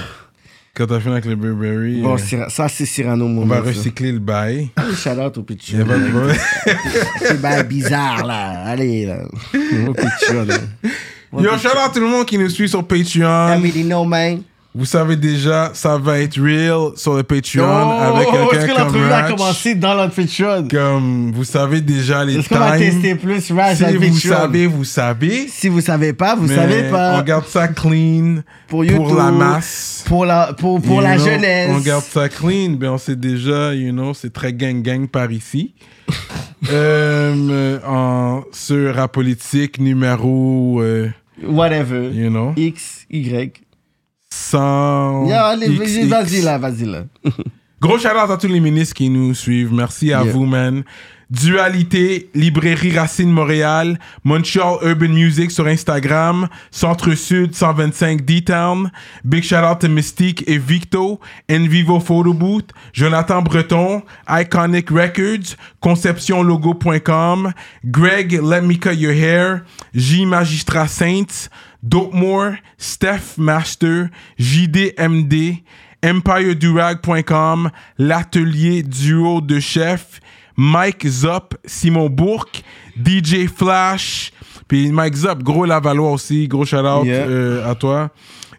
Speaker 1: Quand t'as fini avec le Burberry,
Speaker 2: Bon,
Speaker 1: euh,
Speaker 2: Cyr- ça, c'est Cyrano, mon
Speaker 1: on va
Speaker 2: mec, ça.
Speaker 1: recycler le bail.
Speaker 2: Shout out au petit
Speaker 1: Il y a pas de problème.
Speaker 2: C'est bail bizarre, là. Allez, là. Au petit là.
Speaker 1: Yo, shout out tout le monde qui nous suit sur Patreon.
Speaker 2: Family, no, man.
Speaker 1: Vous savez déjà, ça va être real sur le Patreon avec
Speaker 2: Oh, Est-ce
Speaker 1: quelqu'un
Speaker 2: que
Speaker 1: comme
Speaker 2: l'entrevue a
Speaker 1: Ratch.
Speaker 2: commencé dans notre Patreon?
Speaker 1: Comme vous savez déjà les
Speaker 2: Est-ce qu'on va
Speaker 1: times.
Speaker 2: tester plus Rash
Speaker 1: Si
Speaker 2: dans le
Speaker 1: vous
Speaker 2: Patreon?
Speaker 1: savez, vous savez.
Speaker 2: Si vous savez pas, vous
Speaker 1: Mais
Speaker 2: savez
Speaker 1: On
Speaker 2: pas.
Speaker 1: garde ça clean
Speaker 2: Pour YouTube.
Speaker 1: pour la masse.
Speaker 2: Pour la, pour,
Speaker 1: You
Speaker 2: pour la
Speaker 1: know,
Speaker 2: jeunesse.
Speaker 1: On garde ça clean, ben on sait déjà, you know, c'est très gang-gang par ici. euh, en, sur la politique numéro, euh,
Speaker 2: Whatever.
Speaker 1: you know,
Speaker 2: X, Y.
Speaker 1: 100.
Speaker 2: Yo, allez,
Speaker 1: XX.
Speaker 2: vas-y là, vas-y là.
Speaker 1: Gros shout à tous les ministres qui nous suivent. Merci à
Speaker 2: Yeah.
Speaker 1: vous, man. Dualité, Librairie Racine Montréal, Montreal Urban Music sur Instagram, Centre Sud 125 D-Town, Big shout out to Mystique et Victo, Envivo Photo Booth, Jonathan Breton, Iconic Records, ConceptionLogo.com, Greg Let Me Cut Your Hair, J Magistrat Saints, Dopemore, Steph Master, JDMD, EmpireDurag.com, l'atelier duo de chef, Mike Zop, Simon Bourque, DJ Flash, puis Mike Zop, gros Lavallois aussi, gros shout out
Speaker 2: Yeah.
Speaker 1: à toi.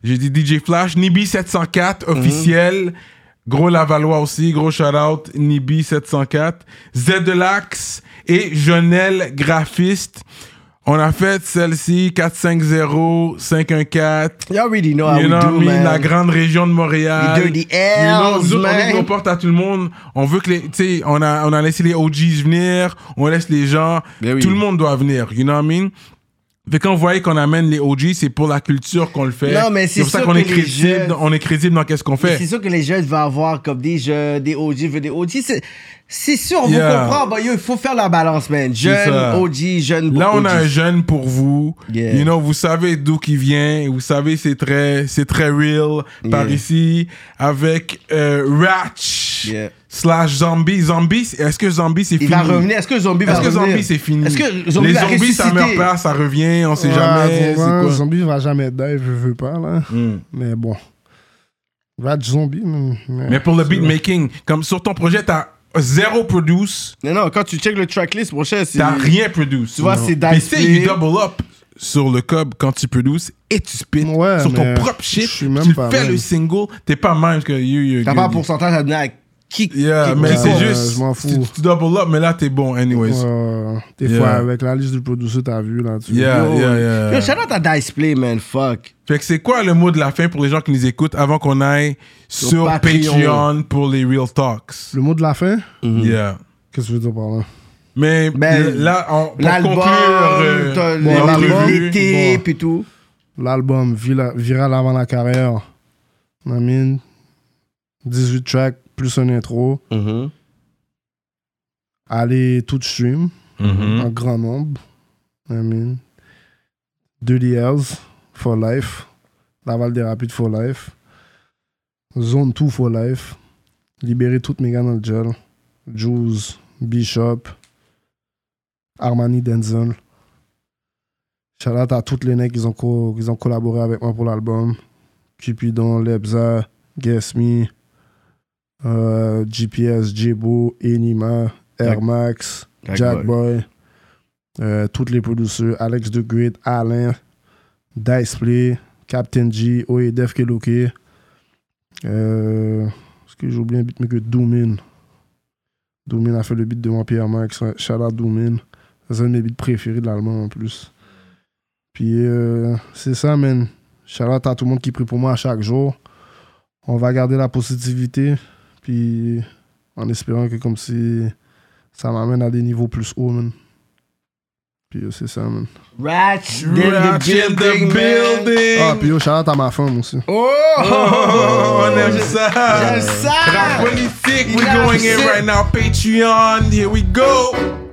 Speaker 1: J'ai dit DJ Flash, Nibi704 officiel, gros Lavallois aussi, gros shout out Nibi704, Z de l'Axe et Jonel Graphiste. On a fait celle-ci 450 514
Speaker 2: You already know how
Speaker 1: You
Speaker 2: we
Speaker 1: know what I
Speaker 2: do,
Speaker 1: mean?
Speaker 2: man.
Speaker 1: La grande région de Montréal.
Speaker 2: You dirty
Speaker 1: You know,
Speaker 2: L's,
Speaker 1: nous autres, on
Speaker 2: man.
Speaker 1: ouvre nos portes à tout le monde. On veut que les, tu sais, on a, on a laissé les OGs venir. On laisse les gens.
Speaker 2: Ben oui.
Speaker 1: Tout le monde doit venir. You know what I mean? Fait quand vous voyez qu'on amène les OG, c'est pour la culture qu'on le fait.
Speaker 2: Non, mais c'est
Speaker 1: pour ça
Speaker 2: sûr
Speaker 1: qu'on
Speaker 2: que
Speaker 1: est
Speaker 2: les
Speaker 1: crédible.
Speaker 2: jeunes-
Speaker 1: On est crédible dans qu'est-ce qu'on
Speaker 2: Mais
Speaker 1: fait.
Speaker 2: C'est sûr que les jeunes vont avoir comme des jeux, des OG, veut des OG. C'est- C'est sûr, on
Speaker 1: Yeah.
Speaker 2: vous comprend. bah, yo, il faut faire la balance, man.
Speaker 1: ça.
Speaker 2: Jeune, OG, jeune,
Speaker 1: Là, on
Speaker 2: OG.
Speaker 1: a un jeune pour vous.
Speaker 2: Yeah.
Speaker 1: You know, vous savez d'où qui vient. Vous savez, c'est très, c'est très real par
Speaker 2: Yeah.
Speaker 1: ici. Avec euh, Ratch
Speaker 2: Yeah.
Speaker 1: slash Zombie. Zombie, c'est- est-ce que Zombie, c'est
Speaker 2: Il
Speaker 1: fini?
Speaker 2: va revenir. Est-ce que Zombie va
Speaker 1: Est-ce que
Speaker 2: revenir?
Speaker 1: Zombie, c'est fini?
Speaker 2: Est-ce que Zombie
Speaker 1: Les
Speaker 2: va
Speaker 1: zombies, ça meurt
Speaker 2: ressusciter?
Speaker 1: pas, ça revient, on sait jamais.
Speaker 3: Ouais,
Speaker 1: C'est
Speaker 3: Ah, pour moi,
Speaker 1: quoi?
Speaker 3: Zombie va jamais être dead, je veux pas, là.
Speaker 1: Hmm.
Speaker 3: Mais bon. Va être zombie, mais.
Speaker 1: Mais pour le beatmaking, comme sur ton projet, t'as zéro produce,
Speaker 2: Non, non, quand tu check le tracklist, mon cher, c'est.
Speaker 1: t'as rien produce.
Speaker 2: Tu vois, c'est
Speaker 1: Puis tu sais, you
Speaker 2: Dice Play.
Speaker 1: double up sur le cob quand tu produce et tu spit
Speaker 3: Ouais,
Speaker 1: sur ton
Speaker 3: mais
Speaker 1: propre shit.
Speaker 3: je suis
Speaker 1: puis
Speaker 3: même
Speaker 1: tu
Speaker 3: pas
Speaker 1: fais
Speaker 3: même.
Speaker 1: le single, t'es pas même que you, you,
Speaker 2: T'as
Speaker 1: you-
Speaker 2: pas un pourcentage à donner à qui.
Speaker 1: Yeah,
Speaker 2: qui-
Speaker 1: mais
Speaker 3: Ouais,
Speaker 1: c'est
Speaker 3: ouais,
Speaker 1: juste,
Speaker 3: je m'en
Speaker 1: tu,
Speaker 3: fous.
Speaker 1: tu double up, mais là t'es bon anyways.
Speaker 3: Euh, des
Speaker 1: Yeah.
Speaker 3: fois, avec la liste du producer, t'as vu, là. Tu...
Speaker 1: Yeah,
Speaker 2: Yo,
Speaker 1: yeah, yeah.
Speaker 2: Yo, shout out à Dice Play, man. Fuck.
Speaker 1: Fait que c'est quoi le mot de la fin pour les gens qui nous écoutent avant qu'on aille sur, Patreon.
Speaker 2: Patreon.
Speaker 1: pour les Real Talks?
Speaker 3: Le mot de la fin
Speaker 2: Mm.
Speaker 1: Mm-hmm. Yeah.
Speaker 3: Qu'est-ce que tu veux dire par là
Speaker 1: Mais
Speaker 2: Ben,
Speaker 1: le- là, on, pour
Speaker 2: L'album,
Speaker 1: conclure, euh,
Speaker 2: t'as les
Speaker 3: bon,
Speaker 2: marées de
Speaker 3: l'album,
Speaker 2: l'été,
Speaker 3: bon.
Speaker 2: puis tout.
Speaker 3: L'album Vila- Viral avant la carrière. Namine. 18 tracks plus un intro. Allez, tout stream.
Speaker 1: Mhm.
Speaker 3: Un grand nombre. Namine. Deux Liers. For Life. Laval des Rapides for Life. Zone 2 for Life. Libérer toutes mes gars dans le gel. Juice. Bishop. Armani Denzel. Shout out à toutes les nègres qui ont, co- qu'ils ont collaboré avec moi pour l'album. Cupidon, Lebza, Guess Me, euh, GPS, Jebo, Enima, Air Max,
Speaker 2: Jack
Speaker 3: Jack Boy, euh, toutes les producteurs, Alex The Great, Alain, Diceplay, Captain G, OEDF Keloke, euh, est-ce que j'ai oublié un beatmaker, Doomin, Doomin a fait le beat de Vampire Max. ouais. Shout out Doomin. C'est un de mes beats préférés de l'allemand en plus. Puis euh, c'est ça, man. Shout out à tout le monde qui prie pour moi à chaque jour. On va garder la positivité. Puis en espérant que comme si ça m'amène à des niveaux plus hauts, man. Puis euh, c'est ça, man.
Speaker 2: Rats in the building, man.
Speaker 3: Ah, puis yo, shout out à ma femme aussi.
Speaker 2: Oh,
Speaker 1: Oh, on aime ça.
Speaker 2: J'aime ça.
Speaker 1: Rap politique, we
Speaker 2: Yeah,
Speaker 1: going in
Speaker 2: shit.
Speaker 1: right now. Patreon, here we go.